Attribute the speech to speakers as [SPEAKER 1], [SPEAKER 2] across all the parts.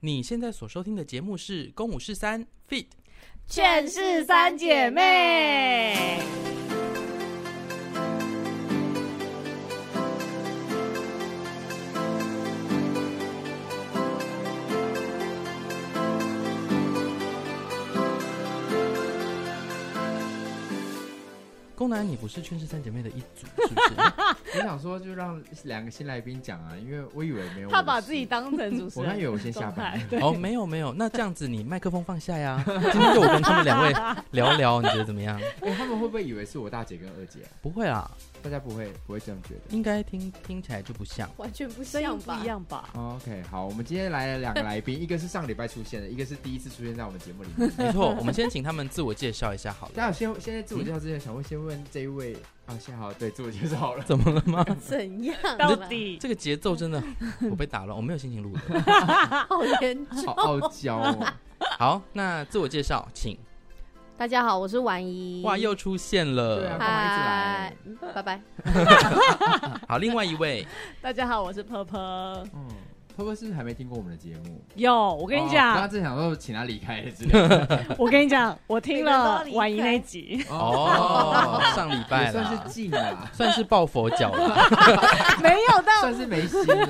[SPEAKER 1] 你现在所收听的节目是《公五是三 Fit》，
[SPEAKER 2] 劝世三姐妹。
[SPEAKER 1] 宫南，你不是《劝世三姐妹》的一组，是不是？
[SPEAKER 3] 我想说，就让两个新来宾讲啊，因为我以为没有我的事。
[SPEAKER 2] 他把自己当成主持
[SPEAKER 3] 我
[SPEAKER 2] 人，
[SPEAKER 3] 刚以为我先下班。
[SPEAKER 2] 对，
[SPEAKER 1] 哦，没有没有，那这样子你麦克风放下呀。 今天就我跟他们两位聊聊，你觉得怎么样？
[SPEAKER 3] 哎、他们会不会以为是我大姐跟二姐啊、
[SPEAKER 1] 不会啦，
[SPEAKER 3] 大家不会不会这样觉得。
[SPEAKER 1] 应该听听起来就不像。
[SPEAKER 2] 完全不
[SPEAKER 4] 声音不一样吧？
[SPEAKER 3] 哦 OK，好，我们今天来了两个来宾，一个是上个礼拜出现的，一个是第一次出现在我们节目里面。
[SPEAKER 1] 没错，我们先请他们自我介绍一下好了。
[SPEAKER 3] 大家先现在自我介绍之前，想问先问这一位啊，先好，对，自我介绍好了。
[SPEAKER 1] 怎么了吗？
[SPEAKER 4] 怎样？
[SPEAKER 2] 到底
[SPEAKER 1] 这个节奏真的，我被打乱，我没有心情录的。
[SPEAKER 4] 好严重。
[SPEAKER 3] 好傲娇哦，
[SPEAKER 1] 好，那自我介绍，请。
[SPEAKER 4] 大家好，我是婉怡。
[SPEAKER 1] 哇，又出现
[SPEAKER 3] 对
[SPEAKER 1] 了。
[SPEAKER 3] 啊，干嘛一直来
[SPEAKER 4] 嗨？，嗯拜拜。
[SPEAKER 1] 好，另外一位，
[SPEAKER 2] 大家好，我是婆婆。
[SPEAKER 3] 嗯，会不会是还没听过我们的节目？
[SPEAKER 2] 有，我
[SPEAKER 3] 我
[SPEAKER 2] 跟你
[SPEAKER 3] 刚
[SPEAKER 2] 讲
[SPEAKER 3] 刚，正想说请他离开之类的，
[SPEAKER 2] 我跟你讲，我听了
[SPEAKER 4] 每个人都要离开
[SPEAKER 2] 婉仪那一集，
[SPEAKER 1] 哦，上礼拜
[SPEAKER 3] 也算
[SPEAKER 1] 了
[SPEAKER 3] 是，近了，
[SPEAKER 1] 算是抱佛脚了。
[SPEAKER 2] 没有到。
[SPEAKER 3] 算是没心了。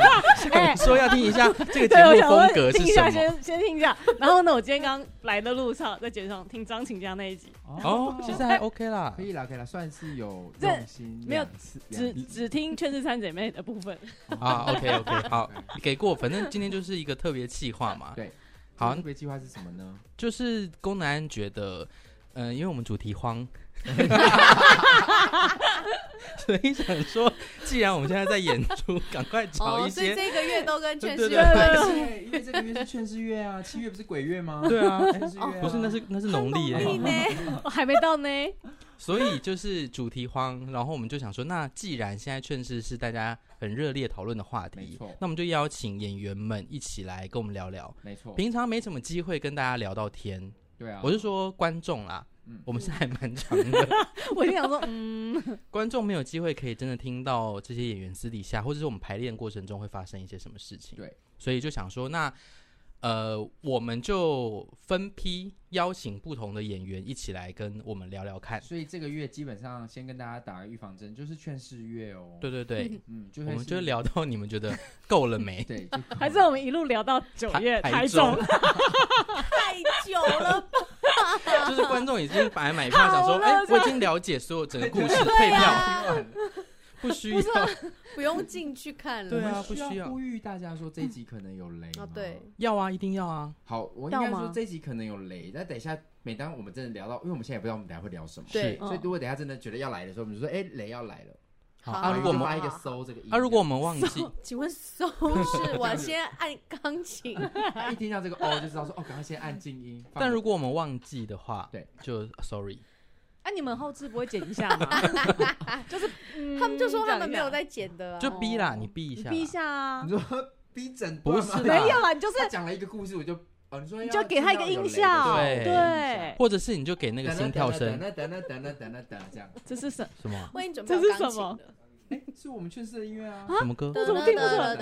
[SPEAKER 2] 哎
[SPEAKER 1] 说要听一下这个节
[SPEAKER 2] 对，我
[SPEAKER 1] 目
[SPEAKER 2] 想
[SPEAKER 1] 风
[SPEAKER 2] 说
[SPEAKER 1] 格
[SPEAKER 2] 听
[SPEAKER 1] 是
[SPEAKER 2] 一
[SPEAKER 1] 什
[SPEAKER 2] 下，
[SPEAKER 1] 么？
[SPEAKER 2] 先先听一下。然后呢，我今天刚来的路上，在捷运上听张晴家那一集，
[SPEAKER 1] 哦，其实还 OK 啦
[SPEAKER 3] 可。以啦，可以啦，算是有
[SPEAKER 2] 这
[SPEAKER 3] 用心
[SPEAKER 2] 没有
[SPEAKER 3] 两次，
[SPEAKER 2] 只
[SPEAKER 3] 两次
[SPEAKER 2] 只听《劝世三姐妹》的部分。
[SPEAKER 1] 啊，OK OK，好，给过，反正今天就是一个特别企划嘛。
[SPEAKER 3] 对。
[SPEAKER 1] 好
[SPEAKER 3] 特，别计划是什么呢？
[SPEAKER 1] 就是宫南觉得，嗯、因为我们主题慌，所以想说，既然我们现在在演出， 赶快找
[SPEAKER 4] 哦，
[SPEAKER 1] 一
[SPEAKER 4] 所以
[SPEAKER 1] 些。
[SPEAKER 4] 这个月都跟劝
[SPEAKER 1] 对
[SPEAKER 4] 世
[SPEAKER 1] 对
[SPEAKER 4] 有关系。
[SPEAKER 3] 对，因为这个月是劝世月啊，七月不是鬼月吗？
[SPEAKER 1] 对啊，
[SPEAKER 3] 劝世月啊
[SPEAKER 1] 不是，那是那是农历耶，
[SPEAKER 4] 你呢？
[SPEAKER 2] 我哦还没到呢，
[SPEAKER 1] 所以就是主题慌，然后我们就想说，那既然现在劝世是大家很热烈讨论的话
[SPEAKER 3] 没
[SPEAKER 1] 题，
[SPEAKER 3] 错
[SPEAKER 1] 那我们就邀请演员们一起来跟我们聊聊。
[SPEAKER 3] 没错，
[SPEAKER 1] 平常没什么机会跟大家聊到天，
[SPEAKER 3] 对啊，
[SPEAKER 1] 我是说观众啦，
[SPEAKER 3] 嗯
[SPEAKER 1] 我们是还蛮长的，
[SPEAKER 2] 我就 想说，嗯，
[SPEAKER 1] 观众没有机会可以真的听到这些演员私底下，或者是我们排练过程中会发生一些什么事情。
[SPEAKER 3] 对，
[SPEAKER 1] 所以就想说，那呃，我们就分批邀请不同的演员一起来跟我们聊聊看。
[SPEAKER 3] 所以这个月基本上先跟大家打个预防针，就是劝世月哦。
[SPEAKER 1] 对，对对，
[SPEAKER 3] 嗯，就
[SPEAKER 1] 我
[SPEAKER 3] 会
[SPEAKER 1] 们
[SPEAKER 3] 是？
[SPEAKER 1] 就聊到你们觉得够了没
[SPEAKER 3] 对，就
[SPEAKER 2] 还是我们一路聊到九月
[SPEAKER 1] 台
[SPEAKER 2] 台
[SPEAKER 1] 中
[SPEAKER 2] 中，
[SPEAKER 4] 太久了吧？
[SPEAKER 1] 就是观众已经买买票，想说，
[SPEAKER 2] 好了
[SPEAKER 1] 哎、
[SPEAKER 2] 这
[SPEAKER 1] 我已经了解所有整个故事，退票
[SPEAKER 4] 啊，
[SPEAKER 1] 不需
[SPEAKER 4] 不是
[SPEAKER 2] 啊
[SPEAKER 1] 要。
[SPEAKER 4] 不用进去看
[SPEAKER 1] 对啊
[SPEAKER 4] 了。
[SPEAKER 3] 我们
[SPEAKER 1] 不需要
[SPEAKER 3] 呼吁大家说这一集可能有雷
[SPEAKER 4] 哦
[SPEAKER 3] 吗，
[SPEAKER 4] 对，
[SPEAKER 1] 要啊，一定要啊。
[SPEAKER 3] 好，我应该
[SPEAKER 2] 要吗
[SPEAKER 3] 说这一集可能有雷，但等一下，每当我们真的聊到，因为我们现在也不知道我们等一下会聊什么，
[SPEAKER 4] 对哦
[SPEAKER 1] 是
[SPEAKER 2] 哦
[SPEAKER 3] 所以如果等一下真的觉得要来的时候，我们就说，哎，雷要来了，
[SPEAKER 1] 好
[SPEAKER 4] 好
[SPEAKER 1] 啊，如果我
[SPEAKER 3] 我
[SPEAKER 1] 们
[SPEAKER 3] 们
[SPEAKER 4] 好
[SPEAKER 3] 发一个搜这个音，
[SPEAKER 1] 啊，如果我们忘记，
[SPEAKER 4] 请问搜
[SPEAKER 1] 啊
[SPEAKER 4] 是？我先按 钢琴。
[SPEAKER 3] 他一听到这个哦，就知道说哦，赶快先按静音。
[SPEAKER 1] 但如果我们忘记的话，
[SPEAKER 3] 对，
[SPEAKER 1] 就 sorry。
[SPEAKER 2] 哎、你们后 置不会剪一下吗？就是、嗯
[SPEAKER 4] 他们就说他们没有
[SPEAKER 2] 这样
[SPEAKER 4] 在剪的啊。
[SPEAKER 1] 就逼啦，你逼一
[SPEAKER 2] 这
[SPEAKER 1] 下
[SPEAKER 2] 样
[SPEAKER 1] 啦，
[SPEAKER 2] 你逼一下啊
[SPEAKER 3] 哦你，说 逼整
[SPEAKER 1] 不
[SPEAKER 3] 段
[SPEAKER 1] 是
[SPEAKER 3] 吗
[SPEAKER 2] 没有啦，你就是
[SPEAKER 3] 他讲了一个故事，我就哦，你说
[SPEAKER 2] 你
[SPEAKER 3] 要
[SPEAKER 2] 就给他一个音效
[SPEAKER 1] 对
[SPEAKER 2] 对，
[SPEAKER 1] 或者是你就给那
[SPEAKER 3] 那
[SPEAKER 1] 个心跳
[SPEAKER 3] 等啊
[SPEAKER 1] 声，
[SPEAKER 3] 等等等等等等 这样。
[SPEAKER 2] 这是什？
[SPEAKER 1] 什么
[SPEAKER 4] 我已经准备
[SPEAKER 2] 这
[SPEAKER 4] 好
[SPEAKER 2] 是
[SPEAKER 4] 钢
[SPEAKER 2] 什
[SPEAKER 4] 琴
[SPEAKER 2] 么
[SPEAKER 4] 了。？
[SPEAKER 3] 哎，是我们劝世的音乐啊。
[SPEAKER 1] 什么歌？
[SPEAKER 2] 我怎么听不出来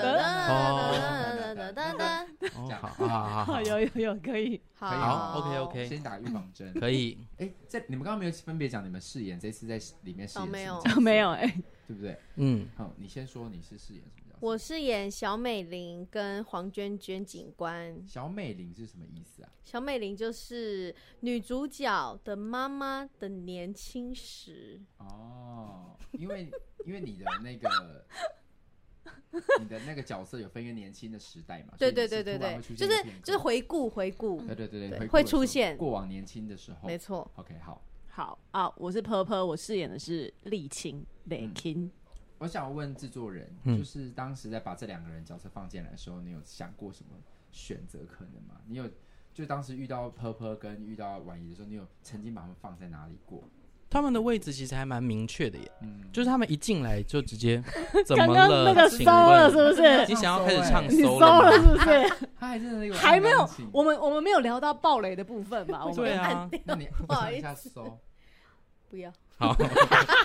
[SPEAKER 4] 哦。
[SPEAKER 1] 哦，
[SPEAKER 3] 这样
[SPEAKER 1] 好，好好好
[SPEAKER 2] 哦，
[SPEAKER 1] 好，
[SPEAKER 2] 有有有，可以。
[SPEAKER 4] 好
[SPEAKER 1] 好，OK，OK
[SPEAKER 3] 先打预防针。
[SPEAKER 1] 嗯可以。
[SPEAKER 3] 哎，这你们刚刚没有分别讲你们饰演这次在里面饰演
[SPEAKER 4] 哦没有
[SPEAKER 3] 什么角 色
[SPEAKER 2] 没有，哎、
[SPEAKER 3] 对不对？
[SPEAKER 1] 嗯，
[SPEAKER 3] 好，你先说你是饰演什么角色？
[SPEAKER 4] 我饰演小美玲跟黄娟娟警官。
[SPEAKER 3] 小美玲是什么意思啊？
[SPEAKER 4] 小美玲就是女主角的妈妈的年轻时，
[SPEAKER 3] 哦，因为因为你的 那个你的那个角色有分一个年轻的时代嘛，
[SPEAKER 4] 对
[SPEAKER 3] 啊所以
[SPEAKER 4] 对
[SPEAKER 3] 你
[SPEAKER 4] 对对
[SPEAKER 3] 突然
[SPEAKER 4] 对
[SPEAKER 3] 会出，现
[SPEAKER 4] 就
[SPEAKER 3] 一个
[SPEAKER 4] 是
[SPEAKER 3] 片刻
[SPEAKER 4] 就是回顾回顾，
[SPEAKER 3] 对对对
[SPEAKER 4] 对
[SPEAKER 3] 回顾
[SPEAKER 4] 会
[SPEAKER 3] 的时候
[SPEAKER 4] 出现
[SPEAKER 3] 过往年轻的时候，
[SPEAKER 4] 没错。
[SPEAKER 3] OK，好，
[SPEAKER 2] 好啊，我是 Purple，我饰演的是沥青雷青。
[SPEAKER 3] 我想问制作人，
[SPEAKER 1] 嗯
[SPEAKER 3] 就是当时在把这两个人角色放进来的时候，你有想过什么选择可能吗？你有就当时遇到 Purple 跟遇到婉仪的时候，你有曾经把他们放在哪里过？
[SPEAKER 1] 他们的位置其实还蛮明确的耶，
[SPEAKER 3] 嗯，
[SPEAKER 1] 就是他们一进来就直 接怎么
[SPEAKER 2] 刚刚那
[SPEAKER 1] 了？
[SPEAKER 2] 个
[SPEAKER 1] 请
[SPEAKER 2] 搜了
[SPEAKER 1] 问
[SPEAKER 2] 是不是？
[SPEAKER 1] 你想要开始 唱
[SPEAKER 2] 你
[SPEAKER 1] 搜
[SPEAKER 2] 搜了
[SPEAKER 1] 吗？啊
[SPEAKER 2] 是不 是？
[SPEAKER 3] 他还真的有
[SPEAKER 2] 还没有
[SPEAKER 3] 按钢琴，
[SPEAKER 2] 我们我们没有聊到暴雷的部分吧？我们
[SPEAKER 1] 对啊，
[SPEAKER 3] 那你
[SPEAKER 4] 不好意思
[SPEAKER 3] 唱一下搜。
[SPEAKER 4] 不要，
[SPEAKER 1] 好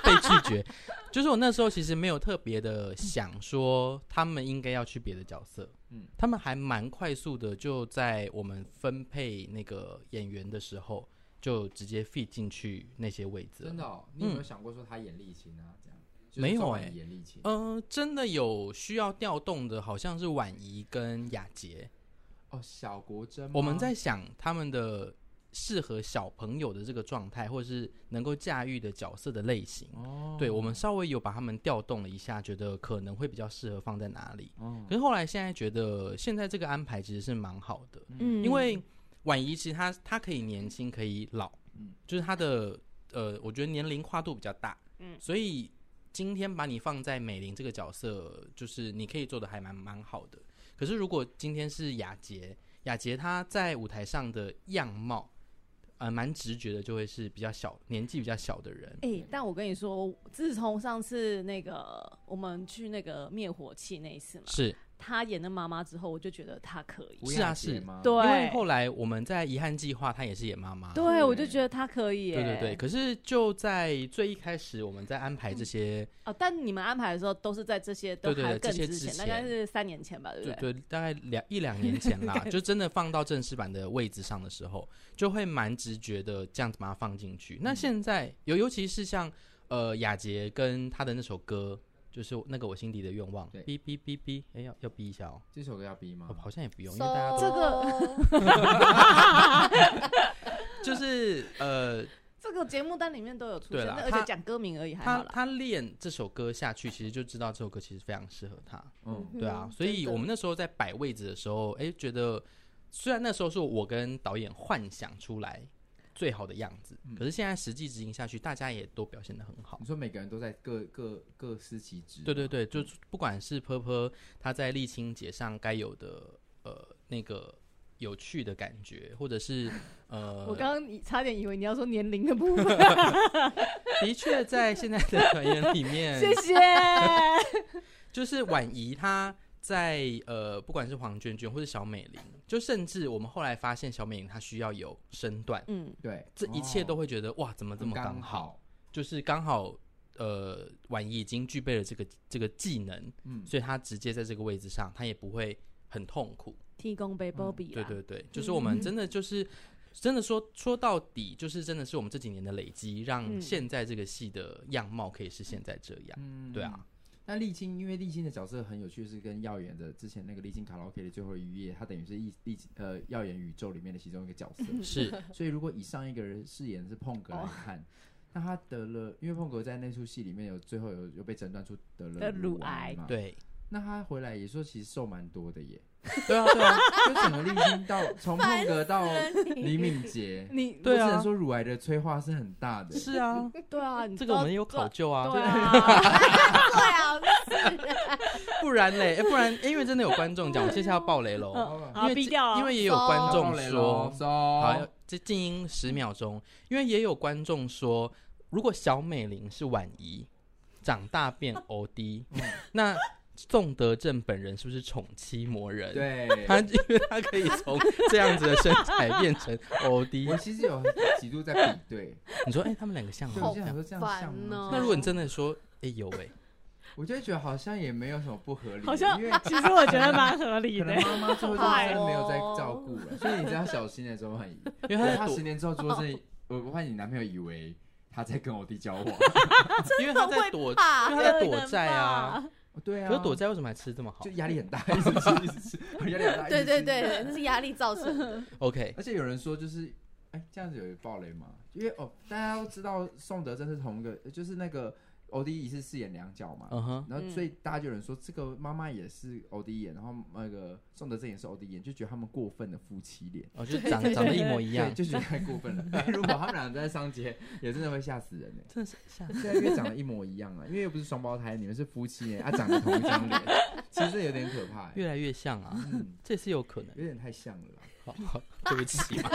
[SPEAKER 1] 被拒绝。就是我那时候其实没有特别的想说他们应该要去别的角色，嗯
[SPEAKER 3] 嗯，
[SPEAKER 1] 他们还蛮快速的就在我们分配那个演员的时候就直接 fit 进去那些位置了。
[SPEAKER 3] 真的、哦，你有没有想过说他演沥青啊？这样就是
[SPEAKER 1] 嗯没有
[SPEAKER 3] 中文
[SPEAKER 1] 欸
[SPEAKER 3] 演沥青，
[SPEAKER 1] 嗯、真的有需要调动的，好像是婉仪跟雅洁。
[SPEAKER 3] 哦，小国珍吗，
[SPEAKER 1] 我们在想他们的适合小朋友的这个状态，或者是能够驾驭的角色的类型。
[SPEAKER 3] 哦，
[SPEAKER 1] 对，我们稍微有把他们调动了一下，觉得可能会比较适合放在哪里。
[SPEAKER 3] 哦，
[SPEAKER 1] 可是后来现在觉得，现在这个安排其实是蛮好的，
[SPEAKER 4] 嗯，
[SPEAKER 1] 因为婉仪其实她她可以年轻，可以老，
[SPEAKER 3] 嗯
[SPEAKER 1] 就是她的呃，我觉得年龄跨度比较大，
[SPEAKER 2] 嗯
[SPEAKER 1] 所以今天把你放在美玲这个角色，就是你可以做的还蛮蛮好的。可是如果今天是雅洁，雅洁她在舞台上的样貌，呃，蛮直觉的就会是比较小年纪比较小的人，
[SPEAKER 2] 哎、但我跟你说，自从上次那个我们去那个灭火器那一次嘛，
[SPEAKER 1] 是。
[SPEAKER 2] 他演的妈妈之后，我就觉得他可以。
[SPEAKER 3] 吴
[SPEAKER 1] 是啊
[SPEAKER 3] 雅洁
[SPEAKER 1] 是
[SPEAKER 3] 吗？
[SPEAKER 2] 对，
[SPEAKER 1] 因为后来我们在遗憾计划，她也是演妈妈，
[SPEAKER 2] 对，我就觉得他可以耶。
[SPEAKER 1] 对对对，可是就在最一开始，我们在安排这些，
[SPEAKER 2] 哦，但你们安排的时候都是在这些都
[SPEAKER 1] 对对
[SPEAKER 2] 还
[SPEAKER 1] 对
[SPEAKER 2] 更
[SPEAKER 1] 这些
[SPEAKER 2] 之
[SPEAKER 1] 之
[SPEAKER 2] 前，大
[SPEAKER 1] 前
[SPEAKER 2] 概是三年前吧，对不
[SPEAKER 1] 对
[SPEAKER 2] 对？
[SPEAKER 1] 对，大概两一两年前 啦，就真的放到正式版的位置上的时候，就会蛮直觉的这样子把它放进去。
[SPEAKER 2] 嗯
[SPEAKER 1] 那现在尤尤其是像呃雅洁跟她的那首歌，就是那个我心底的愿望，
[SPEAKER 3] 对
[SPEAKER 1] 哔哔哔哔，哎要要哔一下哦，
[SPEAKER 3] 这首歌要逼吗
[SPEAKER 2] 嗯
[SPEAKER 1] 哦？好像也不用，因为大家都
[SPEAKER 2] 这个
[SPEAKER 1] 就是呃
[SPEAKER 2] 这个节目单里面都有出
[SPEAKER 1] 对
[SPEAKER 2] 现，
[SPEAKER 1] 啦
[SPEAKER 2] 那而
[SPEAKER 1] 他
[SPEAKER 2] 且讲歌名而 已，还
[SPEAKER 1] 她
[SPEAKER 2] 好啦。
[SPEAKER 1] 她练这首歌下去，其实就知道这首歌其实非常适合她。
[SPEAKER 3] 嗯，
[SPEAKER 1] 对啊
[SPEAKER 4] 嗯，
[SPEAKER 1] 所以
[SPEAKER 4] 真的
[SPEAKER 1] 我们那时候在摆位置的时候，哎，觉得虽然那时候是我跟导演幻想出来最好的样子，
[SPEAKER 3] 嗯
[SPEAKER 1] 可是现在实际执行下去，大家也都表现得很好
[SPEAKER 3] 你。说每个人都在各各各司其职，
[SPEAKER 1] 对对，对，就不管是 Purple 他在沥青节上该有的呃那个有趣的感觉，或者是呃，
[SPEAKER 2] 我刚刚以差点以为你要说年龄的部分，
[SPEAKER 1] 的确在现在的团员里 面，
[SPEAKER 2] 谢谢。
[SPEAKER 1] 就是婉仪她在呃，不管是黄娟娟或是小美玲，就甚至我们后来发现小美玲她需要有身段，
[SPEAKER 2] 嗯，
[SPEAKER 3] 对，
[SPEAKER 1] 这一切都
[SPEAKER 3] 哦
[SPEAKER 1] 会觉得、哇，怎么这么
[SPEAKER 3] 刚
[SPEAKER 1] 刚好？，就是刚好，呃，婉仪已经具备了这个这个技能，
[SPEAKER 3] 嗯，
[SPEAKER 1] 所以她直接在这个位置上，她也不会很痛苦。
[SPEAKER 2] 提供杯 Bobby
[SPEAKER 1] 对
[SPEAKER 2] 啦。
[SPEAKER 1] 对对，就是我
[SPEAKER 2] 嗯
[SPEAKER 1] 们真的就是。真的说说到底，就是真的是我们这几年的累积，让
[SPEAKER 2] 嗯
[SPEAKER 1] 现在这个戏的样貌可以是现在这样。
[SPEAKER 3] 嗯
[SPEAKER 1] 对啊。
[SPEAKER 3] 那沥青，因为沥青的角色很有趣，是跟耀眼的之前那个沥青卡拉 OK 的最后一页，它等于是一沥青呃耀眼宇宙里面的其中一个角色。
[SPEAKER 2] 嗯
[SPEAKER 1] 是，
[SPEAKER 3] 所以如果以上一个人饰演是碰格来看，那他得了，因为碰格在那出戏里面有最后有有被诊断出得了
[SPEAKER 2] 得乳
[SPEAKER 3] 癌
[SPEAKER 2] 癌
[SPEAKER 3] 嘛，。
[SPEAKER 1] 对，
[SPEAKER 3] 那他回来也说其实瘦蛮多的耶，
[SPEAKER 1] 对啊，对啊，
[SPEAKER 3] 就整个沥青到从碰格到李敏杰，
[SPEAKER 2] 你
[SPEAKER 1] 对啊
[SPEAKER 3] 我只能说乳癌的催化是很大的。
[SPEAKER 1] 是 啊，
[SPEAKER 2] 对啊，你
[SPEAKER 1] 这个我们
[SPEAKER 2] 知
[SPEAKER 1] 有考究
[SPEAKER 2] 道
[SPEAKER 1] 啊。
[SPEAKER 2] 对啊，
[SPEAKER 4] 对啊，
[SPEAKER 1] 不然嘞，哎不然因为真的有观众讲，我接下来要爆雷 喽。
[SPEAKER 2] 嗯，
[SPEAKER 1] 因
[SPEAKER 2] 好
[SPEAKER 1] 为
[SPEAKER 2] 逼
[SPEAKER 1] 这
[SPEAKER 2] 掉啊，
[SPEAKER 1] 因为也有观
[SPEAKER 3] 哦
[SPEAKER 1] 众说，好，要
[SPEAKER 3] 好，
[SPEAKER 1] 这静音十秒钟，因为也有观众说，如果小美玲是婉仪，长大 变 OD，、那
[SPEAKER 3] 嗯
[SPEAKER 1] 宋德正本人是不是宠妻魔人？，
[SPEAKER 3] 对，
[SPEAKER 1] 他 因为他可以从这样子的身材变 成 OD，
[SPEAKER 3] 我其实有几度在比对，
[SPEAKER 1] 你说，哎、他们两个像
[SPEAKER 3] 对
[SPEAKER 1] 吗？
[SPEAKER 3] 我就想说这样像
[SPEAKER 4] 烦哦
[SPEAKER 3] 吗？
[SPEAKER 1] 那如果你真的说，哎、有哎、
[SPEAKER 3] 我就会觉得好像也没有什么不合理的，
[SPEAKER 2] 好像
[SPEAKER 3] 因为
[SPEAKER 2] 其实我觉得蛮合理
[SPEAKER 3] 可
[SPEAKER 2] 的
[SPEAKER 3] 能。妈妈最后就真的没有在
[SPEAKER 4] 好坏哦
[SPEAKER 3] 照顾了，所以你只要小心的时候 很疑。
[SPEAKER 1] 因为他
[SPEAKER 3] 对
[SPEAKER 1] 在
[SPEAKER 3] 他
[SPEAKER 1] 躲
[SPEAKER 3] 十，年之后，如果是我我怕你男朋友以为他在跟我弟交往，
[SPEAKER 1] 因为他在躲， 因为他在躲债啊。
[SPEAKER 3] 对啊，
[SPEAKER 1] 可是躲债为什么还吃这么好
[SPEAKER 3] 就压力很大， 一直吃一直吃，压力 很大。一直
[SPEAKER 4] 对对
[SPEAKER 3] 吃，
[SPEAKER 4] 对，是压力造成的。
[SPEAKER 1] ？OK，
[SPEAKER 3] 而且有人说就是。哎，这样子有暴雷吗？因为哦，大家都知道宋德真是同一个，就是那个欧弟一是饰演两角嘛，
[SPEAKER 1] 嗯哼，
[SPEAKER 3] 然后
[SPEAKER 2] 嗯
[SPEAKER 3] 所以大家就有人说这个妈妈也是欧弟演，然后那个宋德正也是欧弟演，就觉得他们过分的夫妻脸，
[SPEAKER 1] 哦，就是长长得一模一样
[SPEAKER 3] 对，，就觉得太过分了。 因为如果他们俩在上街，也真的会吓死人呢。
[SPEAKER 1] 真的是吓死。
[SPEAKER 3] 对啊，因为长得一模一样啊，因为又不是双胞胎，你们是夫妻耶，啊，长得同一张脸，其实有点可怕耶。欸
[SPEAKER 1] 越来越像啊，
[SPEAKER 3] 嗯，
[SPEAKER 1] 这也是有可能。
[SPEAKER 3] 有点太像了啦。
[SPEAKER 1] 好，好 对不起 嘛。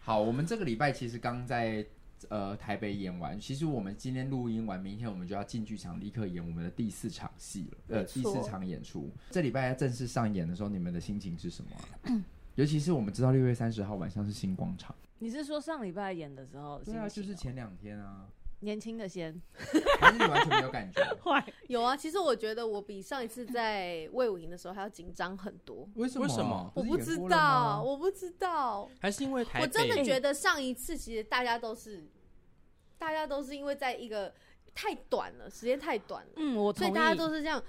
[SPEAKER 3] 好，我们这个礼拜其实刚在呃台北演完，其实我们今天录音完，明天我们就要进剧场立刻演我们的第四场戏了，呃，第
[SPEAKER 4] 错
[SPEAKER 3] 四场演出。这礼拜正式上演的时候，你们的心情是什么啊、尤其是我们知道六月三十号晚上是星光场，
[SPEAKER 2] 你是说上礼拜演的时候？
[SPEAKER 5] 啊
[SPEAKER 3] 对啊，就是前两天啊，
[SPEAKER 2] 年轻的先
[SPEAKER 3] 还是你完全没有感觉？
[SPEAKER 2] 坏，
[SPEAKER 4] 有啊，其实我觉得我比上一次在魏武营的时候还要紧张很多。
[SPEAKER 3] 为什
[SPEAKER 1] 为什么
[SPEAKER 4] 我
[SPEAKER 3] 是
[SPEAKER 4] 不
[SPEAKER 3] 演
[SPEAKER 4] 知
[SPEAKER 3] 过了
[SPEAKER 4] 道，
[SPEAKER 3] 吗，
[SPEAKER 4] 我不知道，
[SPEAKER 1] 还是因为台北？
[SPEAKER 4] 我真的觉得上一次其实大家都是，大家都是因为在一个太短了，时间太短了，
[SPEAKER 2] 嗯，我
[SPEAKER 4] 所以
[SPEAKER 2] 同
[SPEAKER 4] 大家
[SPEAKER 2] 意
[SPEAKER 4] 都是这样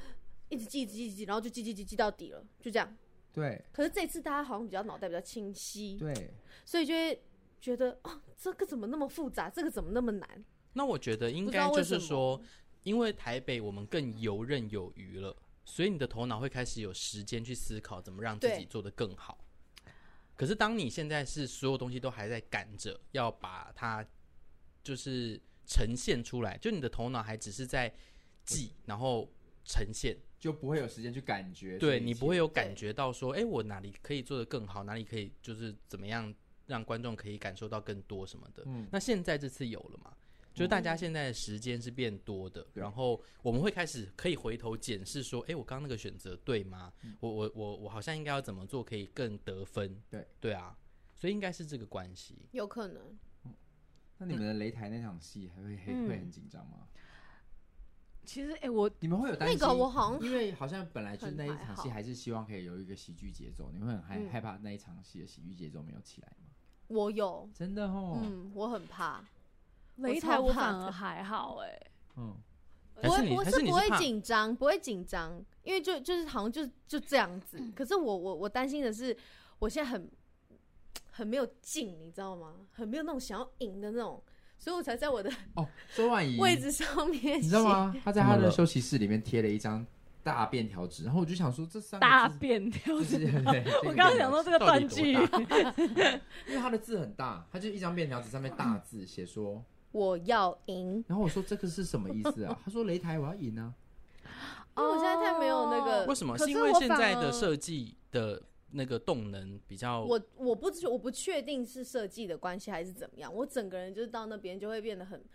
[SPEAKER 4] 一直记、一直记、一直记，然后就记、记、记、记到底了，就这样。
[SPEAKER 3] 对
[SPEAKER 4] 可是这次大家好像比较脑袋比较清晰，
[SPEAKER 3] 对，
[SPEAKER 4] 所以就会觉得哦，这个怎么那么复杂，这个怎么那么难？
[SPEAKER 1] 那我觉得应
[SPEAKER 4] 不知
[SPEAKER 1] 该
[SPEAKER 4] 道为
[SPEAKER 1] 就是
[SPEAKER 4] 什么
[SPEAKER 1] 说，因为台北我们更游刃有余了，所以你的头脑会开始有时间去思考怎么让自己
[SPEAKER 4] 对
[SPEAKER 1] 做得更好。可是当你现在是所有东西都还在赶着要把它就是呈现出来，就你的头脑还只是在记，然后呈现，
[SPEAKER 3] 就不会有时间去感觉这一切。
[SPEAKER 1] 对你不会有感
[SPEAKER 4] 嗯对
[SPEAKER 1] 觉到说，哎，我哪里可以做得更好，哪里可以就是怎么样让观众可以感受到更多什么的。
[SPEAKER 3] 嗯
[SPEAKER 1] 那现在这次有了嘛？就是大家现在的时间是变多
[SPEAKER 3] 嗯
[SPEAKER 1] 的，然后我们会开始可以回头检视说，哎，我刚刚那个选择对吗？
[SPEAKER 3] 嗯
[SPEAKER 1] 我我我我好像应该要怎么做可以更得分？
[SPEAKER 3] 对
[SPEAKER 1] 对啊，所以应该是这个关系。
[SPEAKER 4] 有可能，
[SPEAKER 3] 那你们的擂台那场戏还会会
[SPEAKER 2] 嗯
[SPEAKER 3] 会很紧张吗？
[SPEAKER 2] 其实哎、我
[SPEAKER 3] 你们会有担
[SPEAKER 4] 那
[SPEAKER 3] 心？
[SPEAKER 4] 个我好像
[SPEAKER 3] 因为好像本来就是那一
[SPEAKER 4] 很还
[SPEAKER 3] 场
[SPEAKER 4] 好
[SPEAKER 3] 戏，还是希望可以有一个喜剧节奏。你会很害、
[SPEAKER 4] 嗯
[SPEAKER 3] 害怕那一场戏的喜剧节奏没有起来吗？
[SPEAKER 4] 我有，
[SPEAKER 3] 真的哦，
[SPEAKER 4] 嗯，我很怕，
[SPEAKER 2] 擂台
[SPEAKER 4] 超
[SPEAKER 2] 我
[SPEAKER 4] 怕
[SPEAKER 2] 反
[SPEAKER 4] 的
[SPEAKER 2] 而还好哎、
[SPEAKER 3] 嗯，
[SPEAKER 1] 还
[SPEAKER 4] 我
[SPEAKER 1] 是你
[SPEAKER 4] 我
[SPEAKER 1] 还是你
[SPEAKER 4] 不
[SPEAKER 1] 是
[SPEAKER 4] 会
[SPEAKER 1] 怕
[SPEAKER 4] 紧张，不会紧张，因为就就是好像就就这样子。可是我我我担心的是，我现在很很没有劲，你知道吗？很没有那种想要赢的那种，所以我才在我的
[SPEAKER 3] 哦，周婉仪，
[SPEAKER 4] 位置上面
[SPEAKER 3] 你知道
[SPEAKER 4] 写
[SPEAKER 3] 吗？他在
[SPEAKER 1] 怎么
[SPEAKER 3] 他的
[SPEAKER 1] 了
[SPEAKER 3] 休息室里面贴了一张大便条纸，然后我就想说这三个
[SPEAKER 2] 大
[SPEAKER 3] 字
[SPEAKER 2] 便掉
[SPEAKER 3] 就是，
[SPEAKER 2] 我
[SPEAKER 3] 我
[SPEAKER 2] 刚刚想说这个
[SPEAKER 1] 到
[SPEAKER 2] 断
[SPEAKER 1] 底
[SPEAKER 2] 句
[SPEAKER 1] 多，大？
[SPEAKER 3] 因为他的字很大，他就一张便条纸上面大字写说，
[SPEAKER 4] 我要赢，
[SPEAKER 3] 然后我说这个是什么意思啊？他说擂台我要赢啊，
[SPEAKER 4] 因为我现在太没有那个
[SPEAKER 1] 哦为什么？
[SPEAKER 4] 呃可
[SPEAKER 1] 是因
[SPEAKER 4] 是
[SPEAKER 1] 为
[SPEAKER 4] 我
[SPEAKER 1] 现
[SPEAKER 4] 反
[SPEAKER 1] 在的
[SPEAKER 4] 而
[SPEAKER 1] 设计的那个动能比较
[SPEAKER 4] 我我不知我不确定是设计的关系还是怎么样，我整个人就是到那边就会变得很，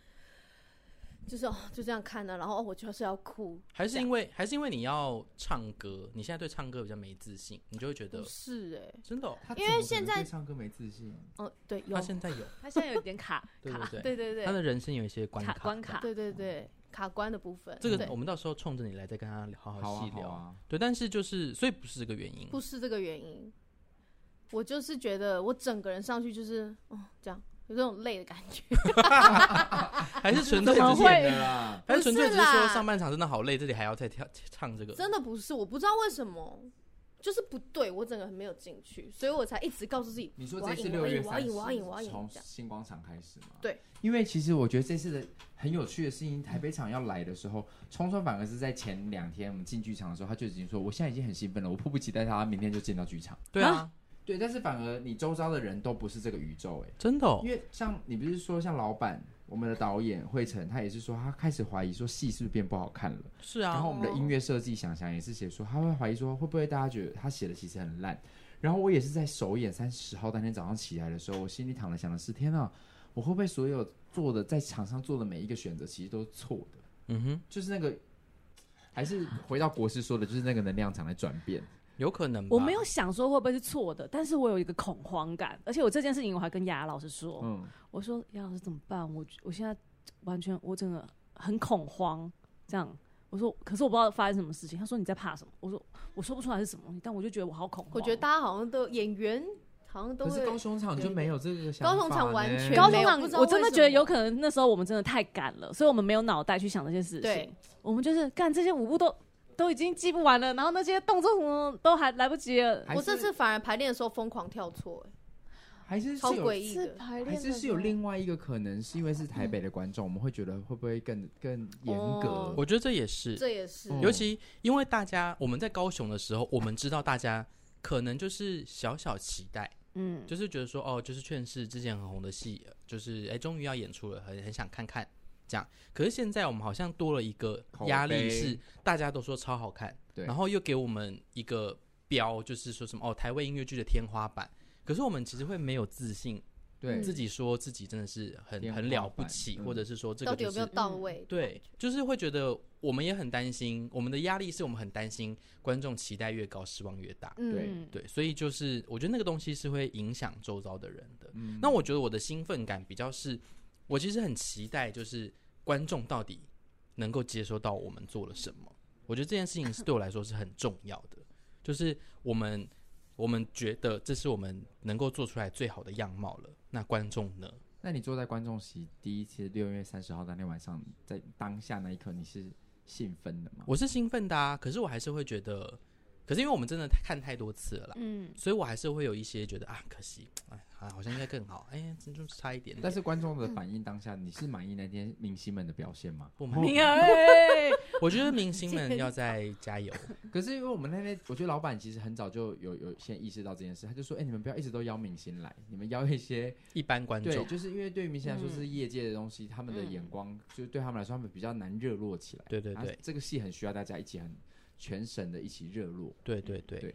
[SPEAKER 4] 就是哦就这样看呢、然后哦我就是要哭，
[SPEAKER 1] 还是
[SPEAKER 4] 这样
[SPEAKER 1] 因为还是因为你要唱歌，你现在对唱歌比较没自信，你就会觉
[SPEAKER 4] 不
[SPEAKER 1] 得
[SPEAKER 4] 是哎、
[SPEAKER 1] 真的、哦，
[SPEAKER 3] 他
[SPEAKER 4] 因为
[SPEAKER 3] 怎么可
[SPEAKER 4] 现
[SPEAKER 3] 能对
[SPEAKER 4] 在
[SPEAKER 3] 唱歌没自信，
[SPEAKER 4] 哦对有
[SPEAKER 1] 他现在有，
[SPEAKER 2] 他现在有点卡
[SPEAKER 1] 对
[SPEAKER 2] 卡，
[SPEAKER 1] 对
[SPEAKER 4] 对对对
[SPEAKER 1] 他的人生有一些关
[SPEAKER 2] 卡
[SPEAKER 1] 卡。
[SPEAKER 2] 关卡，
[SPEAKER 4] 对对对卡关的部分，
[SPEAKER 1] 这个
[SPEAKER 4] 对
[SPEAKER 1] 我们到时候冲着你来再跟他好
[SPEAKER 3] 好
[SPEAKER 1] 细
[SPEAKER 3] 啊好
[SPEAKER 1] 聊。
[SPEAKER 3] 啊，
[SPEAKER 1] 对，但是就是所以不是这个原因，
[SPEAKER 4] 不是这个原因，我就是觉得我整个人上去就是哦这样有这种累的感觉，
[SPEAKER 1] 还是纯 粹
[SPEAKER 2] 怎么
[SPEAKER 1] 只
[SPEAKER 3] 之
[SPEAKER 1] 是
[SPEAKER 2] 会
[SPEAKER 3] 前的啦。
[SPEAKER 1] 还是纯粹只
[SPEAKER 4] 不
[SPEAKER 1] 是
[SPEAKER 4] 是啦
[SPEAKER 1] 说上半场真的好累，这里还要再跳唱这个。
[SPEAKER 4] 真的不是，我不知道为什么。就是不对，我整个很没有进去，所以我才一直告诉自己，
[SPEAKER 3] 你说
[SPEAKER 4] 我
[SPEAKER 3] 这
[SPEAKER 4] 要
[SPEAKER 3] 次
[SPEAKER 4] 赢，
[SPEAKER 3] 六
[SPEAKER 4] 我要
[SPEAKER 3] 月
[SPEAKER 4] 赢，我要
[SPEAKER 3] 三十
[SPEAKER 4] 赢，我要赢，我要赢，
[SPEAKER 3] 从
[SPEAKER 4] 这样
[SPEAKER 3] 新广场开始嘛？
[SPEAKER 4] 对，
[SPEAKER 3] 因为其实我觉得这次的很有趣的事情，台北场要来的时候，冲冲反而是在前两天我们进剧场的时候，他就已经说我现在已经很兴奋了，我迫不及待他明天就进到剧场。
[SPEAKER 1] 对啊，
[SPEAKER 3] 对，但是反而你周遭的人都不是这个宇宙、欸，
[SPEAKER 1] 真的、哦
[SPEAKER 3] 因。为像你不是说像老板，我们的导演惠成，他也是说他开始怀疑说戏是不是变不好看了。哦
[SPEAKER 1] 是
[SPEAKER 3] 然
[SPEAKER 1] 啊
[SPEAKER 3] 后我，们的音乐设计想想也是写说，他会怀疑说会不会大家觉得他写的其实很烂。然后我也是在首演三十号当天早上起来的时候，我心里躺着想的是，天啊，我会不会所有做的在场上做的每一个选择其实都是错的？
[SPEAKER 1] 嗯哼，
[SPEAKER 3] 就是那个，还是回到国师说的，就是那个能量场的转变。
[SPEAKER 1] 有可能吧。
[SPEAKER 2] 我没有想说会不会是错的，但是我有一个恐慌感，而且我这件事情我还跟雅老师说，
[SPEAKER 3] 嗯，
[SPEAKER 2] 我说杨老师怎么办？我我现在完全我真的很恐慌，这样。我说，可是我不知道发生什么事情。他说你在怕什么？我说我说不出来是什么东西，但我就觉得我好恐慌。
[SPEAKER 4] 我觉得大家好像都演员好像都
[SPEAKER 3] 可是
[SPEAKER 4] 会
[SPEAKER 3] 高雄场就没有这个想
[SPEAKER 4] 高雄场
[SPEAKER 3] 法
[SPEAKER 4] 完
[SPEAKER 3] 呢
[SPEAKER 4] 全
[SPEAKER 2] 高中
[SPEAKER 4] 没有
[SPEAKER 2] 长
[SPEAKER 4] 不知道
[SPEAKER 2] 我真的
[SPEAKER 4] 为什
[SPEAKER 2] 觉得有
[SPEAKER 4] 么
[SPEAKER 2] 可能那时候我们真的太赶了，所以我们没有脑袋去想这些事
[SPEAKER 4] 对
[SPEAKER 2] 情。我们就是干这些舞步都都已经记不完了，然后那些动作什么都还来不及了。
[SPEAKER 3] 还
[SPEAKER 4] 我这
[SPEAKER 3] 是
[SPEAKER 4] 次反而排练的时候疯狂跳错、
[SPEAKER 3] 还是
[SPEAKER 4] 欸，
[SPEAKER 3] 是
[SPEAKER 4] 超
[SPEAKER 3] 有
[SPEAKER 4] 诡异的。
[SPEAKER 2] 排
[SPEAKER 3] 还是是有另外一个可能，是因为是台北的观众，我们会觉得会不会更更严格
[SPEAKER 4] 哦？
[SPEAKER 1] 我觉得这也是，
[SPEAKER 4] 这也是，
[SPEAKER 3] 嗯
[SPEAKER 1] 尤其因为大家我们在高雄的时候，我们知道大家可能就是小小期待。
[SPEAKER 2] 嗯，
[SPEAKER 1] 就是觉得说，哦，就是劝世之前很红的戏，呃就是哎，终于要演出了，很很想看看这样。可是现在我们好像多了一个
[SPEAKER 3] 口
[SPEAKER 1] 压
[SPEAKER 3] 碑
[SPEAKER 1] 力是，大家都说超好看，
[SPEAKER 3] 对
[SPEAKER 1] 然后又给我们一个标，就是说什么哦，台湾音乐剧的天花板。可是我们其实会没有自信，
[SPEAKER 3] 对，
[SPEAKER 4] 嗯
[SPEAKER 1] 自己说自己真的是很
[SPEAKER 3] 天花
[SPEAKER 1] 很了不起，
[SPEAKER 3] 板嗯
[SPEAKER 1] 或者是说这
[SPEAKER 4] 到
[SPEAKER 1] 个
[SPEAKER 4] 底
[SPEAKER 1] 就
[SPEAKER 4] 有没有
[SPEAKER 1] 是。嗯
[SPEAKER 4] 到位？
[SPEAKER 1] 对，就是会觉得我们也很担心，我们的压力是我们很担心观众期待越高，失望越大。
[SPEAKER 4] 嗯，
[SPEAKER 1] 对，所以就是我觉得那个东西是会影响周遭的人的。
[SPEAKER 3] 嗯
[SPEAKER 1] 那我觉得我的兴奋感比较是，我其实很期待，就是观众到底能够接收到我们做了什么。我觉得这件事情是对我来说是很重要的，就是我们我们觉得这是我们能够做出来最好的样貌了。那观众呢？
[SPEAKER 3] 那你坐在观众席第一次六月三十号当天晚上，在当下那一刻，你是兴奋的吗？
[SPEAKER 1] 我是兴奋的啊，可是我还是会觉得，可是因为我们真的看太多次了啦，
[SPEAKER 2] 嗯，
[SPEAKER 1] 所以我还是会有一些觉得啊，可惜，哎，啊好像应该更好，哎，这就是差一点点。
[SPEAKER 3] 但是观众的反应当下，你是满意那天明星们的表现吗？
[SPEAKER 1] 不满意
[SPEAKER 2] 明儿哎，
[SPEAKER 1] 我觉得明星们要再加油。
[SPEAKER 3] 可是因为我们那天，我觉得老板其实很早就有有先意识到这件事，他就说：“哎、你们不要一直都邀明星来，你们邀一些
[SPEAKER 1] 一般观
[SPEAKER 3] 对，
[SPEAKER 1] 众，
[SPEAKER 3] 就是因为对于明星来说是业界的东西，他们的
[SPEAKER 2] 嗯
[SPEAKER 3] 眼光就对他们来说，他们比较难热络起来。
[SPEAKER 1] 对对
[SPEAKER 3] 然后
[SPEAKER 1] 对
[SPEAKER 3] 这个戏很需要大家一起很全神的一起热络，
[SPEAKER 1] 对对对
[SPEAKER 3] 对。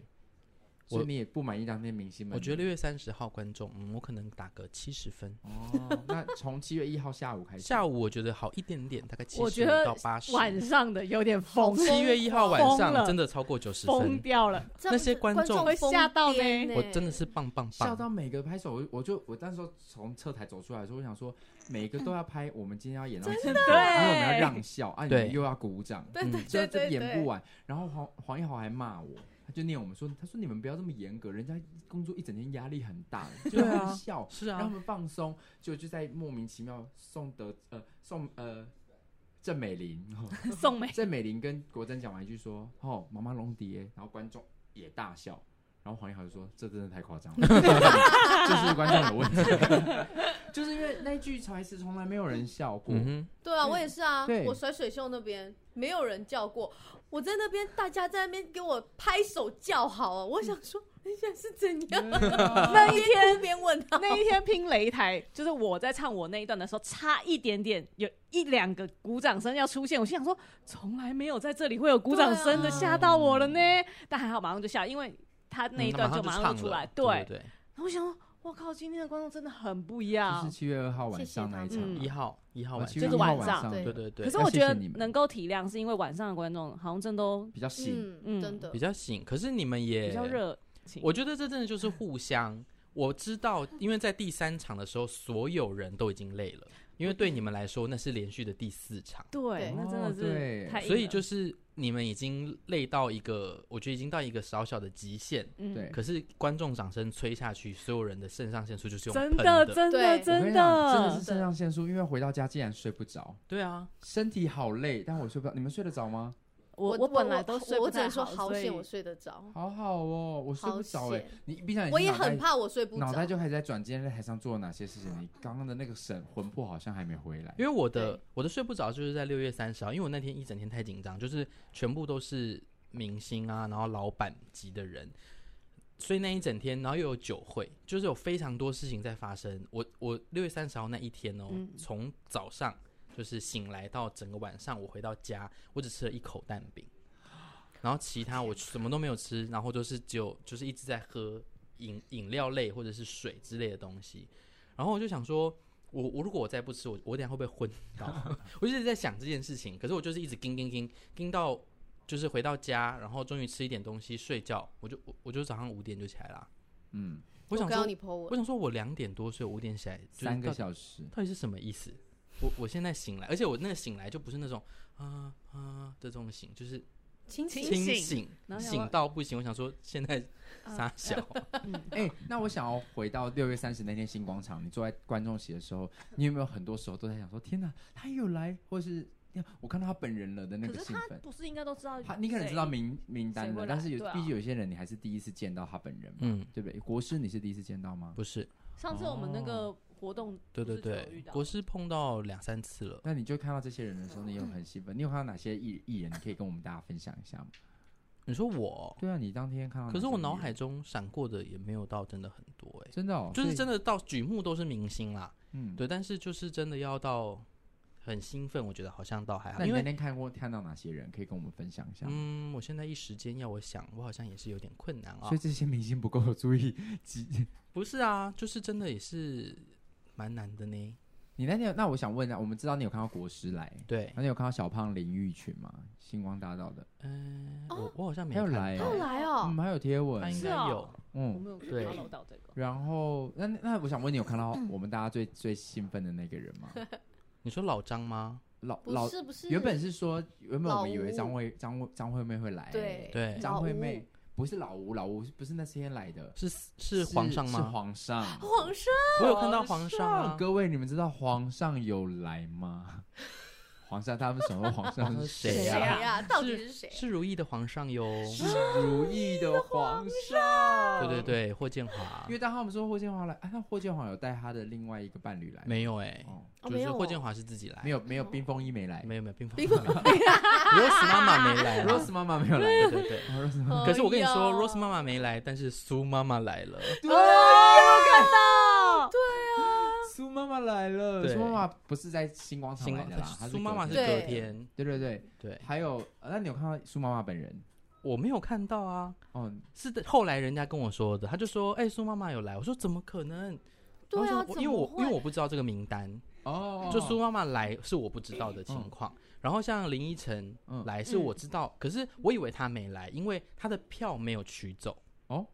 [SPEAKER 3] 所以你也不满意当天明星们？
[SPEAKER 1] 我觉得六月三十号观众，嗯，我可能打个七十分。
[SPEAKER 3] 哦，那从七月一号下午开始，
[SPEAKER 1] 下午我觉得好一点点，大概七
[SPEAKER 2] 我
[SPEAKER 1] 十
[SPEAKER 2] 觉得
[SPEAKER 1] 到八十。
[SPEAKER 2] 晚上的有点疯，
[SPEAKER 1] 七月一号晚
[SPEAKER 2] 疯了
[SPEAKER 1] 上真的超过九十
[SPEAKER 2] 疯
[SPEAKER 1] 分，
[SPEAKER 2] 掉了。
[SPEAKER 4] 这
[SPEAKER 1] 那些观众
[SPEAKER 4] 众
[SPEAKER 2] 会吓到呢
[SPEAKER 4] 疯癫
[SPEAKER 1] 我真的是棒棒
[SPEAKER 3] 笑
[SPEAKER 1] 棒。
[SPEAKER 3] 到每个拍手，我我就我那时候从侧台走出来的时候，我想说每个都要拍，我们今天要演到真的，因为我们要让笑，啊，你
[SPEAKER 1] 对
[SPEAKER 3] 们又要鼓掌，
[SPEAKER 4] 对
[SPEAKER 1] 嗯
[SPEAKER 4] 对
[SPEAKER 3] 所以
[SPEAKER 4] 对
[SPEAKER 3] 这
[SPEAKER 4] 对
[SPEAKER 3] 演
[SPEAKER 4] 对
[SPEAKER 3] 不，完。然后黄黄一豪还骂我，他就念我们说，他说你们不要这么严格，人家工作一整天压力很大，就
[SPEAKER 1] 对啊
[SPEAKER 3] 让他们笑，
[SPEAKER 1] 是
[SPEAKER 3] 让他
[SPEAKER 1] 啊，
[SPEAKER 3] 们放松，就就在莫名其妙宋德呃宋呃郑美玲， 哦
[SPEAKER 2] 宋美，
[SPEAKER 3] 郑美玲跟国珍讲完一句说，哦妈妈龙迪耶，然后观众也大笑。然后黄一豪就说：“这真的太夸张 了，这是观众有问题。就是因为那句台词从来没有人笑过，
[SPEAKER 1] 嗯哼，
[SPEAKER 4] 对啊，我也是啊
[SPEAKER 3] 对，
[SPEAKER 4] 我甩水袖那边没有人叫过，我在那边大家在那边给我拍手叫好啊，我想说你想是怎样？
[SPEAKER 2] 那一天
[SPEAKER 4] 边问他，
[SPEAKER 2] 那一天拼擂台，就是我在唱我那一段的时候，差一点点有一两个鼓掌声要出现，我心想说，从来没有在这里会有鼓掌声的，
[SPEAKER 4] 对啊
[SPEAKER 2] 吓、到我了呢。但还好马上就下，因为他那一段
[SPEAKER 1] 嗯
[SPEAKER 2] 马上
[SPEAKER 1] 唱
[SPEAKER 2] 就出来。
[SPEAKER 1] 了
[SPEAKER 2] 对，
[SPEAKER 1] 对对
[SPEAKER 2] 然后我想说，我靠，今天的观众真的很不一
[SPEAKER 3] 就
[SPEAKER 2] 样
[SPEAKER 3] 是。七月二号晚上那一
[SPEAKER 4] 谢
[SPEAKER 3] 场
[SPEAKER 4] 谢
[SPEAKER 1] 对，
[SPEAKER 2] 嗯
[SPEAKER 1] 一号呃一号
[SPEAKER 3] 哦
[SPEAKER 1] 晚
[SPEAKER 3] 7
[SPEAKER 1] 上
[SPEAKER 3] 月
[SPEAKER 2] 就是
[SPEAKER 3] 1号
[SPEAKER 2] 晚
[SPEAKER 3] 晚
[SPEAKER 2] 上
[SPEAKER 3] 上
[SPEAKER 4] 对
[SPEAKER 1] 对对对
[SPEAKER 2] 可，是我觉
[SPEAKER 3] 要
[SPEAKER 2] 得
[SPEAKER 3] 谢谢你们
[SPEAKER 2] 能够体谅，是因为晚上的观众好像真都
[SPEAKER 3] 比较醒。
[SPEAKER 4] 嗯，真的
[SPEAKER 1] 比，较醒。可是你们也
[SPEAKER 2] 比较热情。
[SPEAKER 1] 我觉得这真的就是互相。我知道，因为在第三场的时候，所有人都已经累了，因为对你们来说那是连续的第四场，
[SPEAKER 2] 对
[SPEAKER 4] 对，
[SPEAKER 2] 那真
[SPEAKER 3] 哦
[SPEAKER 2] 的
[SPEAKER 3] 对
[SPEAKER 2] 是太硬了，
[SPEAKER 1] 所以就是你们已经累到一个，我觉得已经到一个小小的极限。
[SPEAKER 2] 嗯
[SPEAKER 3] 对
[SPEAKER 1] 可是观众掌声吹下去，所有人的肾上腺素就是用
[SPEAKER 2] 真
[SPEAKER 1] 喷
[SPEAKER 2] 的真的
[SPEAKER 4] 对
[SPEAKER 3] 我跟
[SPEAKER 2] 真
[SPEAKER 3] 你讲真的
[SPEAKER 2] 的
[SPEAKER 3] 是肾上腺素，因为回到家竟然睡不着，
[SPEAKER 1] 对啊，
[SPEAKER 3] 身体好累，但我睡不着。你们睡得着吗？
[SPEAKER 2] 我
[SPEAKER 4] 我
[SPEAKER 2] 本来都睡
[SPEAKER 4] 我
[SPEAKER 2] 不
[SPEAKER 4] 我只能
[SPEAKER 2] 太
[SPEAKER 4] 说
[SPEAKER 2] 好
[SPEAKER 4] 好
[SPEAKER 2] 所以
[SPEAKER 4] 险我睡得着，
[SPEAKER 3] 好好哦，我睡不着
[SPEAKER 4] 好
[SPEAKER 3] 哎、
[SPEAKER 4] 险
[SPEAKER 3] 你闭上眼睛，
[SPEAKER 4] 我也
[SPEAKER 3] 脑袋
[SPEAKER 4] 很怕我睡不
[SPEAKER 3] 脑袋
[SPEAKER 4] 着。
[SPEAKER 3] 就还在转，今天在台上做了哪些事情？你刚刚的那个神魂魄好像还没回来
[SPEAKER 1] 因。为我的
[SPEAKER 4] 对
[SPEAKER 1] 我的睡不着就是在六月三十号，因为我那天一整天太紧张，就是全部都是明星啊，然后老板级的人，所以那一整天，然后又有酒会，就是有非常多事情在发生。我我六月三十号那一天哦，
[SPEAKER 2] 嗯
[SPEAKER 1] 从早上就是醒来到整个晚上，我回到家，我只吃了一口蛋饼，然后其他我什么都没有吃，然后就是只有就是一直在喝饮饮料类或者是水之类的东西，然后我就想说。我我如果我再不吃，我我等一下会不会昏 倒？我就一直在想这件事情，可是我就是一直盯盯盯盯到，就是回到家，然后终于吃一点东西睡觉，我就我我就早上五点就起来啦。
[SPEAKER 3] 嗯，
[SPEAKER 1] 我想
[SPEAKER 4] 刚
[SPEAKER 1] 说
[SPEAKER 4] 刚，你 po 我
[SPEAKER 1] 我，想说我两点多睡，我五点起来，就是
[SPEAKER 3] 三个
[SPEAKER 1] 到
[SPEAKER 3] 小时，
[SPEAKER 1] 到底是什么意思？我我现在醒来，而且我那个醒来就不是那种啊啊的这种醒，就是
[SPEAKER 4] 清
[SPEAKER 2] 清
[SPEAKER 1] 清
[SPEAKER 2] 醒
[SPEAKER 1] 醒，
[SPEAKER 2] 然后想
[SPEAKER 1] 醒
[SPEAKER 2] 说
[SPEAKER 1] 到不行。我想说现在
[SPEAKER 2] 啊
[SPEAKER 1] 傻小，
[SPEAKER 3] 哎、那我想要回到六月三十那天星广场，你坐在观众席的时候，你有没有很多时候都在想说，天哪，他也有来，或是呀我看到他本人了的那
[SPEAKER 2] 可
[SPEAKER 3] 个
[SPEAKER 2] 是
[SPEAKER 3] 兴
[SPEAKER 2] 他
[SPEAKER 3] 奋？
[SPEAKER 2] 不是应该都知道
[SPEAKER 3] 他，你可能知道
[SPEAKER 2] 谁
[SPEAKER 3] 名名单
[SPEAKER 2] 谁
[SPEAKER 3] 的，
[SPEAKER 2] 会
[SPEAKER 3] 但
[SPEAKER 2] 来
[SPEAKER 3] 是有
[SPEAKER 2] 对啊
[SPEAKER 3] 毕竟有些人你还是第一次见到他本人嘛，
[SPEAKER 1] 嗯，
[SPEAKER 3] 对不对？国师你是第一次见到吗？
[SPEAKER 1] 不是，
[SPEAKER 2] 上次我们那
[SPEAKER 3] 哦
[SPEAKER 2] 个活动，
[SPEAKER 1] 对对
[SPEAKER 2] 不是就有遇
[SPEAKER 1] 对，
[SPEAKER 2] 到
[SPEAKER 1] 我是碰到两三次了。
[SPEAKER 3] 那你就看到这些人的时候，你有很兴
[SPEAKER 2] 嗯
[SPEAKER 3] 奋。你有看到哪些艺艺人？你可以跟我们大家分享一下吗？
[SPEAKER 1] 你说我，
[SPEAKER 3] 对啊，你当天看到哪些
[SPEAKER 1] 可
[SPEAKER 3] 艺人，
[SPEAKER 1] 是我脑海中闪过的也没有到真的很多哎、
[SPEAKER 3] 真的哦，
[SPEAKER 1] 就是
[SPEAKER 3] 所以
[SPEAKER 1] 真，的到举目都是明星啦，
[SPEAKER 3] 嗯，
[SPEAKER 1] 对，但是就是真的要到很兴奋，我觉得好像倒还好，
[SPEAKER 3] 那你
[SPEAKER 1] 因为
[SPEAKER 3] 那天看过看到哪些人？可以跟我们分享一下吗？
[SPEAKER 1] 嗯，我现在一时间要我想，我好像也是有点困难啊、
[SPEAKER 3] 所以这些明星不够注意，几
[SPEAKER 1] 不是啊，就是真的也是蛮难的呢。
[SPEAKER 3] 你那天有那我想问啊，我们知道你有看到国师来，
[SPEAKER 1] 对，
[SPEAKER 3] 那你有看到小胖林玉群吗？星光大道的，
[SPEAKER 1] 嗯、
[SPEAKER 4] 哦
[SPEAKER 1] 我我好像没
[SPEAKER 3] 他有
[SPEAKER 1] 看
[SPEAKER 3] 来
[SPEAKER 1] 到
[SPEAKER 4] 后来哦
[SPEAKER 3] 嗯，，还有贴
[SPEAKER 1] 他
[SPEAKER 3] 文，
[SPEAKER 1] 应该
[SPEAKER 2] 是哦
[SPEAKER 1] 有，
[SPEAKER 2] 我
[SPEAKER 3] 嗯。
[SPEAKER 2] 没有
[SPEAKER 1] 对
[SPEAKER 2] 聊到这个。
[SPEAKER 3] 然后，
[SPEAKER 4] 嗯
[SPEAKER 3] 那那我想问你，有看到我们大家最最兴奋的那个人吗？
[SPEAKER 1] 你说老张吗？
[SPEAKER 3] 老
[SPEAKER 4] 不
[SPEAKER 3] 老
[SPEAKER 4] 是不是，
[SPEAKER 3] 原本是说原本我们以为
[SPEAKER 4] 老吴
[SPEAKER 3] 张惠张惠张惠妹会来，
[SPEAKER 4] 对，
[SPEAKER 1] 对，
[SPEAKER 3] 哎张惠
[SPEAKER 4] 老
[SPEAKER 3] 妹
[SPEAKER 4] 吴
[SPEAKER 3] 不是老吴，老吴不是那天来的，
[SPEAKER 1] 是是皇上
[SPEAKER 3] 是哦
[SPEAKER 1] 吗？
[SPEAKER 3] 皇上，
[SPEAKER 4] 皇上
[SPEAKER 1] 我有看到皇上啊，
[SPEAKER 3] 各位，你们知道皇上有 来吗？皇上，他们什么皇 上啊
[SPEAKER 1] 皇上是谁
[SPEAKER 4] 谁
[SPEAKER 1] 呀
[SPEAKER 4] 呀？ 到底是谁？
[SPEAKER 1] 是如意的皇上哟，
[SPEAKER 3] 是
[SPEAKER 1] 啊
[SPEAKER 3] 如意的
[SPEAKER 4] 啊
[SPEAKER 3] 皇上。
[SPEAKER 1] 对对，对，霍建华
[SPEAKER 3] 因为当他们说霍建华来，啊，那霍建华有带他的另外一个伴侣来吗，
[SPEAKER 1] 没有哎，
[SPEAKER 3] 哦，
[SPEAKER 1] 就
[SPEAKER 4] 哦没
[SPEAKER 1] 是
[SPEAKER 4] 有
[SPEAKER 1] 霍
[SPEAKER 4] 哦
[SPEAKER 1] 建华是自己来，
[SPEAKER 3] 没有没有，冰封一没来
[SPEAKER 1] 没有没有，并不
[SPEAKER 4] 冰
[SPEAKER 1] ，Rose 妈妈没来啊
[SPEAKER 3] ，Rose 妈妈没有来，
[SPEAKER 1] 对对对。
[SPEAKER 3] 哦 Rose 妈妈
[SPEAKER 1] 可是我跟你
[SPEAKER 4] 哎
[SPEAKER 1] 说
[SPEAKER 4] 呦
[SPEAKER 1] ，Rose 妈妈没来，但是苏妈妈来了。
[SPEAKER 3] 对
[SPEAKER 5] 啊
[SPEAKER 3] 呀，
[SPEAKER 2] 到
[SPEAKER 3] 苏妈妈来了，
[SPEAKER 1] 对
[SPEAKER 3] 苏妈妈不是在星光场
[SPEAKER 1] 星
[SPEAKER 3] 哦来
[SPEAKER 1] 光
[SPEAKER 3] 的啦，她
[SPEAKER 1] 苏妈妈
[SPEAKER 3] 隔
[SPEAKER 1] 啊是
[SPEAKER 3] 天
[SPEAKER 1] 隔
[SPEAKER 4] 对
[SPEAKER 1] 天，
[SPEAKER 3] 对对对，
[SPEAKER 1] 对
[SPEAKER 3] 还有，呃那你有看到苏妈妈本人？
[SPEAKER 1] 我没有看到啊，
[SPEAKER 3] 哦，
[SPEAKER 1] 是的，后来人家跟我说的，他就说，哎，苏妈妈有来，我说怎么可能？
[SPEAKER 4] 对
[SPEAKER 1] 然
[SPEAKER 4] 啊
[SPEAKER 1] 后，说我
[SPEAKER 4] 怎
[SPEAKER 1] 因为
[SPEAKER 4] 么
[SPEAKER 1] 我因为
[SPEAKER 4] 会？
[SPEAKER 1] 我不知道这个名单，
[SPEAKER 3] 哦，
[SPEAKER 1] 就苏妈妈来是我不知道的情况。然后像林依晨
[SPEAKER 3] 嗯
[SPEAKER 1] 来是我知道，可是我以为她没来，因为她的票没有取走。
[SPEAKER 3] 哦，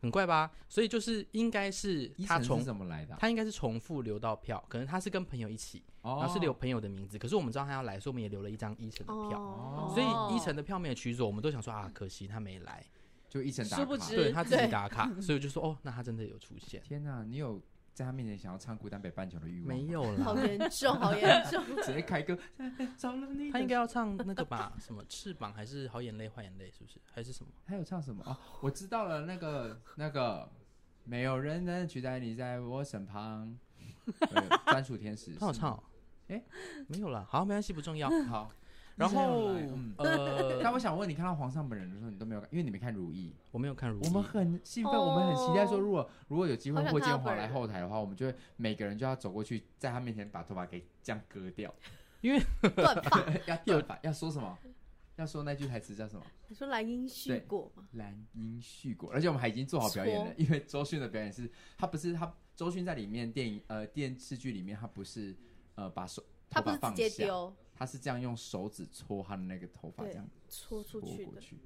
[SPEAKER 1] 很怪吧？所以就是应该是
[SPEAKER 3] 伊
[SPEAKER 1] 她
[SPEAKER 3] 晨是
[SPEAKER 1] 重，
[SPEAKER 3] 怎么来的啊？
[SPEAKER 1] 她应该是重复留到票，可能她是跟朋友一起，然
[SPEAKER 3] 哦
[SPEAKER 1] 后是留朋友的名字。可是我们知道她要来，所以我们也留了一张依晨的票。
[SPEAKER 4] 哦
[SPEAKER 1] 所
[SPEAKER 2] 哦
[SPEAKER 1] 以依晨的票没有取走，我们都想说啊，可惜她没来，
[SPEAKER 3] 就一晨打
[SPEAKER 2] 殊不
[SPEAKER 3] 卡
[SPEAKER 2] 知
[SPEAKER 1] 对她自己
[SPEAKER 4] 对
[SPEAKER 1] 打卡，所以我就说哦，那她真的有出现？
[SPEAKER 3] 天哪，你有在他面前想要唱《孤单北半球》的欲望吗？
[SPEAKER 1] 没有
[SPEAKER 4] 好
[SPEAKER 1] 啦，
[SPEAKER 4] 严重，好严重。
[SPEAKER 3] 直接开歌， 找了你的。
[SPEAKER 1] 她应该要唱那个吧，什么翅膀还是好眼泪坏眼泪，是不是？还是什么？
[SPEAKER 3] 他有唱什么？哦，我知道了，那个那个，没有人能取代你在我身旁， 对专属天使。
[SPEAKER 1] 他有唱、哦？
[SPEAKER 3] 诶
[SPEAKER 1] 没有了，好，没关系，不重 要。
[SPEAKER 3] 是吗好，
[SPEAKER 1] 然后
[SPEAKER 3] 你真的有来嗯，
[SPEAKER 1] 呃，
[SPEAKER 3] 但我想问，你看到皇上本人的时候，你都没有看，因为你没看《如懿
[SPEAKER 1] 我没有看如》，
[SPEAKER 3] 我们
[SPEAKER 1] 懿，
[SPEAKER 3] 很兴奋，
[SPEAKER 4] 哦
[SPEAKER 3] 我们很期待说，如果如果有机会
[SPEAKER 4] 好想
[SPEAKER 3] 霍
[SPEAKER 4] 看
[SPEAKER 3] 建
[SPEAKER 4] 到
[SPEAKER 3] 华
[SPEAKER 4] 本
[SPEAKER 3] 来
[SPEAKER 4] 人
[SPEAKER 3] 后台的话，我们就会每个人就要走过去，在他面前把头发给这样割 掉，
[SPEAKER 4] 断发，
[SPEAKER 3] 要断发，要说什么？要说那句台词叫什么？
[SPEAKER 4] 你说莱茵续过吗？
[SPEAKER 3] 兰因絮果，而且我们还已经做好表演了，
[SPEAKER 4] 错
[SPEAKER 3] 因为周迅的表演是，他不是他周迅在里面电影呃电视剧里面，他不是呃把手
[SPEAKER 4] 他
[SPEAKER 3] 头
[SPEAKER 4] 不
[SPEAKER 3] 发
[SPEAKER 4] 是直
[SPEAKER 3] 放
[SPEAKER 4] 接
[SPEAKER 3] 下，
[SPEAKER 4] 丢，
[SPEAKER 3] 他是这样用手指搓他的那个头发，
[SPEAKER 4] 对
[SPEAKER 3] 这样
[SPEAKER 4] 戳出
[SPEAKER 3] 搓
[SPEAKER 4] 去
[SPEAKER 3] 过
[SPEAKER 4] 的。
[SPEAKER 3] 去，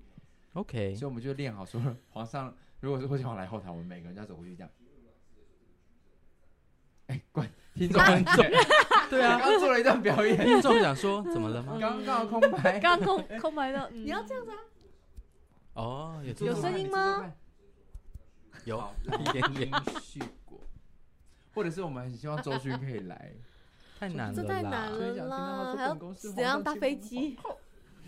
[SPEAKER 1] OK，
[SPEAKER 3] 所以我们就练好说，皇上如果是霍建华来后台，我们每个人就要走过去这样。哎，观听众很准，
[SPEAKER 1] 对啊，
[SPEAKER 3] 刚刚做了一段表演，
[SPEAKER 1] 听众想说怎么了 吗？
[SPEAKER 3] 刚刚空白，
[SPEAKER 2] 刚空空白的，嗯你
[SPEAKER 4] 你要这样子啊，
[SPEAKER 1] 哦，有
[SPEAKER 3] 你
[SPEAKER 1] 做
[SPEAKER 3] 做
[SPEAKER 2] 有
[SPEAKER 3] 做
[SPEAKER 1] 到
[SPEAKER 2] 声
[SPEAKER 3] 看
[SPEAKER 2] 音？
[SPEAKER 3] 你做做
[SPEAKER 1] 有
[SPEAKER 3] 看好
[SPEAKER 1] 一点点，
[SPEAKER 3] 兰因絮果，或者是我们很希望周迅可以 来。
[SPEAKER 1] 太难
[SPEAKER 4] 这
[SPEAKER 1] 了
[SPEAKER 4] 太难
[SPEAKER 1] 啦，
[SPEAKER 4] 了啦，还要怎样搭飞 机？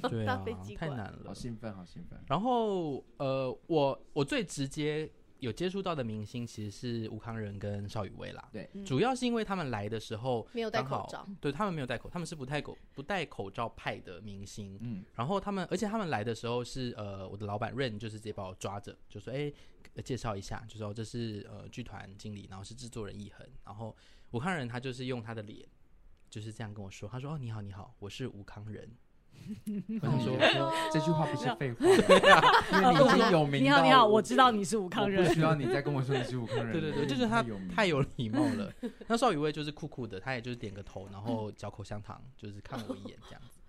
[SPEAKER 1] 对
[SPEAKER 4] 搭
[SPEAKER 1] 啊
[SPEAKER 4] 飞机，
[SPEAKER 1] 太
[SPEAKER 4] 过来
[SPEAKER 1] 难
[SPEAKER 3] 好
[SPEAKER 1] 了。
[SPEAKER 3] 兴奋，好兴奋！
[SPEAKER 1] 然后呃，我我最直接有接触到的明星其实是吴康仁跟邵雨薇啦，
[SPEAKER 3] 对
[SPEAKER 2] 嗯
[SPEAKER 1] 主要是因为他们来的时候
[SPEAKER 4] 没有戴
[SPEAKER 1] 刚好
[SPEAKER 4] 口罩，
[SPEAKER 1] 对他们没有戴口，他们是不戴口不戴口罩派的明星。
[SPEAKER 3] 嗯，
[SPEAKER 1] 然后他们，而且他们来的时候是呃，我的老板 Rain 就是直接把我抓着，就说哎、呃介绍一下，就说这是呃剧团经理，然后是制作人易恒，然后武康人他就是用他的脸就是这样跟我说，他说哦你好你好，我是武康人，
[SPEAKER 3] 我想说
[SPEAKER 1] 嗯好哦
[SPEAKER 3] 这句话不是废话，
[SPEAKER 2] 呃
[SPEAKER 3] 因为你已经有名。
[SPEAKER 2] 你好，你好，我知道你是武
[SPEAKER 3] 武
[SPEAKER 2] 康
[SPEAKER 3] 不
[SPEAKER 2] 人，
[SPEAKER 3] 需要你再跟我说你是武康人。
[SPEAKER 1] 对对对，
[SPEAKER 3] 因为
[SPEAKER 1] 就是他
[SPEAKER 3] 你嗯有名
[SPEAKER 1] 太有礼貌了。那邵雨薇就是酷酷的，他也就是点个头，然后嚼口香糖，就是看我一眼这样子，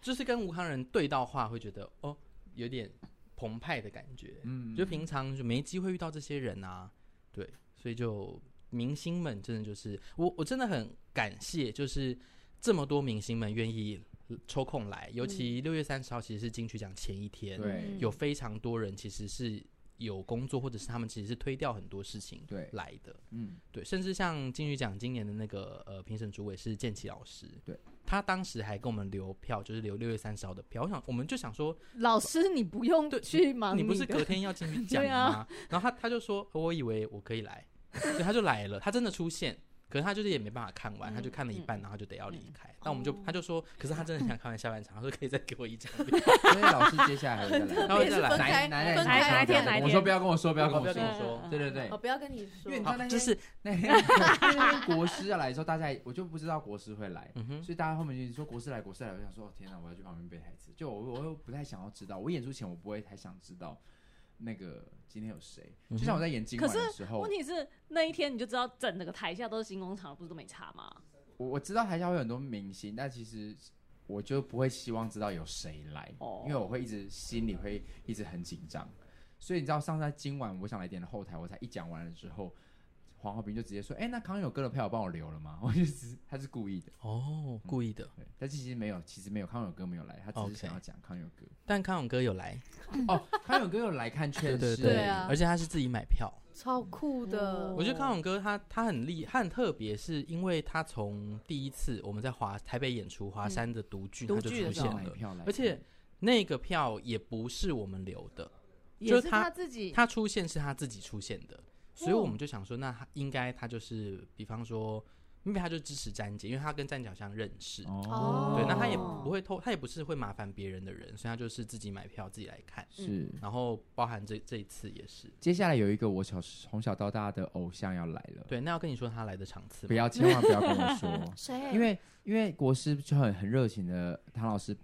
[SPEAKER 1] 就是跟武康人对到话会觉得哦有点澎湃的感觉，
[SPEAKER 3] 嗯
[SPEAKER 1] 就平常就没机会遇到这些人啊，对，所以就明星们真的就是我，我真的很感谢，就是这么多明星们愿意抽空来，尤其六月三十号其实是金曲奖前一天，
[SPEAKER 2] 嗯
[SPEAKER 5] 嗯
[SPEAKER 3] 嗯对
[SPEAKER 1] 有非常多人其实是有工作，或者是他们其实是推掉很多事情
[SPEAKER 3] 对，
[SPEAKER 1] 来的，
[SPEAKER 3] 嗯，
[SPEAKER 1] 对，甚至像金曲奖今年的那个呃评审主委是建奇老师，
[SPEAKER 3] 对，
[SPEAKER 1] 他当时还跟我们留票，就是留六月三十号的票，我想我们就想说。
[SPEAKER 2] 老师你不用
[SPEAKER 1] 对
[SPEAKER 2] 去忙
[SPEAKER 1] 你不是
[SPEAKER 2] 的
[SPEAKER 1] 隔天要进 去讲
[SPEAKER 2] 对
[SPEAKER 1] 吗？
[SPEAKER 2] 啊
[SPEAKER 1] 然后他他就说，我以为我可以来，所以他就来了，他真的出现。可是他就是也没办法看完，他
[SPEAKER 2] 嗯
[SPEAKER 1] 就看了一半，然后就得要离开。那我们就
[SPEAKER 4] 哦
[SPEAKER 1] 他就说，可是他真的想看完下半场，他说可以再给我一张票。
[SPEAKER 3] 所以老师接下来还 会再来。
[SPEAKER 1] 他会再
[SPEAKER 4] 分
[SPEAKER 1] 来，
[SPEAKER 4] 开
[SPEAKER 3] 哪哪
[SPEAKER 4] 分开
[SPEAKER 2] 哪一天哪一天
[SPEAKER 3] 我说不要跟我说，不要跟
[SPEAKER 1] 不
[SPEAKER 3] 我
[SPEAKER 1] 要跟
[SPEAKER 3] 说。
[SPEAKER 1] 我说，
[SPEAKER 3] 对对对
[SPEAKER 4] 哦我，不要跟你说
[SPEAKER 3] 因为，你知道
[SPEAKER 1] 好
[SPEAKER 3] 那，天
[SPEAKER 1] 就是
[SPEAKER 3] 那天那天国师要来的时候，大家也我就不知道国师会来，
[SPEAKER 1] 嗯哼，
[SPEAKER 3] 所以大家后面就说国师来，国师来，我想说，哦天哪，我要去旁边背台词。就我我又不太想要知道，我演出前我不会太想知道那个今天有谁。就像我在演今晚的时候，
[SPEAKER 2] 问题是那一天你就知道整个台下都是新工厂，不是都没差吗？
[SPEAKER 3] 我我知道台下会有很多明星，但其实我就不会希望知道有谁来，
[SPEAKER 2] 哦
[SPEAKER 3] 因为我会一直心里会一直很紧张。所以你知道，上次在今晚我想来点的后台，我才一讲完了之后，黄浩平就直接说：“哎、那康永哥的票帮我留了吗？” 我就只是他是故意的，
[SPEAKER 1] 哦，故意的。
[SPEAKER 3] 对，但是其实没有，其实没有康永哥没有来，他只
[SPEAKER 1] OK
[SPEAKER 3] 是想要讲康永哥。
[SPEAKER 1] 但康永哥有来，
[SPEAKER 3] 哦，康永哥有来看
[SPEAKER 1] 对
[SPEAKER 3] 劝
[SPEAKER 1] 对
[SPEAKER 3] 世，
[SPEAKER 4] 对啊
[SPEAKER 1] 而且他是自己买票。
[SPEAKER 4] 超酷的。
[SPEAKER 2] 哦
[SPEAKER 1] 我觉得康永哥他他很厉，他很特别，是因为他从第一次我们在华台北演出华山的独剧，
[SPEAKER 2] 嗯独
[SPEAKER 1] 他就
[SPEAKER 2] 剧
[SPEAKER 1] 出
[SPEAKER 2] 的时
[SPEAKER 1] 现
[SPEAKER 2] 候
[SPEAKER 3] 买
[SPEAKER 1] 了，
[SPEAKER 3] 票来看，
[SPEAKER 1] 而且那个票也不是我们留的，
[SPEAKER 5] 也
[SPEAKER 1] 就是是他
[SPEAKER 5] 他自己，
[SPEAKER 1] 他出现是他自己出现的，所以我们就想说，那他应该他就是，比方说，因为他就支持詹姐，因为他跟詹姐好像认识，
[SPEAKER 3] 哦，
[SPEAKER 1] 对，那他也
[SPEAKER 2] 哦
[SPEAKER 1] 不会偷，他也不是会麻烦别人的人，所以他就是自己买票自己来看，
[SPEAKER 3] 是。
[SPEAKER 1] 然后包含这这一次也是，
[SPEAKER 3] 接下来有一个我小时从小到大的偶像要来了，
[SPEAKER 1] 对，那要跟你说他来的场次
[SPEAKER 3] 不
[SPEAKER 1] 吗？
[SPEAKER 3] 要千万不要跟我说，
[SPEAKER 4] 谁
[SPEAKER 3] 因为因为国师就很很热情的唐老师，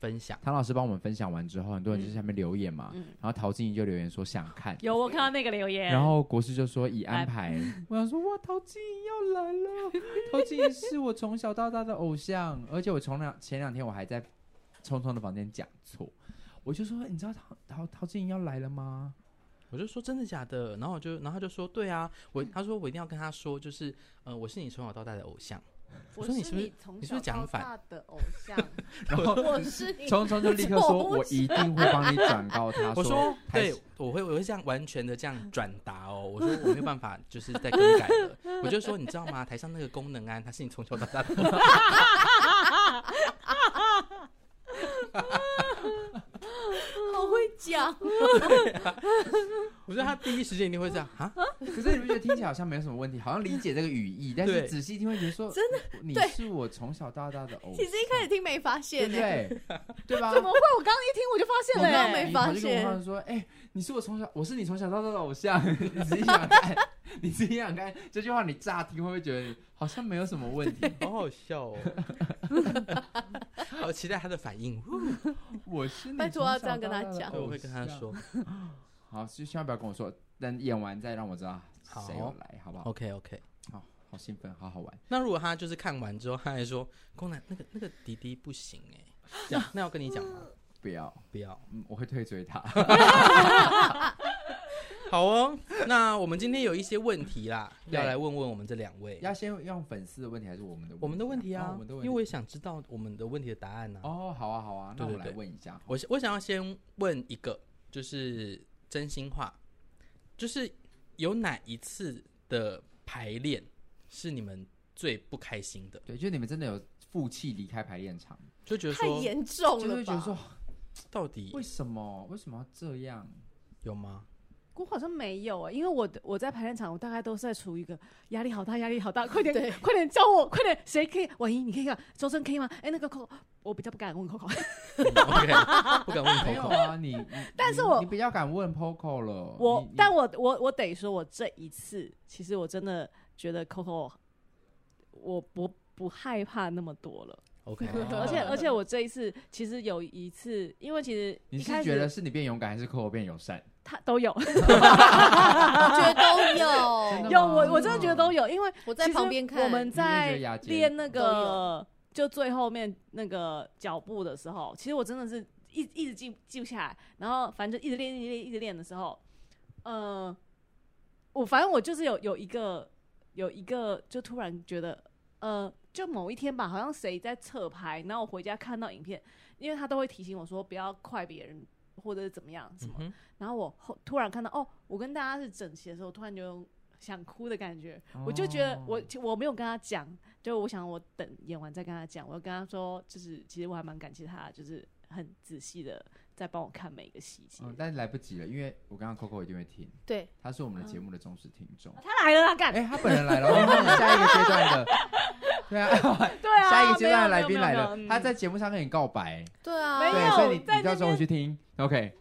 [SPEAKER 1] 分享，
[SPEAKER 3] 唐老师帮我们分享完之后，很多人就在下面留言嘛，
[SPEAKER 2] 嗯
[SPEAKER 3] 然后陶晶莹就留言说想看，
[SPEAKER 2] 有我看到那个留言，
[SPEAKER 3] 然后国师就说已安排， 我想说哇，陶晶莹要来了，陶晶莹是我从小到大的偶像，而且我从两前两天我还在聪聪的房间讲错，我就说你知道陶陶陶晶莹要来了吗？
[SPEAKER 1] 我就说真的假的，然后我就，然后他就说对啊，我他说我一定要跟他说，就是呃，我是你从小到大的偶像，我
[SPEAKER 5] 我
[SPEAKER 1] 说你是
[SPEAKER 5] 是
[SPEAKER 1] 不是
[SPEAKER 5] 从
[SPEAKER 1] 你是不
[SPEAKER 5] 小
[SPEAKER 1] 是讲
[SPEAKER 5] 到
[SPEAKER 1] 反
[SPEAKER 5] 大的 偶像，
[SPEAKER 3] 然后
[SPEAKER 4] 我是你
[SPEAKER 3] 聪聪就立刻说：“我一定会帮你转告他。” 哎
[SPEAKER 1] 我说，
[SPEAKER 3] 还
[SPEAKER 1] 对
[SPEAKER 3] 是，嗯
[SPEAKER 1] 我会我会这样完全的这样转达哦。我说我没有办法，就是在更改了。我就说，你知道吗？台上那个功能啊，他是你从小到大的。
[SPEAKER 4] 好会 讲，
[SPEAKER 1] 我说他第一时间一定会这样啊，
[SPEAKER 3] 可是你不觉得听起来好像没有什么问题？好像理解这个语义，但是
[SPEAKER 1] 对
[SPEAKER 3] 仔细听会觉得说，真的，你是我从小到大的偶
[SPEAKER 4] 其实
[SPEAKER 3] 像，
[SPEAKER 4] 一开始听没发
[SPEAKER 3] 对
[SPEAKER 4] 现
[SPEAKER 3] 不
[SPEAKER 4] 呢、欸，
[SPEAKER 3] 对？ 对吧？
[SPEAKER 5] 怎么会？我刚刚一听我就发现
[SPEAKER 4] 我刚
[SPEAKER 5] 了
[SPEAKER 4] 刚
[SPEAKER 5] 欸，
[SPEAKER 4] 没发
[SPEAKER 3] 你跑去跟
[SPEAKER 4] 现
[SPEAKER 3] 我妈说：“哎、你是我从小，我是你从小到大的偶像。” 你仔细想看，你仔细想看这句话，你乍听会不会觉得好像没有什么问题？
[SPEAKER 1] 好好笑哦。好期待他的反应，
[SPEAKER 3] 我是你
[SPEAKER 4] 拜托要
[SPEAKER 3] 从小
[SPEAKER 4] 这样跟
[SPEAKER 3] 到
[SPEAKER 4] 他
[SPEAKER 3] 大的
[SPEAKER 4] 讲
[SPEAKER 1] 对，
[SPEAKER 3] 偶
[SPEAKER 1] 我会跟他
[SPEAKER 3] 像。
[SPEAKER 1] 说。
[SPEAKER 3] 好，就千万不要跟我说，等演完再让我知道
[SPEAKER 1] 好
[SPEAKER 3] 谁有来，好不好？
[SPEAKER 1] OK OK。
[SPEAKER 3] 好、好兴奋，好好玩。
[SPEAKER 1] 那如果他就是看完之后，他还说宫南那个那个弟弟不行哎，这样那要跟你讲吗？
[SPEAKER 3] 不要，
[SPEAKER 1] 不要。
[SPEAKER 3] 嗯，我会退追他。
[SPEAKER 1] 好哦，那我们今天有一些问题啦，
[SPEAKER 3] 对
[SPEAKER 1] 要来问问我们这两位。
[SPEAKER 3] 要先用粉丝的问题还是我们的问题啊？
[SPEAKER 1] 我们的问题啊，
[SPEAKER 3] 哦我们的问
[SPEAKER 1] 因为
[SPEAKER 3] 题。
[SPEAKER 1] 我也想知道我们的问题的答案呢、
[SPEAKER 3] 哦，好啊，好啊，那
[SPEAKER 1] 对
[SPEAKER 3] 我
[SPEAKER 1] 对
[SPEAKER 3] 来
[SPEAKER 1] 对
[SPEAKER 3] 问一下。
[SPEAKER 1] 我我想要先问一个，就是真心话，就是有哪一次的排练是你们最不开心的？
[SPEAKER 3] 对，就你们真的有负气离开排练场，
[SPEAKER 1] 就觉得
[SPEAKER 4] 太
[SPEAKER 1] 说
[SPEAKER 4] 严重
[SPEAKER 3] 就
[SPEAKER 4] 了
[SPEAKER 3] 会觉得
[SPEAKER 4] 吧？
[SPEAKER 3] 说
[SPEAKER 1] 到底
[SPEAKER 3] 为什么为什么要这样？
[SPEAKER 1] 有吗？
[SPEAKER 5] 我好像没有啊，因为我的我在排练场，我大概都是在处于一个压力好大，压力好大，快点
[SPEAKER 4] 对，
[SPEAKER 5] 快点叫我，快点，谁可以？婉莹，你可以啊，周深可以吗？哎，那个 Coco，我比较不敢问 Coco，
[SPEAKER 1] 嗯 OK，不敢 问
[SPEAKER 3] 没
[SPEAKER 1] 你
[SPEAKER 3] 有
[SPEAKER 1] 口
[SPEAKER 3] 啊，你，你
[SPEAKER 5] 但是
[SPEAKER 3] 你
[SPEAKER 5] 我
[SPEAKER 3] 你比较敢问 Poco 了。
[SPEAKER 5] 我
[SPEAKER 3] 你，
[SPEAKER 5] 但我我我得说，我这一次其实我真的觉得 Coco，我不不害怕那么多了，
[SPEAKER 1] OK，
[SPEAKER 3] 哦
[SPEAKER 5] 而且而且我这一次其实有一次，因为其实
[SPEAKER 3] 你
[SPEAKER 5] 一
[SPEAKER 3] 是
[SPEAKER 5] 开
[SPEAKER 3] 觉得
[SPEAKER 5] 始
[SPEAKER 3] 是你变勇敢，还是 Coco 变友善？
[SPEAKER 5] 他都有，
[SPEAKER 4] 我觉得都
[SPEAKER 3] 真的
[SPEAKER 4] 有，
[SPEAKER 5] 有我我真的觉得都有，因为
[SPEAKER 4] 我在
[SPEAKER 5] 其实
[SPEAKER 4] 旁边看，
[SPEAKER 5] 我们
[SPEAKER 3] 你会觉
[SPEAKER 5] 在
[SPEAKER 3] 得牙尖
[SPEAKER 5] 练那
[SPEAKER 4] 都
[SPEAKER 5] 个就最后面那个脚步的时候，其实我真的是一一直记不记不下来，然后反正就一直练一直练一直练的时候，呃，我反正我就是有有一个有一个就突然觉得呃。就某一天吧，好像谁在侧拍，然后我回家看到影片，因为他都会提醒我说不要快别人或者是怎么样什
[SPEAKER 1] 嗯
[SPEAKER 5] 么，
[SPEAKER 1] 哼，
[SPEAKER 5] 然后我后突然看到哦，我跟大家是整齐的时候，我突然就有想哭的感觉，我就觉
[SPEAKER 3] 哦
[SPEAKER 5] 得我其我没有跟他讲，就我想我等演完再跟他讲，我要跟他说，就是其实我还蛮感谢他，就是很仔细的在帮我看每一个细节。
[SPEAKER 3] 嗯，但是来不及了，因为我刚刚 Coco 一定会听，
[SPEAKER 4] 对，
[SPEAKER 3] 他是我们的节目的忠实听 众。
[SPEAKER 5] 他来了啦，干、
[SPEAKER 3] 哎，他本人来了，我们是下一个阶段 的。对啊，
[SPEAKER 5] 对啊，
[SPEAKER 3] 下一个阶段的来
[SPEAKER 5] 没
[SPEAKER 3] 宾
[SPEAKER 5] 有
[SPEAKER 3] 来了，他。
[SPEAKER 5] 没有没有没有嗯
[SPEAKER 3] 在节目上跟你告白，
[SPEAKER 4] 对啊，
[SPEAKER 5] 没
[SPEAKER 3] 对，
[SPEAKER 5] 有
[SPEAKER 3] 所以你
[SPEAKER 5] 在
[SPEAKER 3] 你到时候去听，OK。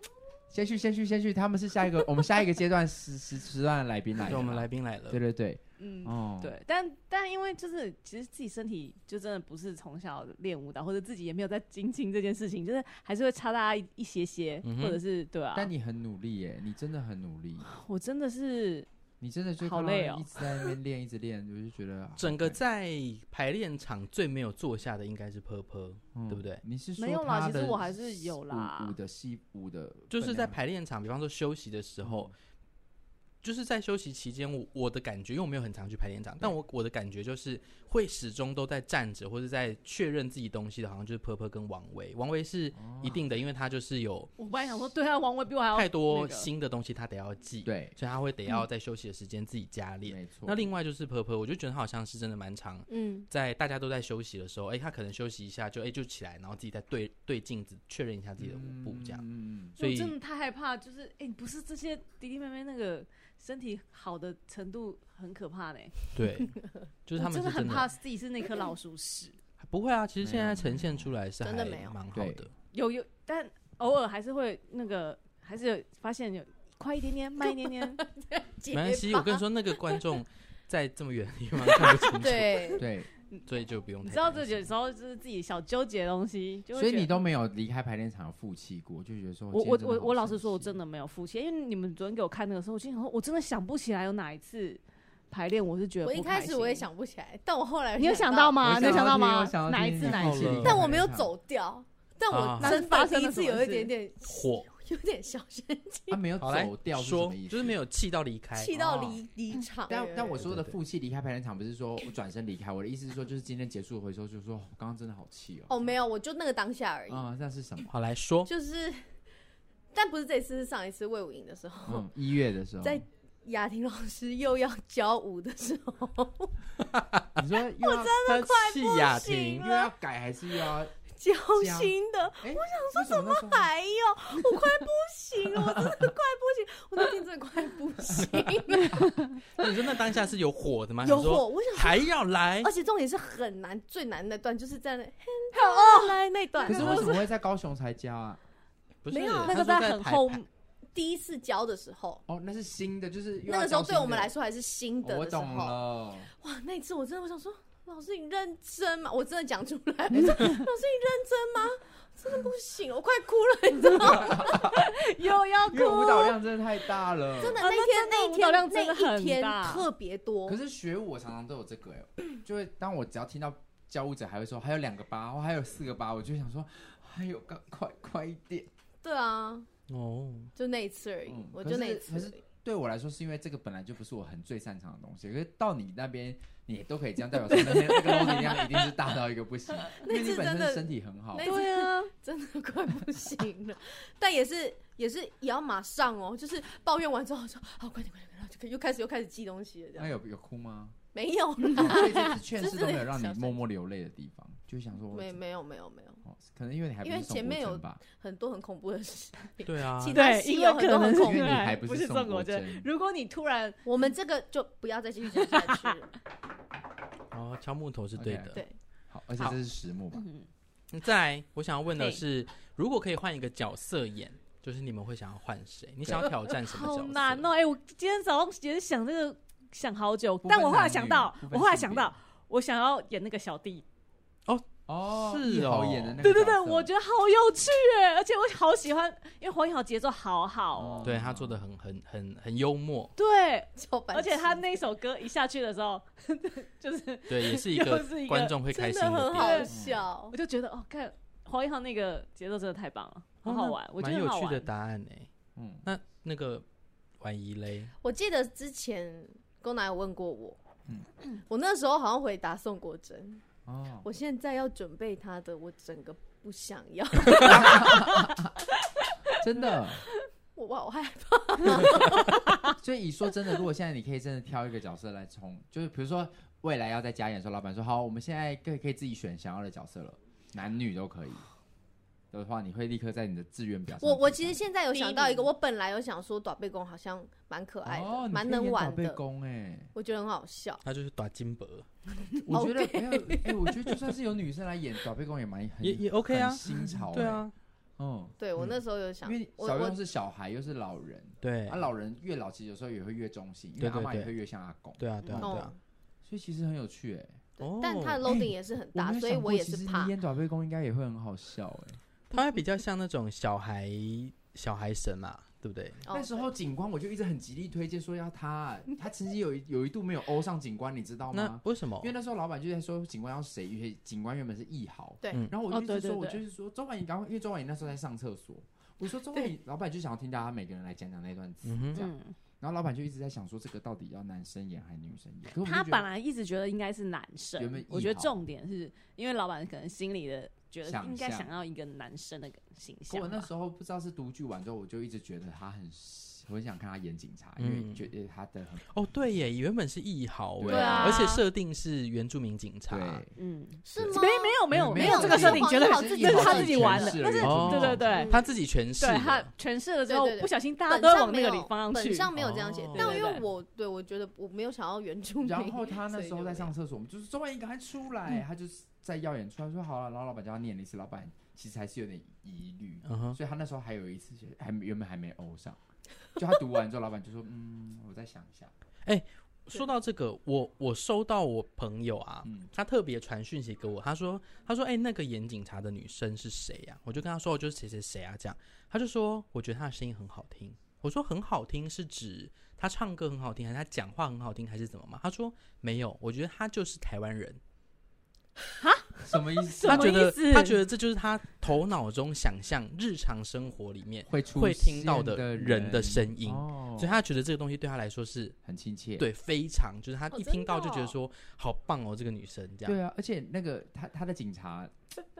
[SPEAKER 3] 先去，先去，先去，他们是下一个，我们下一个阶段十十十段的来宾来，
[SPEAKER 1] 对，我们来，宾来了
[SPEAKER 3] 对，对对，
[SPEAKER 5] 嗯嗯，
[SPEAKER 3] 哦，，
[SPEAKER 5] 对，但但因为就是其实自己身体就真的不是从小练舞蹈，或者自己也没有在精进这件事情，就是还是会差大家一一些些，
[SPEAKER 1] 嗯哼
[SPEAKER 5] 或者是对啊。
[SPEAKER 3] 但你很努力耶，你真的很努力，
[SPEAKER 5] 我真的是
[SPEAKER 3] 你真的就
[SPEAKER 5] 好
[SPEAKER 3] 看到
[SPEAKER 5] 累哦
[SPEAKER 3] 一直在那边练，一直练，我就觉得啊
[SPEAKER 1] 整个
[SPEAKER 3] 好累
[SPEAKER 1] 在排练场最没有坐下的应该是 Purple，
[SPEAKER 3] 嗯
[SPEAKER 1] 对不对
[SPEAKER 3] 你是说
[SPEAKER 5] 没有啦
[SPEAKER 3] 他
[SPEAKER 5] 其实
[SPEAKER 3] 的
[SPEAKER 5] 我还是有
[SPEAKER 3] 舞
[SPEAKER 5] 啦
[SPEAKER 3] 舞的戏舞的分量，
[SPEAKER 1] 就是在排练场，比方说休息的时候，就是在休息期间，我我的感觉，因为我没有很常去排练场，但我我的感觉就是会始终都在站着或者在确认自己东西的，好像就是婆婆跟王维。王维是
[SPEAKER 3] 哦
[SPEAKER 1] 一定的，因为他就是有
[SPEAKER 5] 我本来想说，对啊，王维比我还要
[SPEAKER 1] 太
[SPEAKER 5] 那
[SPEAKER 1] 多
[SPEAKER 5] 个嗯
[SPEAKER 1] 新的东西，他得要记，
[SPEAKER 3] 对，
[SPEAKER 1] 所以他会得要在休息的时间自己加练。
[SPEAKER 3] 没错。
[SPEAKER 1] 那另外就是婆婆，我就觉得他好像是真的蛮长。
[SPEAKER 4] 嗯，
[SPEAKER 1] 在大家都在休息的时候，哎、他可能休息一下就哎、就起来，然后自己再对对镜子确认一下自己的舞步这 样。
[SPEAKER 3] 嗯，嗯
[SPEAKER 1] 所以
[SPEAKER 5] 我真的太害怕，就是哎、不是这些弟弟妹妹那个身体好的程度很可怕呢、
[SPEAKER 1] 对，就是他
[SPEAKER 5] 我
[SPEAKER 1] 们
[SPEAKER 5] 真
[SPEAKER 1] 是
[SPEAKER 5] 的很怕自己是那颗老鼠屎。
[SPEAKER 1] 不会啊，其实
[SPEAKER 3] 没
[SPEAKER 1] 现
[SPEAKER 3] 有
[SPEAKER 1] 在
[SPEAKER 3] 没
[SPEAKER 1] 呈
[SPEAKER 3] 有
[SPEAKER 1] 现出来是
[SPEAKER 4] 真的
[SPEAKER 1] 还
[SPEAKER 4] 没有
[SPEAKER 1] 蛮好
[SPEAKER 3] 对
[SPEAKER 1] 的。
[SPEAKER 5] 有有，但偶尔还是会那个，还是有发现有快一点点，慢一点 点。
[SPEAKER 1] 没关系，我跟你
[SPEAKER 4] 说，
[SPEAKER 1] 说，那个观 众在这么远的地方看不清楚，
[SPEAKER 4] 对，
[SPEAKER 3] 对，
[SPEAKER 1] 所以就不用
[SPEAKER 5] 你
[SPEAKER 1] 太
[SPEAKER 5] 知道，
[SPEAKER 1] 担
[SPEAKER 5] 这
[SPEAKER 1] 心
[SPEAKER 5] 有时候就是自己小纠结的东西，就会
[SPEAKER 3] 所以
[SPEAKER 5] 觉得
[SPEAKER 3] 你都没有离开排练场有负气过，就觉得说
[SPEAKER 5] 我
[SPEAKER 3] 今
[SPEAKER 5] 我
[SPEAKER 3] 天真的
[SPEAKER 5] 我
[SPEAKER 3] 好
[SPEAKER 5] 我老
[SPEAKER 3] 神
[SPEAKER 5] 实说，我
[SPEAKER 3] 奇
[SPEAKER 5] 真的没有付钱，因为你们昨天给我看那个时候，我心想说，我真的想不起来有哪一次排练我是觉得
[SPEAKER 4] 我一
[SPEAKER 5] 不
[SPEAKER 4] 开
[SPEAKER 5] 开
[SPEAKER 4] 始
[SPEAKER 5] 心
[SPEAKER 4] 我也，想不起来，但我后来
[SPEAKER 5] 你有
[SPEAKER 4] 想
[SPEAKER 5] 想到
[SPEAKER 3] 我
[SPEAKER 5] 吗？你有
[SPEAKER 3] 想
[SPEAKER 5] 到
[SPEAKER 3] 要听
[SPEAKER 5] 吗
[SPEAKER 3] 我想要？
[SPEAKER 5] 哪一
[SPEAKER 3] 听
[SPEAKER 5] 次？
[SPEAKER 3] 你
[SPEAKER 5] 哪一
[SPEAKER 3] 好了
[SPEAKER 5] 次？
[SPEAKER 4] 但我没有走掉，但
[SPEAKER 1] 啊
[SPEAKER 4] 我
[SPEAKER 5] 那
[SPEAKER 4] 真
[SPEAKER 5] 发
[SPEAKER 4] 的
[SPEAKER 5] 生
[SPEAKER 4] 第一
[SPEAKER 5] 了
[SPEAKER 4] 次
[SPEAKER 5] 什么
[SPEAKER 4] 有一
[SPEAKER 5] 事
[SPEAKER 4] 点点
[SPEAKER 1] 火，
[SPEAKER 4] 有点小生
[SPEAKER 3] 他啊没有
[SPEAKER 1] 好来
[SPEAKER 3] 走掉是什
[SPEAKER 1] 说
[SPEAKER 3] 么意，思？
[SPEAKER 1] 就是没。有气到离开，
[SPEAKER 4] 气到
[SPEAKER 3] 哦
[SPEAKER 4] 离
[SPEAKER 5] 嗯
[SPEAKER 4] 离场了。
[SPEAKER 3] 但但我
[SPEAKER 1] 对
[SPEAKER 3] 说
[SPEAKER 1] 对
[SPEAKER 3] 的
[SPEAKER 1] 对
[SPEAKER 3] 负气离开排练场，不是说我转身离开，我的意思是说，就是今天结束回收，就是说哦刚刚真的好气哦。
[SPEAKER 4] 哦没有，我就那个当下而已，
[SPEAKER 3] 啊，那是什 么？
[SPEAKER 1] 好来说，
[SPEAKER 4] 就是， 但不是这次，是上一次魏武营的时候，
[SPEAKER 3] 嗯，一月的时候，
[SPEAKER 4] 在雅婷老师又要教舞的时候，
[SPEAKER 3] 你说又要
[SPEAKER 1] 他气雅
[SPEAKER 4] 行
[SPEAKER 1] 婷
[SPEAKER 4] 了
[SPEAKER 3] 又要改还是又要？
[SPEAKER 4] 教
[SPEAKER 3] 教
[SPEAKER 4] 新的，
[SPEAKER 3] 哎，我想说怎么那时候
[SPEAKER 4] 还有，我快不行了，我真的快不行，我那天真的快不行，
[SPEAKER 1] 那你说那当下是有火
[SPEAKER 3] 啊
[SPEAKER 1] 的吗？
[SPEAKER 4] 有
[SPEAKER 1] 想说
[SPEAKER 4] 火，我想。
[SPEAKER 1] 还要来
[SPEAKER 5] 哦
[SPEAKER 4] 而，且重点是很难，最难的段就是在那哦来那段，
[SPEAKER 3] 可是为什么会在高雄才教啊？
[SPEAKER 1] 不是
[SPEAKER 4] 没有
[SPEAKER 5] 啊那
[SPEAKER 1] 他
[SPEAKER 5] 个
[SPEAKER 1] 说
[SPEAKER 5] 在
[SPEAKER 1] 在
[SPEAKER 5] 很
[SPEAKER 1] 排
[SPEAKER 5] 后
[SPEAKER 1] 排
[SPEAKER 4] 第一次教的时候，
[SPEAKER 3] 哦，那是新的，就是又要
[SPEAKER 4] 那个时候
[SPEAKER 3] 教
[SPEAKER 4] 对我
[SPEAKER 3] 新的
[SPEAKER 4] 们来说还是新的
[SPEAKER 3] 哦我
[SPEAKER 4] 的时
[SPEAKER 3] 懂
[SPEAKER 4] 候，
[SPEAKER 3] 了。
[SPEAKER 4] 哇，那一次我真的我想说，老师你认真吗？我真的讲出来，我说 老师你认真吗？ 真的不行，我快哭了，你知道吗？
[SPEAKER 5] 又要哭
[SPEAKER 3] 因为舞蹈量真的太大了，
[SPEAKER 4] 哦真的
[SPEAKER 5] 啊
[SPEAKER 4] 那天那
[SPEAKER 5] 那
[SPEAKER 4] 一
[SPEAKER 5] 真的舞蹈量
[SPEAKER 4] 天
[SPEAKER 5] 真的
[SPEAKER 4] 那一
[SPEAKER 5] 很
[SPEAKER 4] 天
[SPEAKER 5] 大
[SPEAKER 4] 特别多
[SPEAKER 3] 可，是学舞我常常都有这个哎、 就会当我只要听到教舞者还会说还有两个八或还有四个八，我就想说还有赶快快一点。
[SPEAKER 4] 对啊，
[SPEAKER 1] 哦，
[SPEAKER 4] 就那一次而已，
[SPEAKER 3] 嗯
[SPEAKER 4] 我
[SPEAKER 3] 可
[SPEAKER 4] 就那
[SPEAKER 3] 是
[SPEAKER 4] 一次
[SPEAKER 3] 可
[SPEAKER 4] 而
[SPEAKER 3] 是
[SPEAKER 4] 已。
[SPEAKER 3] 对我来说，是因为这个本来就不是我很最擅长的东西，可是到你那边你也都可以这样，代表说那天那个 loading 量一定是大到一个不 行，因为你
[SPEAKER 4] 次
[SPEAKER 3] 本
[SPEAKER 4] 真
[SPEAKER 3] 身
[SPEAKER 4] 的
[SPEAKER 3] 身体很好
[SPEAKER 4] 那。
[SPEAKER 5] 对啊，
[SPEAKER 4] 真的快不行了，但也是也是也要马上哦，就是抱怨完之后我说好、快点快点，然后就又开始又开始记东西了，这
[SPEAKER 3] 那
[SPEAKER 4] 样
[SPEAKER 3] 有有 哭吗？哦
[SPEAKER 4] 没有啦，
[SPEAKER 3] 所以这次劝
[SPEAKER 4] 就
[SPEAKER 3] 世
[SPEAKER 4] 是
[SPEAKER 3] 都没有让你
[SPEAKER 4] 小生
[SPEAKER 3] 默默流泪的地方，就想说我
[SPEAKER 4] 没没有没有没有，
[SPEAKER 3] 哦可能因为你还不
[SPEAKER 4] 因
[SPEAKER 3] 是
[SPEAKER 4] 为前面
[SPEAKER 3] 宋国
[SPEAKER 4] 有
[SPEAKER 3] 珍吧，
[SPEAKER 4] 很多很恐怖的事，
[SPEAKER 1] 对啊，
[SPEAKER 4] 其他
[SPEAKER 5] 对，
[SPEAKER 4] 戏
[SPEAKER 5] 因为
[SPEAKER 4] 有很
[SPEAKER 5] 可
[SPEAKER 4] 多
[SPEAKER 5] 能
[SPEAKER 4] 很
[SPEAKER 5] 是
[SPEAKER 4] 恐
[SPEAKER 3] 因
[SPEAKER 4] 怖
[SPEAKER 3] 为你
[SPEAKER 5] 对
[SPEAKER 3] 还不
[SPEAKER 5] 不
[SPEAKER 3] 是
[SPEAKER 5] 是
[SPEAKER 3] 宋
[SPEAKER 5] 中
[SPEAKER 3] 国
[SPEAKER 5] 国
[SPEAKER 3] 珍
[SPEAKER 5] 真。如果你突然
[SPEAKER 4] 我们这个就不要再继续讲下去 了，
[SPEAKER 1] 哦，敲木头是对的。
[SPEAKER 4] 对，
[SPEAKER 3] 好，而且这是实木吧？
[SPEAKER 5] 嗯
[SPEAKER 1] 那再来，我想要问的
[SPEAKER 5] 嘿
[SPEAKER 1] 是，如果可以换一个角色演，就是你们会想要换谁？你想要挑战什么角
[SPEAKER 5] 好
[SPEAKER 1] 色？
[SPEAKER 5] 难哦！哎、我今天早上也是想这个想好久
[SPEAKER 3] 不，分
[SPEAKER 5] 但我后来
[SPEAKER 3] 男
[SPEAKER 5] 想
[SPEAKER 3] 女
[SPEAKER 5] 到
[SPEAKER 3] 不，
[SPEAKER 5] 我
[SPEAKER 3] 分
[SPEAKER 5] 后来
[SPEAKER 3] 性
[SPEAKER 5] 想
[SPEAKER 3] 别
[SPEAKER 5] 到，我想要演那个小弟。
[SPEAKER 3] 哦，
[SPEAKER 1] 是
[SPEAKER 3] 一豪
[SPEAKER 1] 哦
[SPEAKER 3] 演的那个
[SPEAKER 5] 对对对，
[SPEAKER 3] 角色
[SPEAKER 5] 我觉得好有趣哎，而且我好喜欢，因为黄义豪节奏好好哦。
[SPEAKER 1] 对他做的很很很很幽默，
[SPEAKER 5] 对，
[SPEAKER 4] 超白痴
[SPEAKER 5] 而且他那首歌一下去的时候，就是
[SPEAKER 1] 对，也 是一
[SPEAKER 5] 又
[SPEAKER 1] 个
[SPEAKER 5] 是一个
[SPEAKER 1] 观众会开心
[SPEAKER 4] 真的很
[SPEAKER 1] 点
[SPEAKER 4] 好笑
[SPEAKER 5] 我，就觉得哦，看黄义豪那个节奏真的太棒了，很
[SPEAKER 1] 哦
[SPEAKER 5] 好
[SPEAKER 1] 那
[SPEAKER 5] 玩，我觉
[SPEAKER 1] 蛮
[SPEAKER 5] 得很
[SPEAKER 1] 有
[SPEAKER 5] 好
[SPEAKER 1] 趣的
[SPEAKER 5] 玩。
[SPEAKER 1] 答案呢、
[SPEAKER 3] 嗯，
[SPEAKER 1] 那那个婉仪嘞，
[SPEAKER 4] 我记得之前公奶有问过我
[SPEAKER 3] 嗯，
[SPEAKER 4] 我那时候好像回答宋国珍，
[SPEAKER 3] 哦，
[SPEAKER 4] 我现在要准备他的，我整个不想要，
[SPEAKER 3] 真的。
[SPEAKER 4] 我哇我害怕，
[SPEAKER 3] 所以说真的，如果现在你可以真的挑一个角色来冲，就是比如说未来要在家演的时候，老板说好，我们现在可以可以自己选想要的角色了，男女都可以的话，你会立刻在你的志愿表上
[SPEAKER 4] 我我
[SPEAKER 3] 填
[SPEAKER 4] 其实
[SPEAKER 3] 上
[SPEAKER 4] 现在有想到一
[SPEAKER 5] 第
[SPEAKER 4] 个，
[SPEAKER 5] 一名
[SPEAKER 4] 我本来有想说短背公好像蛮可爱
[SPEAKER 3] 哦
[SPEAKER 4] 的，，
[SPEAKER 3] 你
[SPEAKER 4] 蛮
[SPEAKER 3] 可以
[SPEAKER 4] 能
[SPEAKER 3] 演
[SPEAKER 4] 玩
[SPEAKER 3] 长辈
[SPEAKER 4] 的，
[SPEAKER 3] 公哎，
[SPEAKER 4] 我觉得很好笑，
[SPEAKER 1] 他就是打金箔，
[SPEAKER 3] 我觉得没有哎，我觉得就算是有女生来演短背公 也蛮很
[SPEAKER 1] 也也 OK 啊
[SPEAKER 3] 很新潮
[SPEAKER 1] 对
[SPEAKER 3] 哎，
[SPEAKER 1] 啊，
[SPEAKER 3] 嗯，
[SPEAKER 4] 对我那时候有想
[SPEAKER 3] 因为，
[SPEAKER 4] 我
[SPEAKER 3] 小
[SPEAKER 4] 我
[SPEAKER 3] 用是小孩又是老人，
[SPEAKER 1] 对
[SPEAKER 3] 啊，，老人越老其实有时候也会越中性，因为
[SPEAKER 1] 对
[SPEAKER 3] 阿
[SPEAKER 1] 对
[SPEAKER 3] 妈也
[SPEAKER 1] 对
[SPEAKER 3] 会越像阿公，
[SPEAKER 1] 对啊，对啊，对
[SPEAKER 4] 哦
[SPEAKER 1] 啊。，
[SPEAKER 3] 所以其实很有趣哎。
[SPEAKER 1] 哦，
[SPEAKER 4] 但他的 loading 也是很大，
[SPEAKER 3] 没有
[SPEAKER 4] 所以
[SPEAKER 3] 想
[SPEAKER 4] 我
[SPEAKER 3] 过
[SPEAKER 4] 也
[SPEAKER 3] 其
[SPEAKER 4] 是
[SPEAKER 3] 实
[SPEAKER 4] 怕
[SPEAKER 3] 你，演短背公应该也会很好笑哎。
[SPEAKER 1] 他会比较像那种小孩小孩神嘛，对不对？
[SPEAKER 4] 哦
[SPEAKER 3] 那时候景观我就一直很极力推荐说要他，他曾经有一有一度没有欧上景观，你知道
[SPEAKER 1] 那
[SPEAKER 3] 吗？
[SPEAKER 1] 为什么
[SPEAKER 3] 因为？那时候老板就在说景观要谁，因为景观原本是艺豪，
[SPEAKER 4] 对
[SPEAKER 1] 嗯
[SPEAKER 3] 然后我就一
[SPEAKER 5] 哦对
[SPEAKER 3] 直
[SPEAKER 5] 对
[SPEAKER 3] 说，我
[SPEAKER 5] 对
[SPEAKER 3] 就是说周婉莹，刚刚因为周婉莹那时候在上厕所，我说周婉莹，老板就想要听到他每个人来讲讲那段词，
[SPEAKER 1] 嗯哼，
[SPEAKER 3] 这样
[SPEAKER 5] 嗯，
[SPEAKER 3] 然后老板就一直在想说，这个到底要男生演还是女生演？可是我们
[SPEAKER 5] 他
[SPEAKER 3] 就觉
[SPEAKER 5] 本
[SPEAKER 3] 得
[SPEAKER 5] 来一直觉得应该是男
[SPEAKER 3] 原
[SPEAKER 5] 生
[SPEAKER 3] 本，
[SPEAKER 5] 我
[SPEAKER 3] 意
[SPEAKER 5] 觉得
[SPEAKER 3] 好
[SPEAKER 5] 重点是因为老板可能心里的觉得
[SPEAKER 3] 想
[SPEAKER 5] 应该
[SPEAKER 3] 象
[SPEAKER 5] 想要一个男生的形
[SPEAKER 3] 可
[SPEAKER 5] 象
[SPEAKER 3] 我
[SPEAKER 5] 吧。
[SPEAKER 3] 那时候不知道是独剧完之后，我就一直觉得他很，我很想看他演警察，因为
[SPEAKER 1] 嗯
[SPEAKER 3] 觉得他的很
[SPEAKER 1] 哦，对耶，原本是艺豪哎，
[SPEAKER 3] 对啊
[SPEAKER 1] 而且设定是原住民警察，
[SPEAKER 3] 对。
[SPEAKER 5] 嗯，
[SPEAKER 4] 是
[SPEAKER 5] 没
[SPEAKER 4] 吗？
[SPEAKER 5] 没有没有
[SPEAKER 3] 没
[SPEAKER 5] 没
[SPEAKER 3] 有哦
[SPEAKER 5] 有这个设定，
[SPEAKER 4] 没有
[SPEAKER 5] 绝对
[SPEAKER 4] 好
[SPEAKER 5] 这
[SPEAKER 4] 自己
[SPEAKER 5] 是他
[SPEAKER 4] 好
[SPEAKER 5] 自己
[SPEAKER 4] 自己
[SPEAKER 5] 玩的
[SPEAKER 4] 诠，
[SPEAKER 3] 释了
[SPEAKER 5] 但是
[SPEAKER 3] 原住民
[SPEAKER 5] 对对
[SPEAKER 3] 警
[SPEAKER 5] 对
[SPEAKER 4] 察
[SPEAKER 1] 他自己诠释
[SPEAKER 5] 对
[SPEAKER 3] 哦
[SPEAKER 5] 他
[SPEAKER 1] 的，
[SPEAKER 5] 诠释了之
[SPEAKER 4] 嗯对
[SPEAKER 5] 后
[SPEAKER 4] 对，对
[SPEAKER 5] 不小心大家
[SPEAKER 4] 本
[SPEAKER 5] 都会
[SPEAKER 4] 上
[SPEAKER 5] 往
[SPEAKER 4] 没
[SPEAKER 5] 那个
[SPEAKER 4] 有，
[SPEAKER 5] 里方向去
[SPEAKER 4] 本，上没有这样写
[SPEAKER 1] 哦，
[SPEAKER 4] 但
[SPEAKER 5] 对
[SPEAKER 4] 因
[SPEAKER 5] 对
[SPEAKER 4] 为我对我觉得我没有想要原住民，
[SPEAKER 3] 然后他 那时候在上
[SPEAKER 4] 所
[SPEAKER 3] 厕所，我们就是周万英赶快出来，
[SPEAKER 5] 嗯
[SPEAKER 3] 他就是在耀眼出来说好了，然后老板叫他念了一次，老板其实还是有点疑虑，
[SPEAKER 1] 嗯哼，
[SPEAKER 3] 所以他那时候还有一次就是还没原本还没欧上，就他读完之后，老板就说嗯，我再想一下，
[SPEAKER 1] 说到这个，我我收到我朋友啊，
[SPEAKER 3] 嗯
[SPEAKER 1] 他特别传讯息给我，他说他说哎、那个演警察的女生是谁呀、我就跟他说我就是谁谁谁啊这样，他就说我觉得她的声音很好听。我说很好听是指她唱歌很好听，还是她讲话很好听，还是怎么嘛？他说没有，我觉得她就是台湾人，
[SPEAKER 3] 什么意思？
[SPEAKER 1] 他觉
[SPEAKER 5] 什么意
[SPEAKER 1] 得
[SPEAKER 5] 思
[SPEAKER 1] 他觉得这就是他头脑中想象日常生活里面
[SPEAKER 3] 会出
[SPEAKER 1] 会听到
[SPEAKER 3] 现
[SPEAKER 1] 的
[SPEAKER 3] 的
[SPEAKER 1] 人的声音
[SPEAKER 3] 哦
[SPEAKER 1] 所以他觉得这个东西对他来说是
[SPEAKER 3] 很亲切，
[SPEAKER 1] 对非常，就是他
[SPEAKER 4] 哦
[SPEAKER 1] 一
[SPEAKER 4] 真
[SPEAKER 1] 听到
[SPEAKER 4] 的
[SPEAKER 1] 就觉得
[SPEAKER 4] 哦
[SPEAKER 1] 说、好棒哦，这个女生这样。
[SPEAKER 3] 对啊，而且那个他他的警察，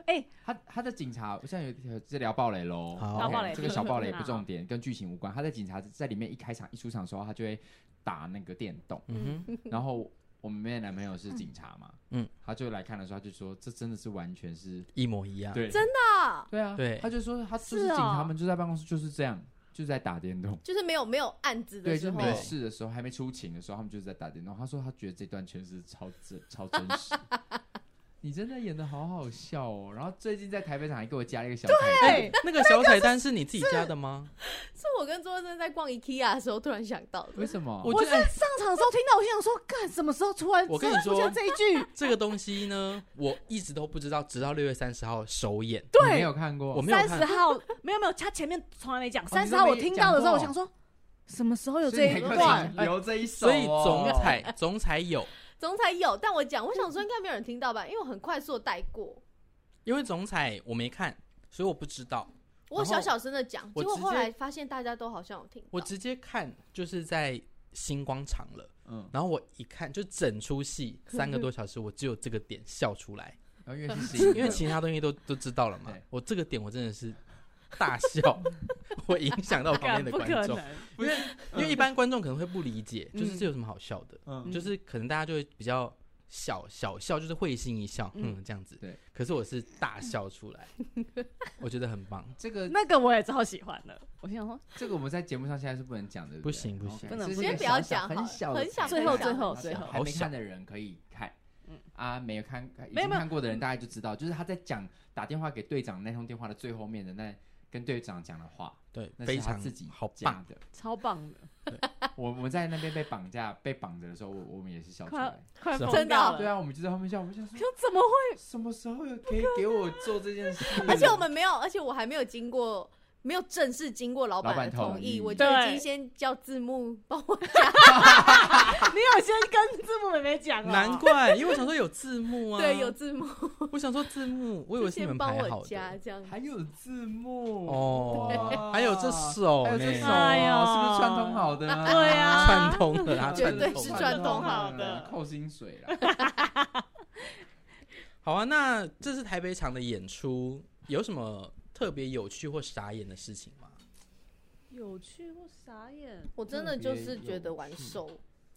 [SPEAKER 5] 哎
[SPEAKER 3] 他他的警察，我现在有有这聊暴雷喽，
[SPEAKER 1] 好
[SPEAKER 3] OK，
[SPEAKER 1] 聊暴
[SPEAKER 5] 雷
[SPEAKER 3] 这个小暴雷不
[SPEAKER 5] 好
[SPEAKER 3] 重点，跟剧情无关。他的警察在里面一开场一出场的时候，他就会打那个电动，
[SPEAKER 1] 嗯哼，
[SPEAKER 3] 然后我们妹的男朋友是警察嘛，
[SPEAKER 1] 嗯
[SPEAKER 3] 嗯，他就来看的时候，他就说这真的是完全是
[SPEAKER 1] 一模一样。，
[SPEAKER 3] 对，
[SPEAKER 4] 真的
[SPEAKER 3] 对啊，
[SPEAKER 1] 对
[SPEAKER 3] 他就说他就是
[SPEAKER 5] 是
[SPEAKER 3] 警
[SPEAKER 5] 哦
[SPEAKER 3] 察们就在办公室就是这样，就在打电动。
[SPEAKER 4] 就是没有没有案子的
[SPEAKER 3] 对，
[SPEAKER 4] 时
[SPEAKER 3] 就是
[SPEAKER 4] 候，
[SPEAKER 3] 没事的时候，还没出勤的时候，他们就是在打电动。他说他觉得这段全是超真、超真实。你真的演的好好笑哦！然后最近在台北场还给我加了一个小彩蛋，
[SPEAKER 1] 哎，那个小彩蛋是你自己加的吗？
[SPEAKER 4] 是我跟周深在逛 IKEA 的时候突然想到的。
[SPEAKER 3] 为什么？
[SPEAKER 1] 我觉得哎
[SPEAKER 5] 上场的时候听到，我心想说，干什么时候突然
[SPEAKER 1] 我跟你
[SPEAKER 5] 出
[SPEAKER 1] 说
[SPEAKER 5] 现这一句？
[SPEAKER 1] 哎这个东西呢，我一直都不知道，直到六月三十号首演，
[SPEAKER 3] 你没
[SPEAKER 5] 对
[SPEAKER 3] 有，看过，
[SPEAKER 1] 我没有
[SPEAKER 5] 三十
[SPEAKER 1] 看。
[SPEAKER 5] 号没有没有，他前面从来没讲。
[SPEAKER 3] 哦
[SPEAKER 5] 三十号我听到的时候，
[SPEAKER 3] 你都没
[SPEAKER 5] 我
[SPEAKER 3] 讲
[SPEAKER 5] 想
[SPEAKER 3] 过
[SPEAKER 5] 说，什么时候有
[SPEAKER 3] 所以
[SPEAKER 5] 这
[SPEAKER 3] 你
[SPEAKER 5] 一
[SPEAKER 3] 快
[SPEAKER 5] 段？
[SPEAKER 3] 请留这一首哦。
[SPEAKER 1] 所以总彩总彩有，
[SPEAKER 4] 总裁有，但我讲，我想说应该没有人听到吧，因为我很快速的带过，
[SPEAKER 1] 因为总彩我没看，所以我不知道。
[SPEAKER 4] 我小小声的讲，
[SPEAKER 1] 我
[SPEAKER 4] 结果
[SPEAKER 1] 直
[SPEAKER 4] 后
[SPEAKER 1] 接
[SPEAKER 4] 来发现大家都好像有听到。
[SPEAKER 1] 我直接看就是在星光场了，
[SPEAKER 3] 嗯，
[SPEAKER 1] 然后我一看就整出 戏三个多小时，我只有这个点笑出来，
[SPEAKER 3] 嗯然后因为是新的
[SPEAKER 1] 因为其他东西都都知道了嘛
[SPEAKER 3] 对。
[SPEAKER 1] 我这个点我真的是大 笑，我影响到旁边
[SPEAKER 5] 干
[SPEAKER 1] 的
[SPEAKER 5] 不
[SPEAKER 1] 观
[SPEAKER 5] 可
[SPEAKER 1] 众。
[SPEAKER 5] 能，
[SPEAKER 1] 因为因为一般观众可能会不理解，就是
[SPEAKER 5] 嗯
[SPEAKER 1] 这有什么好笑的？
[SPEAKER 3] 嗯
[SPEAKER 1] 就是可能大家就会比较小小笑，就是会心一笑，嗯，这样子。
[SPEAKER 3] 对，
[SPEAKER 1] 可是我是大笑出来，我觉得很棒。
[SPEAKER 3] 这个
[SPEAKER 5] 那个我也超喜欢的。我心想说，
[SPEAKER 3] 这个我们在节目上现在是不能讲的，对
[SPEAKER 1] 不
[SPEAKER 3] 对
[SPEAKER 1] 行不行
[SPEAKER 3] OK，
[SPEAKER 5] 不能
[SPEAKER 3] 这是
[SPEAKER 5] 先
[SPEAKER 3] 一个
[SPEAKER 4] 不要
[SPEAKER 3] 小小
[SPEAKER 4] 讲好了
[SPEAKER 3] 很小的
[SPEAKER 4] 很小
[SPEAKER 3] 彩
[SPEAKER 5] 最后
[SPEAKER 3] 蛋
[SPEAKER 5] 最后最后
[SPEAKER 3] 还没
[SPEAKER 1] 好
[SPEAKER 3] 看
[SPEAKER 1] 小
[SPEAKER 3] 的人可以看，
[SPEAKER 5] 嗯
[SPEAKER 3] 啊，没有看，已
[SPEAKER 5] 没有
[SPEAKER 3] 经
[SPEAKER 5] 没有
[SPEAKER 3] 看过的人大概就知道，就是他在讲打电话给队长那通电话的最后面的那跟队长讲的话，
[SPEAKER 1] 对，
[SPEAKER 3] 那
[SPEAKER 1] 非
[SPEAKER 3] 是他
[SPEAKER 1] 常
[SPEAKER 3] 自己
[SPEAKER 1] 好棒。
[SPEAKER 3] 讲的。
[SPEAKER 5] 超棒的，
[SPEAKER 4] 啊
[SPEAKER 3] 我我在那边被绑架被绑着的时候，我我们也是笑出
[SPEAKER 5] 快要
[SPEAKER 3] 来。
[SPEAKER 5] 快
[SPEAKER 1] 是哦
[SPEAKER 5] 疯掉了。
[SPEAKER 3] 对啊，我们就在后面笑，我们就想说
[SPEAKER 5] 就怎么会？
[SPEAKER 3] 什么时候可以给我做这件事？
[SPEAKER 4] 而且我们没有，而且我还没有经过，没有正式经过老
[SPEAKER 3] 老板
[SPEAKER 4] 板的同
[SPEAKER 3] 同意
[SPEAKER 4] 意，我就已
[SPEAKER 5] 对
[SPEAKER 4] 经先叫字幕帮我。
[SPEAKER 5] 你有先跟字幕妹妹讲哦
[SPEAKER 1] 难怪，因为我想说有字幕啊，
[SPEAKER 4] 对，有字幕，
[SPEAKER 1] 我想说字幕，我以为
[SPEAKER 4] 就是
[SPEAKER 1] 你
[SPEAKER 4] 先
[SPEAKER 1] 们
[SPEAKER 4] 帮
[SPEAKER 1] 排好
[SPEAKER 4] 我加
[SPEAKER 1] 的
[SPEAKER 4] 这样。
[SPEAKER 3] 还有字幕
[SPEAKER 1] 哦
[SPEAKER 3] 哇，
[SPEAKER 1] 还有这首
[SPEAKER 3] 还有
[SPEAKER 1] 呢，
[SPEAKER 3] 这首
[SPEAKER 5] 哎
[SPEAKER 3] 哦，
[SPEAKER 5] 呀
[SPEAKER 3] 是不是串通好的啊？
[SPEAKER 5] 对啊，
[SPEAKER 1] 串 通 的啊，
[SPEAKER 4] 绝
[SPEAKER 1] 串
[SPEAKER 4] 对
[SPEAKER 1] 通
[SPEAKER 4] 是
[SPEAKER 1] 的
[SPEAKER 4] 串通
[SPEAKER 5] 好的
[SPEAKER 3] 扣薪水了。
[SPEAKER 1] 好啊，那这是台北场的演出，有什么特别有趣或傻眼的事情吗？
[SPEAKER 5] 有趣或傻眼
[SPEAKER 4] 我真的就是觉得玩瘦，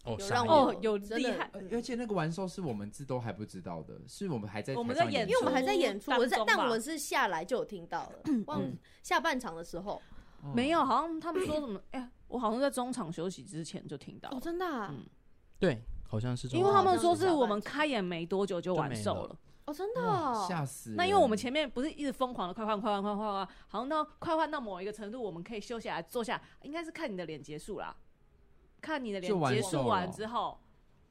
[SPEAKER 1] 哦，
[SPEAKER 4] 有
[SPEAKER 1] 傻
[SPEAKER 4] 让
[SPEAKER 1] 眼
[SPEAKER 4] 我
[SPEAKER 5] 哦，有
[SPEAKER 4] 真
[SPEAKER 5] 厉
[SPEAKER 4] 的呃
[SPEAKER 5] 害，
[SPEAKER 3] 而而且那个玩兽是我们自都还不知道的，是我们还在
[SPEAKER 5] 我们
[SPEAKER 3] 台上
[SPEAKER 5] 在演
[SPEAKER 4] 因为我们还在
[SPEAKER 5] 出
[SPEAKER 4] 演出，
[SPEAKER 5] 当
[SPEAKER 4] 我在
[SPEAKER 5] 中，吧
[SPEAKER 4] 但我是下来就有听到了， 忘
[SPEAKER 1] 嗯
[SPEAKER 4] 下半场的时候，
[SPEAKER 3] 哦
[SPEAKER 5] 没有，好像他们说什么？哎，我好像在中场休息之前就听到
[SPEAKER 4] 哦，，真的啊，
[SPEAKER 5] 嗯
[SPEAKER 1] 对，好像是中
[SPEAKER 5] 因为他们说
[SPEAKER 4] 好
[SPEAKER 5] 是
[SPEAKER 4] 像是
[SPEAKER 5] 我们开演没多久就完售了。
[SPEAKER 4] 哦，真的
[SPEAKER 3] 哇
[SPEAKER 4] 哦，
[SPEAKER 3] 吓死人！
[SPEAKER 5] 那因为我们前面不是一直疯狂的快换快换快换快换，好像到快换到某一个程度，我们可以休下来坐下，应该是看你的脸结束啦，看你的
[SPEAKER 3] 就
[SPEAKER 5] 脸
[SPEAKER 3] 完
[SPEAKER 5] 结
[SPEAKER 3] 售
[SPEAKER 5] 束完
[SPEAKER 3] 了
[SPEAKER 5] 之后，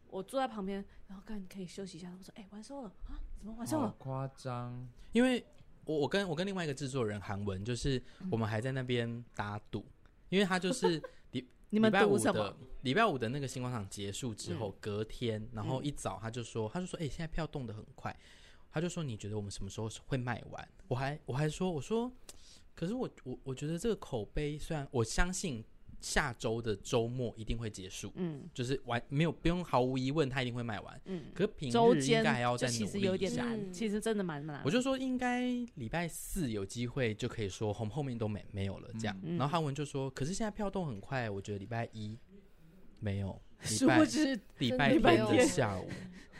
[SPEAKER 5] 我坐在旁边，然后看你可以休息一下。我说：“哎、完售了啊？怎么完售
[SPEAKER 3] 好
[SPEAKER 5] 了？
[SPEAKER 3] 夸张，
[SPEAKER 1] 因为我我跟我跟另外一个制作人韩文，就是我们还在那边打赌，因为他就是
[SPEAKER 5] 你们
[SPEAKER 1] 礼拜
[SPEAKER 5] 读
[SPEAKER 1] 五
[SPEAKER 5] 什
[SPEAKER 1] 的
[SPEAKER 5] 么？嗯
[SPEAKER 1] 礼拜五的那个星光场结束之后，隔天然后一早他就说，他就说，哎、现在票动得很快，他就说你觉得我们什么时候会卖完？我还我还说我说，可是我我我觉得这个口碑虽然我相信下周的周末一定会结束，
[SPEAKER 5] 嗯
[SPEAKER 1] 就是完没有不用毫无疑问，它一定会卖完。
[SPEAKER 5] 嗯，
[SPEAKER 1] 可平
[SPEAKER 5] 周
[SPEAKER 1] 日应
[SPEAKER 5] 间
[SPEAKER 1] 该还要再
[SPEAKER 5] 就其
[SPEAKER 1] 努
[SPEAKER 5] 实
[SPEAKER 1] 力
[SPEAKER 5] 有
[SPEAKER 1] 一
[SPEAKER 5] 点
[SPEAKER 1] 下。
[SPEAKER 5] 难，其实真的蛮难
[SPEAKER 1] 我。就说应该礼拜四有机会就可以说后后面都没没有了这样。
[SPEAKER 5] 嗯
[SPEAKER 1] 然后韩文就说，可是现在票动很快，我觉得礼拜一没有，礼
[SPEAKER 5] 殊
[SPEAKER 1] 拜
[SPEAKER 5] 不知
[SPEAKER 1] 礼
[SPEAKER 4] 真
[SPEAKER 1] 拜
[SPEAKER 4] 的没
[SPEAKER 1] 天
[SPEAKER 4] 有
[SPEAKER 1] 的下午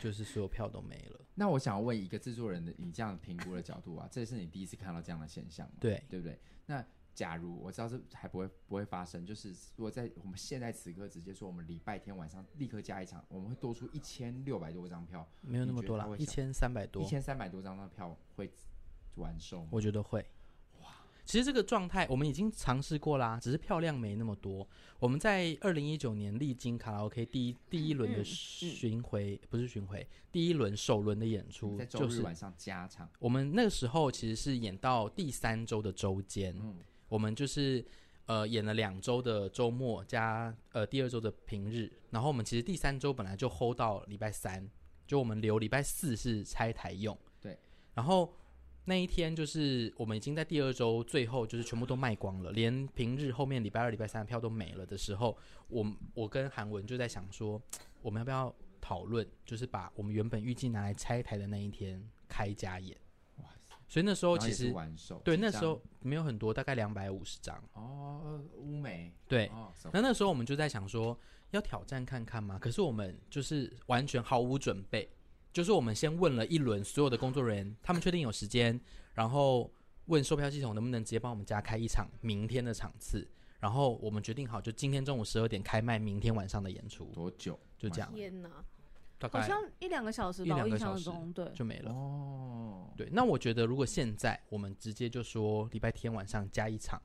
[SPEAKER 1] 就是所有票都没 了。
[SPEAKER 3] 那我想问一个制作人的，你这样评估的角度啊，这是你第一次看到这样的现象吗？
[SPEAKER 1] 对，
[SPEAKER 3] 对不对？那假如我知道这还不会不会发生，就是如果在我们现在此刻直接说，我们礼拜天晚上立刻加一场，我们会多出一千六百多张票，
[SPEAKER 1] 没有那么多啦
[SPEAKER 3] 你，
[SPEAKER 1] 一
[SPEAKER 3] 觉得
[SPEAKER 1] 千三百
[SPEAKER 3] 一
[SPEAKER 1] 多，
[SPEAKER 3] 千三百多张的票会完售吗？
[SPEAKER 1] 我觉得会。其实这个状态我们已经尝试过啦，只是票量没那么多。我们在二零一九年历经卡拉 OK 第一第一轮
[SPEAKER 5] 嗯
[SPEAKER 1] 的巡回，不是巡回，第一轮首轮的演
[SPEAKER 3] 你
[SPEAKER 1] 出
[SPEAKER 3] 嗯在周
[SPEAKER 1] 就
[SPEAKER 3] 日
[SPEAKER 1] 是
[SPEAKER 3] 晚上加场，
[SPEAKER 1] 我们那个时候其实是演到第三周的周间，
[SPEAKER 3] 嗯
[SPEAKER 1] 我们就是呃演了两周的周末加呃第二周的平日，然后我们其实第三周本来就 hold 到礼拜三，就我们留礼拜四是拆台用，
[SPEAKER 3] 对，
[SPEAKER 1] 然后。那一天就是我们已经在第二周最后就是全部都卖光了，连平日后面礼拜二、礼拜三的票都没了的时候，我我跟韩文就在想说，我们要不要讨论，就是把我们原本预计拿来拆台的那一天开加演。
[SPEAKER 3] 哇
[SPEAKER 1] 所以那时
[SPEAKER 3] 然
[SPEAKER 1] 候
[SPEAKER 3] 后
[SPEAKER 1] 其
[SPEAKER 3] 也是
[SPEAKER 1] 实
[SPEAKER 3] 完售，
[SPEAKER 1] 对
[SPEAKER 3] 几
[SPEAKER 1] 那
[SPEAKER 3] 张
[SPEAKER 1] 时候没有很多，大概两百五十张。
[SPEAKER 3] 哦，呃乌梅
[SPEAKER 1] 对，
[SPEAKER 3] 哦，so-
[SPEAKER 1] 那那时候我们就在想说要挑战看看嘛，可是我们就是完全毫无准备，就是我们先问了一轮所有的工作人员，他们确定有时间，然后问售票系统能不能直接帮我们加开一场明天的场次。然后我们决定好，就今天中午十二点开卖，明天晚上的演出
[SPEAKER 3] 多久？
[SPEAKER 1] 就这样，
[SPEAKER 4] 天哪，
[SPEAKER 1] 大
[SPEAKER 5] 好
[SPEAKER 1] 概
[SPEAKER 5] 像一两个小时
[SPEAKER 1] 一
[SPEAKER 5] 吧，
[SPEAKER 1] 两
[SPEAKER 5] 我
[SPEAKER 1] 个
[SPEAKER 5] 印
[SPEAKER 1] 小
[SPEAKER 5] 象
[SPEAKER 1] 时
[SPEAKER 5] 中对。
[SPEAKER 1] 就没了。
[SPEAKER 3] 哦，
[SPEAKER 1] 对，那我觉得如果现在我们直接就说礼拜天晚上加一场，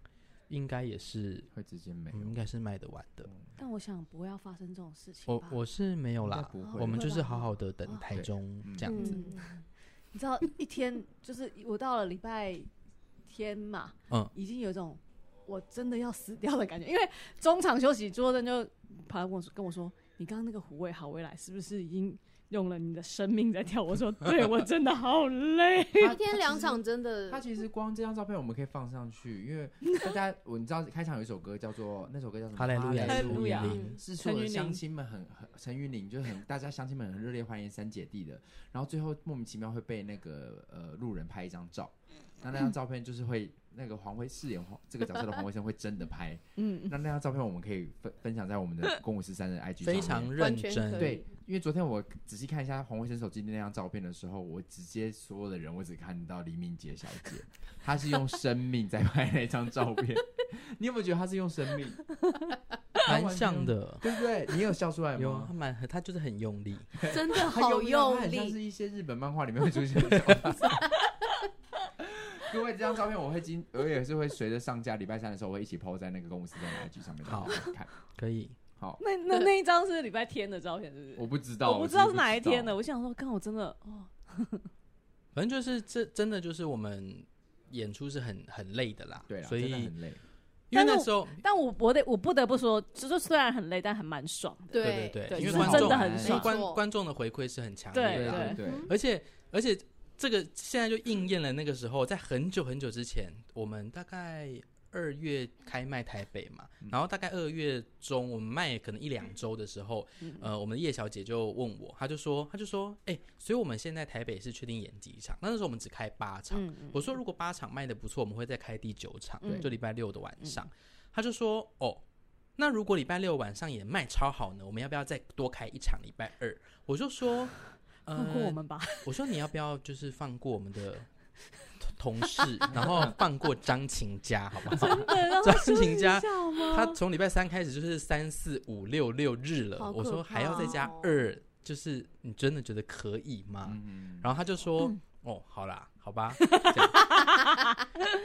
[SPEAKER 1] 应该也是，
[SPEAKER 3] 会直接没有
[SPEAKER 1] 嗯，应该是卖得完的。
[SPEAKER 5] 但我想不要发生这种事情
[SPEAKER 1] 我
[SPEAKER 5] 吧。
[SPEAKER 1] 我是没有
[SPEAKER 3] 应该
[SPEAKER 1] 啦，
[SPEAKER 3] 不
[SPEAKER 5] 哦
[SPEAKER 3] 会，
[SPEAKER 1] 我们
[SPEAKER 5] 会
[SPEAKER 1] 就是
[SPEAKER 5] 吧
[SPEAKER 1] 好好的等
[SPEAKER 5] 哦
[SPEAKER 1] 台
[SPEAKER 3] 对
[SPEAKER 1] 中
[SPEAKER 3] 嗯
[SPEAKER 1] 这样子。
[SPEAKER 4] 嗯，
[SPEAKER 5] 你知道一天就是我到了礼拜天嘛，
[SPEAKER 1] 嗯
[SPEAKER 5] 已经有一种我真的要死掉的感觉，因为中场休息，桌正就跑来跟我说跟我说，你刚刚那个虎尾好未来是不是已经用了你的生命在跳？我说对，我真的 好累。
[SPEAKER 4] 一天两场真
[SPEAKER 3] 他
[SPEAKER 4] 的，
[SPEAKER 3] 其实光这张照片我们可以放上 去，因为大家我你知道开场有一首歌叫做那首歌叫什么？
[SPEAKER 1] 哈利路亚，
[SPEAKER 5] 哈
[SPEAKER 3] 哈
[SPEAKER 5] 利
[SPEAKER 3] 利
[SPEAKER 5] 路
[SPEAKER 3] 路
[SPEAKER 5] 亚
[SPEAKER 4] 嗯
[SPEAKER 3] 亚。
[SPEAKER 1] 林，
[SPEAKER 3] 是所
[SPEAKER 5] 陈
[SPEAKER 3] 有
[SPEAKER 5] 云
[SPEAKER 3] 的乡
[SPEAKER 5] 林
[SPEAKER 3] 亲们很 很陈云林就是很大家乡亲们很热烈欢迎三姐弟的，然后最后莫名其妙会被那个呃路人拍一张照，那那张照片就是会那个黄辉饰演黄这个角色的黄辉生会真的拍，
[SPEAKER 5] 嗯，
[SPEAKER 3] 那那张照片我们可以分分享在我们的公五十三的 IG
[SPEAKER 1] 非
[SPEAKER 3] 上面
[SPEAKER 1] 常认
[SPEAKER 4] 完全可
[SPEAKER 1] 真。
[SPEAKER 4] 以
[SPEAKER 3] 对，因为昨天我仔细看一下黄慧生手机那张照片的时候，我直接所有的人，我只看到黎明杰小姐，她是用生命在拍那张照片。你有没有觉得她是用生命，
[SPEAKER 1] 蛮像的。
[SPEAKER 3] 对不对？你有笑出来
[SPEAKER 1] 有啊，
[SPEAKER 3] 吗
[SPEAKER 1] 他？蛮他就是很用力，
[SPEAKER 4] 真的
[SPEAKER 3] 她
[SPEAKER 4] 好
[SPEAKER 3] 力啊她
[SPEAKER 4] 用
[SPEAKER 3] 很像
[SPEAKER 4] 力，
[SPEAKER 3] 是一些日本漫画里面会出现的角色。各位，这张照片我会今，我也是会随着上架，礼拜三的时候我会一起 PO 在那个公司的 IG 上面，
[SPEAKER 1] 好
[SPEAKER 3] 大家可以看。
[SPEAKER 1] 可以。
[SPEAKER 3] 好，
[SPEAKER 5] 那那那一张是礼拜天的照片，是不
[SPEAKER 3] 我
[SPEAKER 5] 是？
[SPEAKER 3] 不知道，
[SPEAKER 5] 不
[SPEAKER 3] 我
[SPEAKER 5] 知道
[SPEAKER 3] 其实
[SPEAKER 5] 是哪一天
[SPEAKER 3] 道
[SPEAKER 5] 的，我想说，刚我真的哦，
[SPEAKER 1] 反正就是这真的就是我们演出是很很累的啦。
[SPEAKER 3] 对啦，
[SPEAKER 1] 所以
[SPEAKER 3] 真的很累。
[SPEAKER 1] 因为
[SPEAKER 5] 但是
[SPEAKER 1] 那
[SPEAKER 5] 我
[SPEAKER 1] 时候
[SPEAKER 5] 但我我得我不得不说，就是虽然很累，但还蛮爽的。
[SPEAKER 1] 对
[SPEAKER 4] 对
[SPEAKER 1] 对，
[SPEAKER 5] 对
[SPEAKER 1] 因为
[SPEAKER 5] 是
[SPEAKER 1] 观
[SPEAKER 5] 真
[SPEAKER 1] 众
[SPEAKER 5] 的很
[SPEAKER 1] 因为
[SPEAKER 5] 爽
[SPEAKER 1] 观观众的回馈是很强
[SPEAKER 5] 对
[SPEAKER 1] 烈的啦，
[SPEAKER 3] 对对，
[SPEAKER 1] 而且而且这个现在就应验了那个时候，在很久很久之前，我们大概二月开卖台北嘛，然后大概二月中我们卖可能一两周的时候，
[SPEAKER 5] 嗯
[SPEAKER 1] 呃，我们叶小姐就问我，她就说她就说，哎、所以我们现在台北是确定演几场？那时候我们只开八场，
[SPEAKER 5] 嗯嗯
[SPEAKER 1] 我说如果八场卖的不错，我们会再开第九场，
[SPEAKER 5] 对嗯
[SPEAKER 1] 就礼拜六的晚上。他就说哦，那如果礼拜六晚上也卖超好呢，我们要不要再多开一场礼拜二？我就 说，呃，
[SPEAKER 5] 放过我们吧。
[SPEAKER 1] 我说你要不要就是放过我们的同事，然后放过张琴佳，好
[SPEAKER 4] 哦
[SPEAKER 1] 不好？
[SPEAKER 5] 对， 让
[SPEAKER 1] 张琴佳
[SPEAKER 5] 笑吗？
[SPEAKER 1] 他从礼拜三开始就是三四五六六日了，
[SPEAKER 4] 好
[SPEAKER 1] 我
[SPEAKER 4] 可
[SPEAKER 1] 说还要再加
[SPEAKER 4] 怕哦
[SPEAKER 1] 二，就是你真的觉得可以吗？
[SPEAKER 3] 嗯
[SPEAKER 1] 然后他就说：“哦，好啦，好 吧，这样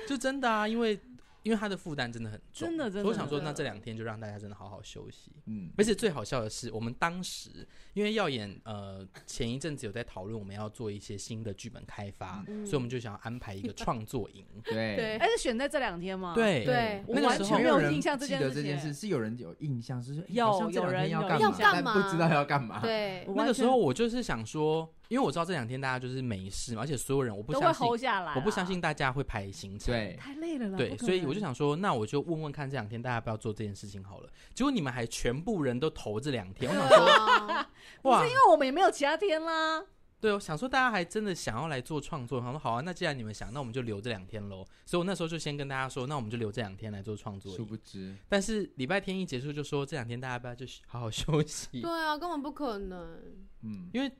[SPEAKER 1] 就真的啊，因为因为他的负担真的很重，
[SPEAKER 5] 真的真
[SPEAKER 1] 所
[SPEAKER 5] 的
[SPEAKER 1] 以我想说，
[SPEAKER 4] 真的
[SPEAKER 1] 那这两天就让大家真的好好休息。
[SPEAKER 3] 嗯，
[SPEAKER 1] 而且最好笑的是，我们当时因为耀眼，呃，前一阵子有在讨论我们要做一些新的剧本开发，
[SPEAKER 4] 嗯
[SPEAKER 1] 所以我们就想要安排一个创作营。
[SPEAKER 3] 对
[SPEAKER 4] 对
[SPEAKER 5] 而且哎选在这两天吗？，
[SPEAKER 1] 对
[SPEAKER 4] 对
[SPEAKER 5] 我
[SPEAKER 1] 那个
[SPEAKER 5] 完
[SPEAKER 1] 时
[SPEAKER 5] 全
[SPEAKER 1] 候
[SPEAKER 5] 没有印象这
[SPEAKER 3] 记
[SPEAKER 5] 件
[SPEAKER 3] 得
[SPEAKER 5] 事
[SPEAKER 3] 这件
[SPEAKER 5] 情
[SPEAKER 3] 事，是有人有印象，就是哎
[SPEAKER 5] 有
[SPEAKER 3] 好像这两
[SPEAKER 5] 有
[SPEAKER 3] 天
[SPEAKER 5] 人
[SPEAKER 3] 要
[SPEAKER 5] 有
[SPEAKER 3] 干
[SPEAKER 5] 印
[SPEAKER 3] 嘛，
[SPEAKER 5] 象
[SPEAKER 1] 啊
[SPEAKER 3] 但不知道要干嘛。，
[SPEAKER 4] 对
[SPEAKER 5] 我
[SPEAKER 1] 那
[SPEAKER 5] 完
[SPEAKER 1] 个
[SPEAKER 5] 全
[SPEAKER 1] 时候我就是想说，因为我知道这两天大家就是没事嘛，而且所有人我不
[SPEAKER 5] 都会
[SPEAKER 1] 相信
[SPEAKER 5] 吼，下来、啊
[SPEAKER 1] 我不相，信大家会排行程。
[SPEAKER 3] 对，
[SPEAKER 5] 太累了啦。
[SPEAKER 1] 对，
[SPEAKER 5] 不可
[SPEAKER 1] 所以
[SPEAKER 5] 能
[SPEAKER 1] 我就想说，那我就问问看这两天大家要不要做这件事情好了。结果你们还全部人都投这两天，我 想说，
[SPEAKER 4] 啊，
[SPEAKER 1] 哇，
[SPEAKER 5] 因为我们也没有其他天啦。
[SPEAKER 1] 对，我想说大家还真的想要来做创作，想说好啊，那既然你们想，那我们就留这两天喽。所以我那时候就先跟大家说，那我们就留这两天来做创作
[SPEAKER 3] 殊。不知
[SPEAKER 1] 但是礼拜天一结束就说这两天大家要不要就好好休息
[SPEAKER 4] 对，啊，根本不可能。
[SPEAKER 3] 嗯
[SPEAKER 1] 因为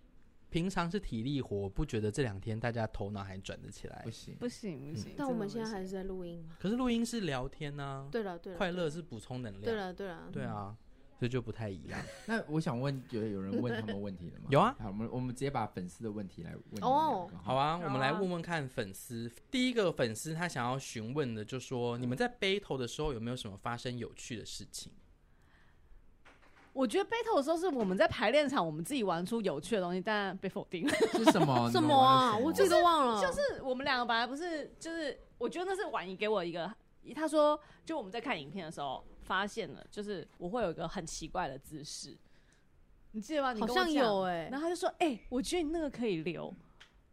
[SPEAKER 1] 平常是体力活，我不觉得这两天大家头脑还转得起来
[SPEAKER 3] 不。行，
[SPEAKER 5] 不
[SPEAKER 1] 嗯
[SPEAKER 5] 行不行，
[SPEAKER 4] 但我们现在还
[SPEAKER 5] 是
[SPEAKER 4] 是在录音嘛。
[SPEAKER 1] 可是录音是聊天呢、
[SPEAKER 4] 对了，对
[SPEAKER 1] 哦
[SPEAKER 4] 了，
[SPEAKER 1] 快乐是补充能
[SPEAKER 4] 对
[SPEAKER 1] 量，
[SPEAKER 4] 了，对了，
[SPEAKER 1] 对啊，所以就不太一样。
[SPEAKER 3] 那我想问，有有人问他们问题了吗？
[SPEAKER 1] 有啊
[SPEAKER 3] 好，我们我们直接把粉丝的问题来问你们
[SPEAKER 4] 哦
[SPEAKER 3] 两个
[SPEAKER 1] 好，啊，我们来问问看粉丝。第一个粉丝他想要询问的，就说你们在 battle 的时候有没有什么发生有趣的事情？
[SPEAKER 5] 我觉得 battle 的时候是我们在排练场，我们自己玩出有趣的东西，但被否定了。
[SPEAKER 3] 是什
[SPEAKER 1] 哦
[SPEAKER 3] 么？
[SPEAKER 4] 什
[SPEAKER 3] 你
[SPEAKER 4] 么
[SPEAKER 3] 们玩了
[SPEAKER 4] 啊？
[SPEAKER 3] 什么
[SPEAKER 4] 我自己都忘了。
[SPEAKER 5] 就是我们两个本来不是，就是我觉得那是婉仪给我一个，他说就我们在看影片的时候发现了，就是我会有一个很奇怪的姿势，你记得吗？你
[SPEAKER 4] 好
[SPEAKER 5] 跟我
[SPEAKER 4] 像
[SPEAKER 5] 讲
[SPEAKER 4] 有哎
[SPEAKER 5] 然，后他就说：“哎、我觉得你那个可以留。”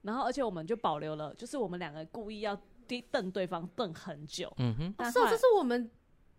[SPEAKER 5] 然后而且我们就保留了，就是我们两个故意要对瞪对方瞪很久。
[SPEAKER 1] 嗯哼，
[SPEAKER 5] 但
[SPEAKER 4] 是哦，
[SPEAKER 5] 后来
[SPEAKER 4] 这是我们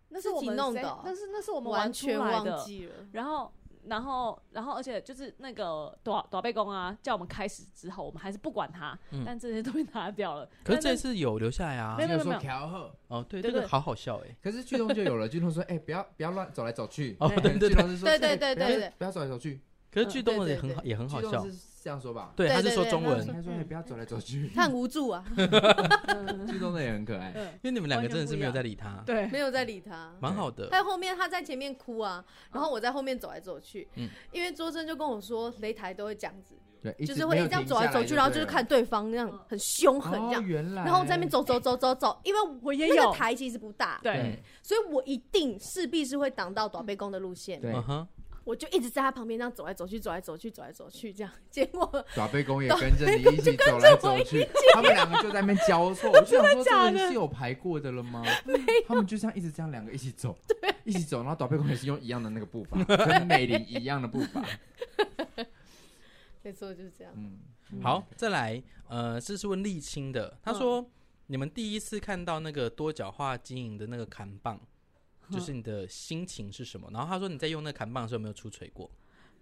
[SPEAKER 5] 那是我
[SPEAKER 4] 自
[SPEAKER 5] 们
[SPEAKER 4] 己弄
[SPEAKER 5] 谁
[SPEAKER 4] 的哦
[SPEAKER 5] 那是那是我们
[SPEAKER 4] 完
[SPEAKER 5] 玩出
[SPEAKER 4] 全
[SPEAKER 5] 来
[SPEAKER 4] 忘
[SPEAKER 5] 的。
[SPEAKER 4] 记了。
[SPEAKER 5] 然后然后然后而且就是那个短短背公啊，叫我们开始之后，我们还是不管他，
[SPEAKER 1] 嗯
[SPEAKER 5] 但这些都被拿掉了。
[SPEAKER 1] 可是
[SPEAKER 5] 但
[SPEAKER 1] 这次有留下来啊
[SPEAKER 5] 没。有没有
[SPEAKER 3] 就
[SPEAKER 5] 没
[SPEAKER 3] 说
[SPEAKER 5] 有
[SPEAKER 3] 调和，
[SPEAKER 1] 哦，对，
[SPEAKER 5] 对
[SPEAKER 1] 这个
[SPEAKER 5] 对
[SPEAKER 1] 好好笑哎、
[SPEAKER 3] 可是剧中就有了，剧中说，哎，不要不要乱走来走去。
[SPEAKER 1] 哦，对对
[SPEAKER 3] 剧
[SPEAKER 1] 对，
[SPEAKER 3] 中是说，
[SPEAKER 4] 对对
[SPEAKER 3] 哎
[SPEAKER 4] 对对
[SPEAKER 3] 不要
[SPEAKER 4] 对
[SPEAKER 3] 不要走来走去。
[SPEAKER 1] 可是剧东的也
[SPEAKER 4] 对对
[SPEAKER 1] 很好，也很好
[SPEAKER 3] 剧
[SPEAKER 1] 笑
[SPEAKER 3] 中。是这样说吧？
[SPEAKER 1] 对，
[SPEAKER 4] 对
[SPEAKER 1] 他是
[SPEAKER 4] 对
[SPEAKER 1] 说
[SPEAKER 4] 对
[SPEAKER 1] 中
[SPEAKER 4] 他嗯
[SPEAKER 1] 文
[SPEAKER 4] 是，
[SPEAKER 3] 他说哎不要走来 走去。
[SPEAKER 4] 他很无助 啊，
[SPEAKER 3] 嗯剧中的也很可爱。
[SPEAKER 5] 嗯，
[SPEAKER 1] 因为你们两个
[SPEAKER 5] 完全
[SPEAKER 1] 真的是
[SPEAKER 5] 不
[SPEAKER 1] 没
[SPEAKER 5] 一
[SPEAKER 1] 有
[SPEAKER 5] 样
[SPEAKER 1] 在理他，
[SPEAKER 5] 对，
[SPEAKER 4] 没有在理 他。
[SPEAKER 1] 蛮好的。
[SPEAKER 4] 在后面，他在前面哭啊，然后我在后面走来走去。
[SPEAKER 1] 嗯
[SPEAKER 4] 因为周深就跟我说，擂台都会这样子，
[SPEAKER 3] 对，一
[SPEAKER 4] 就
[SPEAKER 3] 直
[SPEAKER 4] 是会
[SPEAKER 3] 没有
[SPEAKER 4] 这样
[SPEAKER 3] 停
[SPEAKER 4] 走来
[SPEAKER 3] 下
[SPEAKER 4] 走去，然后就是
[SPEAKER 3] 对
[SPEAKER 4] 看对方那
[SPEAKER 5] 嗯
[SPEAKER 4] 样很凶狠这
[SPEAKER 3] 哦，
[SPEAKER 4] 样，
[SPEAKER 3] 原来。
[SPEAKER 4] 然后在那边走走走走走，因为
[SPEAKER 5] 我也
[SPEAKER 4] 那
[SPEAKER 5] 有
[SPEAKER 4] 个。台其实不大，
[SPEAKER 5] 对，
[SPEAKER 4] 所以我一定势必是会挡到短背公的路线。
[SPEAKER 3] 对
[SPEAKER 1] 嗯，哼，
[SPEAKER 4] 我就一直在他旁边这样走来走去，走来走去，走来走去这样。结果
[SPEAKER 3] 爪背公也跟着你一起走来走去，他们两个就在那边交错。我就想说，这
[SPEAKER 5] 假
[SPEAKER 3] 个
[SPEAKER 5] 的
[SPEAKER 3] 人是有排过的了吗？他们就这样一直这样两个一起走，
[SPEAKER 4] 啊
[SPEAKER 3] 对，一起走，然后爪背公也是用一样的那个 步伐，跟美玲一样的步伐。
[SPEAKER 4] 没错就是这样，
[SPEAKER 3] 嗯，
[SPEAKER 1] 好，再来，呃，这是问沥青的，他说、你们第一次看到那个多角化经营的那个砍棒，就是你的心情是什么？然后他说你在用那个砍棒的时候有没有出锤过？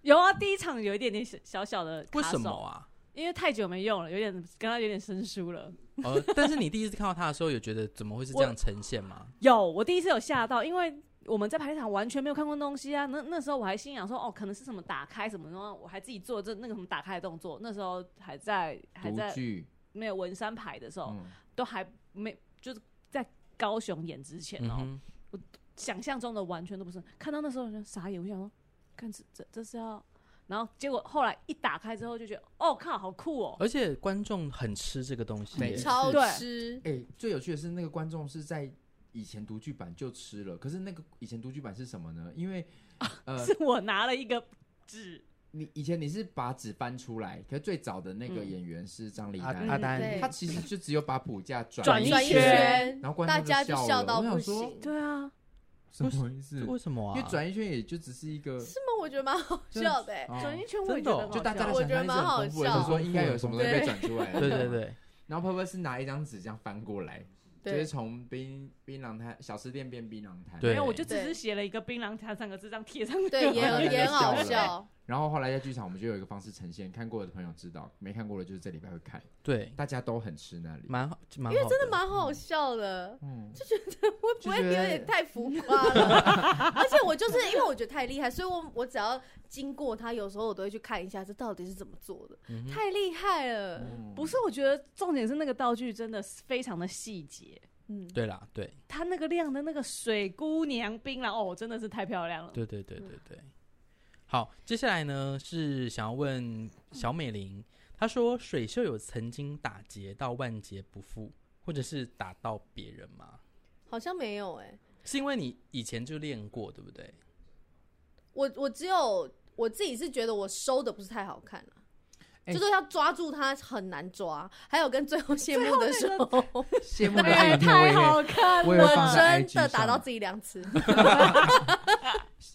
[SPEAKER 5] 有啊，第一场有一点点小小小的卡
[SPEAKER 1] 为什么
[SPEAKER 5] 手，
[SPEAKER 1] 啊？
[SPEAKER 5] 因为太久没用了，有点跟他有点生疏 了。
[SPEAKER 1] 呃，但是你第一次看到他的时候，有觉得怎么会是这
[SPEAKER 5] 我
[SPEAKER 1] 样呈现吗？
[SPEAKER 5] 有，我第一次有吓到，因为我们在排练场完全没有看过东西啊。那那时候我还心想说，哦，可能是什么打开什么，然后我还自己做这那个什么打开的动作。那时候还在还
[SPEAKER 3] 独
[SPEAKER 5] 在
[SPEAKER 3] 剧，
[SPEAKER 5] 没有文山排的时
[SPEAKER 4] 哦
[SPEAKER 5] 候，
[SPEAKER 3] 嗯，
[SPEAKER 5] 都还没就是在高雄演之前
[SPEAKER 1] 嗯
[SPEAKER 5] 哦，
[SPEAKER 1] 哼，
[SPEAKER 5] 想象中的完全都不是。看到那时候我就傻眼，我想说，看这这这是要。然后结果后来一打开之后就觉得，哦靠，好酷哦！
[SPEAKER 1] 而且观众很吃这个东西
[SPEAKER 3] 没
[SPEAKER 1] 耶，
[SPEAKER 3] 错
[SPEAKER 4] 超
[SPEAKER 5] 对
[SPEAKER 4] 吃。
[SPEAKER 3] 哎，最有趣的是那个观众是在以前独剧版就吃了，可是那个以前独剧版是什么呢？因为呃，
[SPEAKER 4] 啊
[SPEAKER 5] 是我拿了一个纸，
[SPEAKER 3] 你以前你是把纸翻出来，可是最早的那个
[SPEAKER 5] 嗯
[SPEAKER 3] 演员是张丽
[SPEAKER 1] 阿
[SPEAKER 3] 啊丹，
[SPEAKER 1] 阿丹
[SPEAKER 4] 对
[SPEAKER 3] 他其实就只有把骨架转
[SPEAKER 5] 转
[SPEAKER 3] 一
[SPEAKER 5] 一
[SPEAKER 4] 转一
[SPEAKER 5] 圈
[SPEAKER 4] 圈，
[SPEAKER 3] 然后观
[SPEAKER 4] 大
[SPEAKER 3] 众
[SPEAKER 4] 家就
[SPEAKER 3] 笑
[SPEAKER 4] 笑
[SPEAKER 3] 了
[SPEAKER 4] 到
[SPEAKER 3] 我
[SPEAKER 4] 不
[SPEAKER 3] 想说
[SPEAKER 4] 行。
[SPEAKER 5] 对啊，
[SPEAKER 3] 什么意思？
[SPEAKER 1] 为什么啊？
[SPEAKER 3] 因为转一圈也就只是一个，
[SPEAKER 4] 那么我觉得蛮好笑的欸，
[SPEAKER 3] 哦
[SPEAKER 5] 转一圈我也
[SPEAKER 1] 真
[SPEAKER 5] 觉
[SPEAKER 1] 的哦
[SPEAKER 5] 得很好
[SPEAKER 3] 就大家
[SPEAKER 5] 笑
[SPEAKER 3] 的
[SPEAKER 4] 我
[SPEAKER 3] 想
[SPEAKER 4] 觉得
[SPEAKER 3] 象力是很丰富的，
[SPEAKER 4] 蛮好笑
[SPEAKER 3] 就说应该有什么东西被
[SPEAKER 4] 对
[SPEAKER 3] 转出来。
[SPEAKER 1] 对对。对，
[SPEAKER 3] 然后 Purple 是拿一张纸这样翻过来，就是
[SPEAKER 4] 对，
[SPEAKER 3] 从槟槟榔摊小吃店变槟榔摊。
[SPEAKER 1] 对
[SPEAKER 5] 没有，我就只
[SPEAKER 4] 对
[SPEAKER 5] 是写了一个“槟榔摊”三个字，这样贴上去。
[SPEAKER 4] 对，也
[SPEAKER 3] 然后
[SPEAKER 4] 很
[SPEAKER 3] 大家
[SPEAKER 4] 也
[SPEAKER 3] 就
[SPEAKER 4] 很好
[SPEAKER 3] 笑了
[SPEAKER 4] 笑。
[SPEAKER 3] 然后后来在剧场我们就有一个方式呈现，看过的朋友知道，没看过的就是这礼拜会看，
[SPEAKER 1] 对，
[SPEAKER 3] 大家都很吃那里。
[SPEAKER 1] 蛮好，蛮好，真的
[SPEAKER 4] 蛮好笑的，
[SPEAKER 3] 嗯，
[SPEAKER 4] 会不会
[SPEAKER 3] 就
[SPEAKER 4] 有
[SPEAKER 3] 觉得
[SPEAKER 4] 点太浮夸了？ 而且我就是因为我觉得太厉害，所以我我只要经过他，有时候我都会去看一下这到底是怎么做的，
[SPEAKER 1] 嗯哼
[SPEAKER 4] 太厉害了。
[SPEAKER 3] 嗯
[SPEAKER 5] 不是，我觉得重点是那个道具真的是非常的细节，
[SPEAKER 4] 嗯，
[SPEAKER 1] 对啦，对
[SPEAKER 5] 它那个晾的那个水姑娘槟榔哦，真的是太漂亮了。
[SPEAKER 1] 对对对对对。好，接下来呢是想要问小美玲，她说水袖有曾经打劫到万劫不复，或者是打到别人吗？
[SPEAKER 4] 好像没有哎、
[SPEAKER 1] 是因为你以前就练过，对不对？
[SPEAKER 4] 我我只有我自己是觉得我收的不是太好看了、
[SPEAKER 3] 哎
[SPEAKER 4] 就是要抓住它很难抓，还有跟最后谢幕的时候，
[SPEAKER 3] 羡慕的
[SPEAKER 5] 哎，
[SPEAKER 3] 影片我
[SPEAKER 5] 太
[SPEAKER 3] 也会
[SPEAKER 5] 好看
[SPEAKER 3] 我也会
[SPEAKER 5] 了！
[SPEAKER 3] 放在 IG
[SPEAKER 4] 真的打
[SPEAKER 3] 上
[SPEAKER 4] 到自己两次，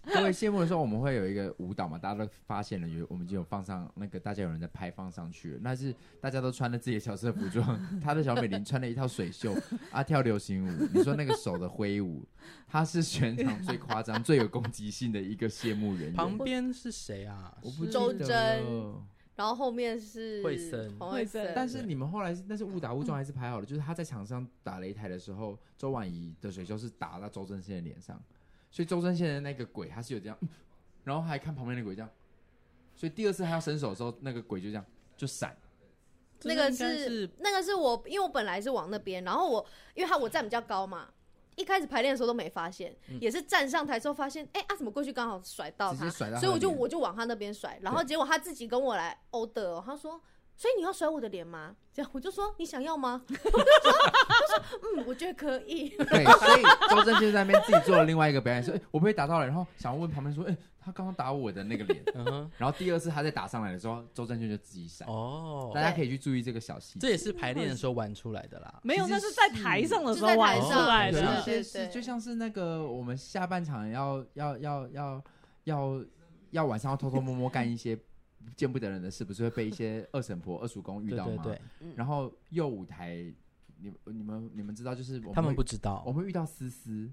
[SPEAKER 3] 各位谢幕的时候，我们会有一个舞蹈嘛，大家都发现了，有我们就有放上那个，大家有人在拍放上去了，那是大家都穿了自己的角色服装，她的小美玲穿了一套水 袖，啊跳流行舞，你说那个手的挥舞，她是全场最夸张、最有攻击性的一个谢幕
[SPEAKER 4] 嗯
[SPEAKER 3] 人
[SPEAKER 1] 旁
[SPEAKER 3] 员。
[SPEAKER 1] 边是谁啊？
[SPEAKER 3] 我不
[SPEAKER 1] 是
[SPEAKER 3] 记
[SPEAKER 4] 周
[SPEAKER 3] 得
[SPEAKER 4] 真
[SPEAKER 3] 了
[SPEAKER 4] 然后后面是
[SPEAKER 1] 惠森
[SPEAKER 4] 黄惠
[SPEAKER 5] 惠
[SPEAKER 4] 森
[SPEAKER 5] 森，
[SPEAKER 3] 但是你们后来是那是误打误撞还是排好了？就是他在场上打擂台的时候，周婉仪的水袖是打到周正宪的脸上，所以周正宪的那个鬼他是有这样，嗯 然后还看旁边的鬼这样，所以第二次他要伸手的时候，那个鬼就这样就闪，
[SPEAKER 4] 那
[SPEAKER 1] 这应该
[SPEAKER 4] 个是
[SPEAKER 1] 是
[SPEAKER 4] 那个是我，因为我本来是往那边，然后我因为他我站比较高嘛，一开始排练的时候都没发现，
[SPEAKER 1] 嗯
[SPEAKER 4] 也是站上台之后发现，哎、啊怎么过去刚好甩到
[SPEAKER 3] 直接
[SPEAKER 4] 他，
[SPEAKER 3] 甩到他的脸。
[SPEAKER 4] 所以我就我就往他那边甩，然后
[SPEAKER 3] 对
[SPEAKER 4] 结果他自己跟我来 order，哦他说。所以你要甩我的脸吗？这样我就说你想要吗？ 我就说，我就说嗯，我觉得可以。
[SPEAKER 3] 对，所以周正宪在那边自己做了另外一个表演，说：“哎、我被打到了。”然后想要问旁边说：“哎、他刚刚打我的那个脸。
[SPEAKER 1] 嗯哼”
[SPEAKER 3] 然后第二次他再打上来的时候，周正宪就自己闪。
[SPEAKER 1] 哦
[SPEAKER 3] 大，家可以去注意这个小细节。
[SPEAKER 1] 这也是排练的时候玩出来的啦。
[SPEAKER 5] 没有，
[SPEAKER 3] 其
[SPEAKER 5] 那
[SPEAKER 3] 实
[SPEAKER 5] 是在台上的时候
[SPEAKER 4] 是
[SPEAKER 5] 玩
[SPEAKER 1] 就
[SPEAKER 5] 出
[SPEAKER 1] 在台上
[SPEAKER 5] 来
[SPEAKER 3] 有
[SPEAKER 1] 对
[SPEAKER 5] 的
[SPEAKER 3] 一
[SPEAKER 1] 啊。
[SPEAKER 3] 些
[SPEAKER 4] 对
[SPEAKER 3] 是
[SPEAKER 4] 对
[SPEAKER 3] 就像是那个我们下半场要要要要要要晚上要偷偷摸摸干一些见不得人的事，不是会被一些二婶婆、二叔公遇
[SPEAKER 1] 对
[SPEAKER 3] 到
[SPEAKER 1] 对
[SPEAKER 3] 吗？
[SPEAKER 1] 对，
[SPEAKER 3] 然后右舞台，你你们你们知道，就是我们
[SPEAKER 1] 他们
[SPEAKER 3] 会
[SPEAKER 1] 不知道
[SPEAKER 3] 我，们会遇到思思，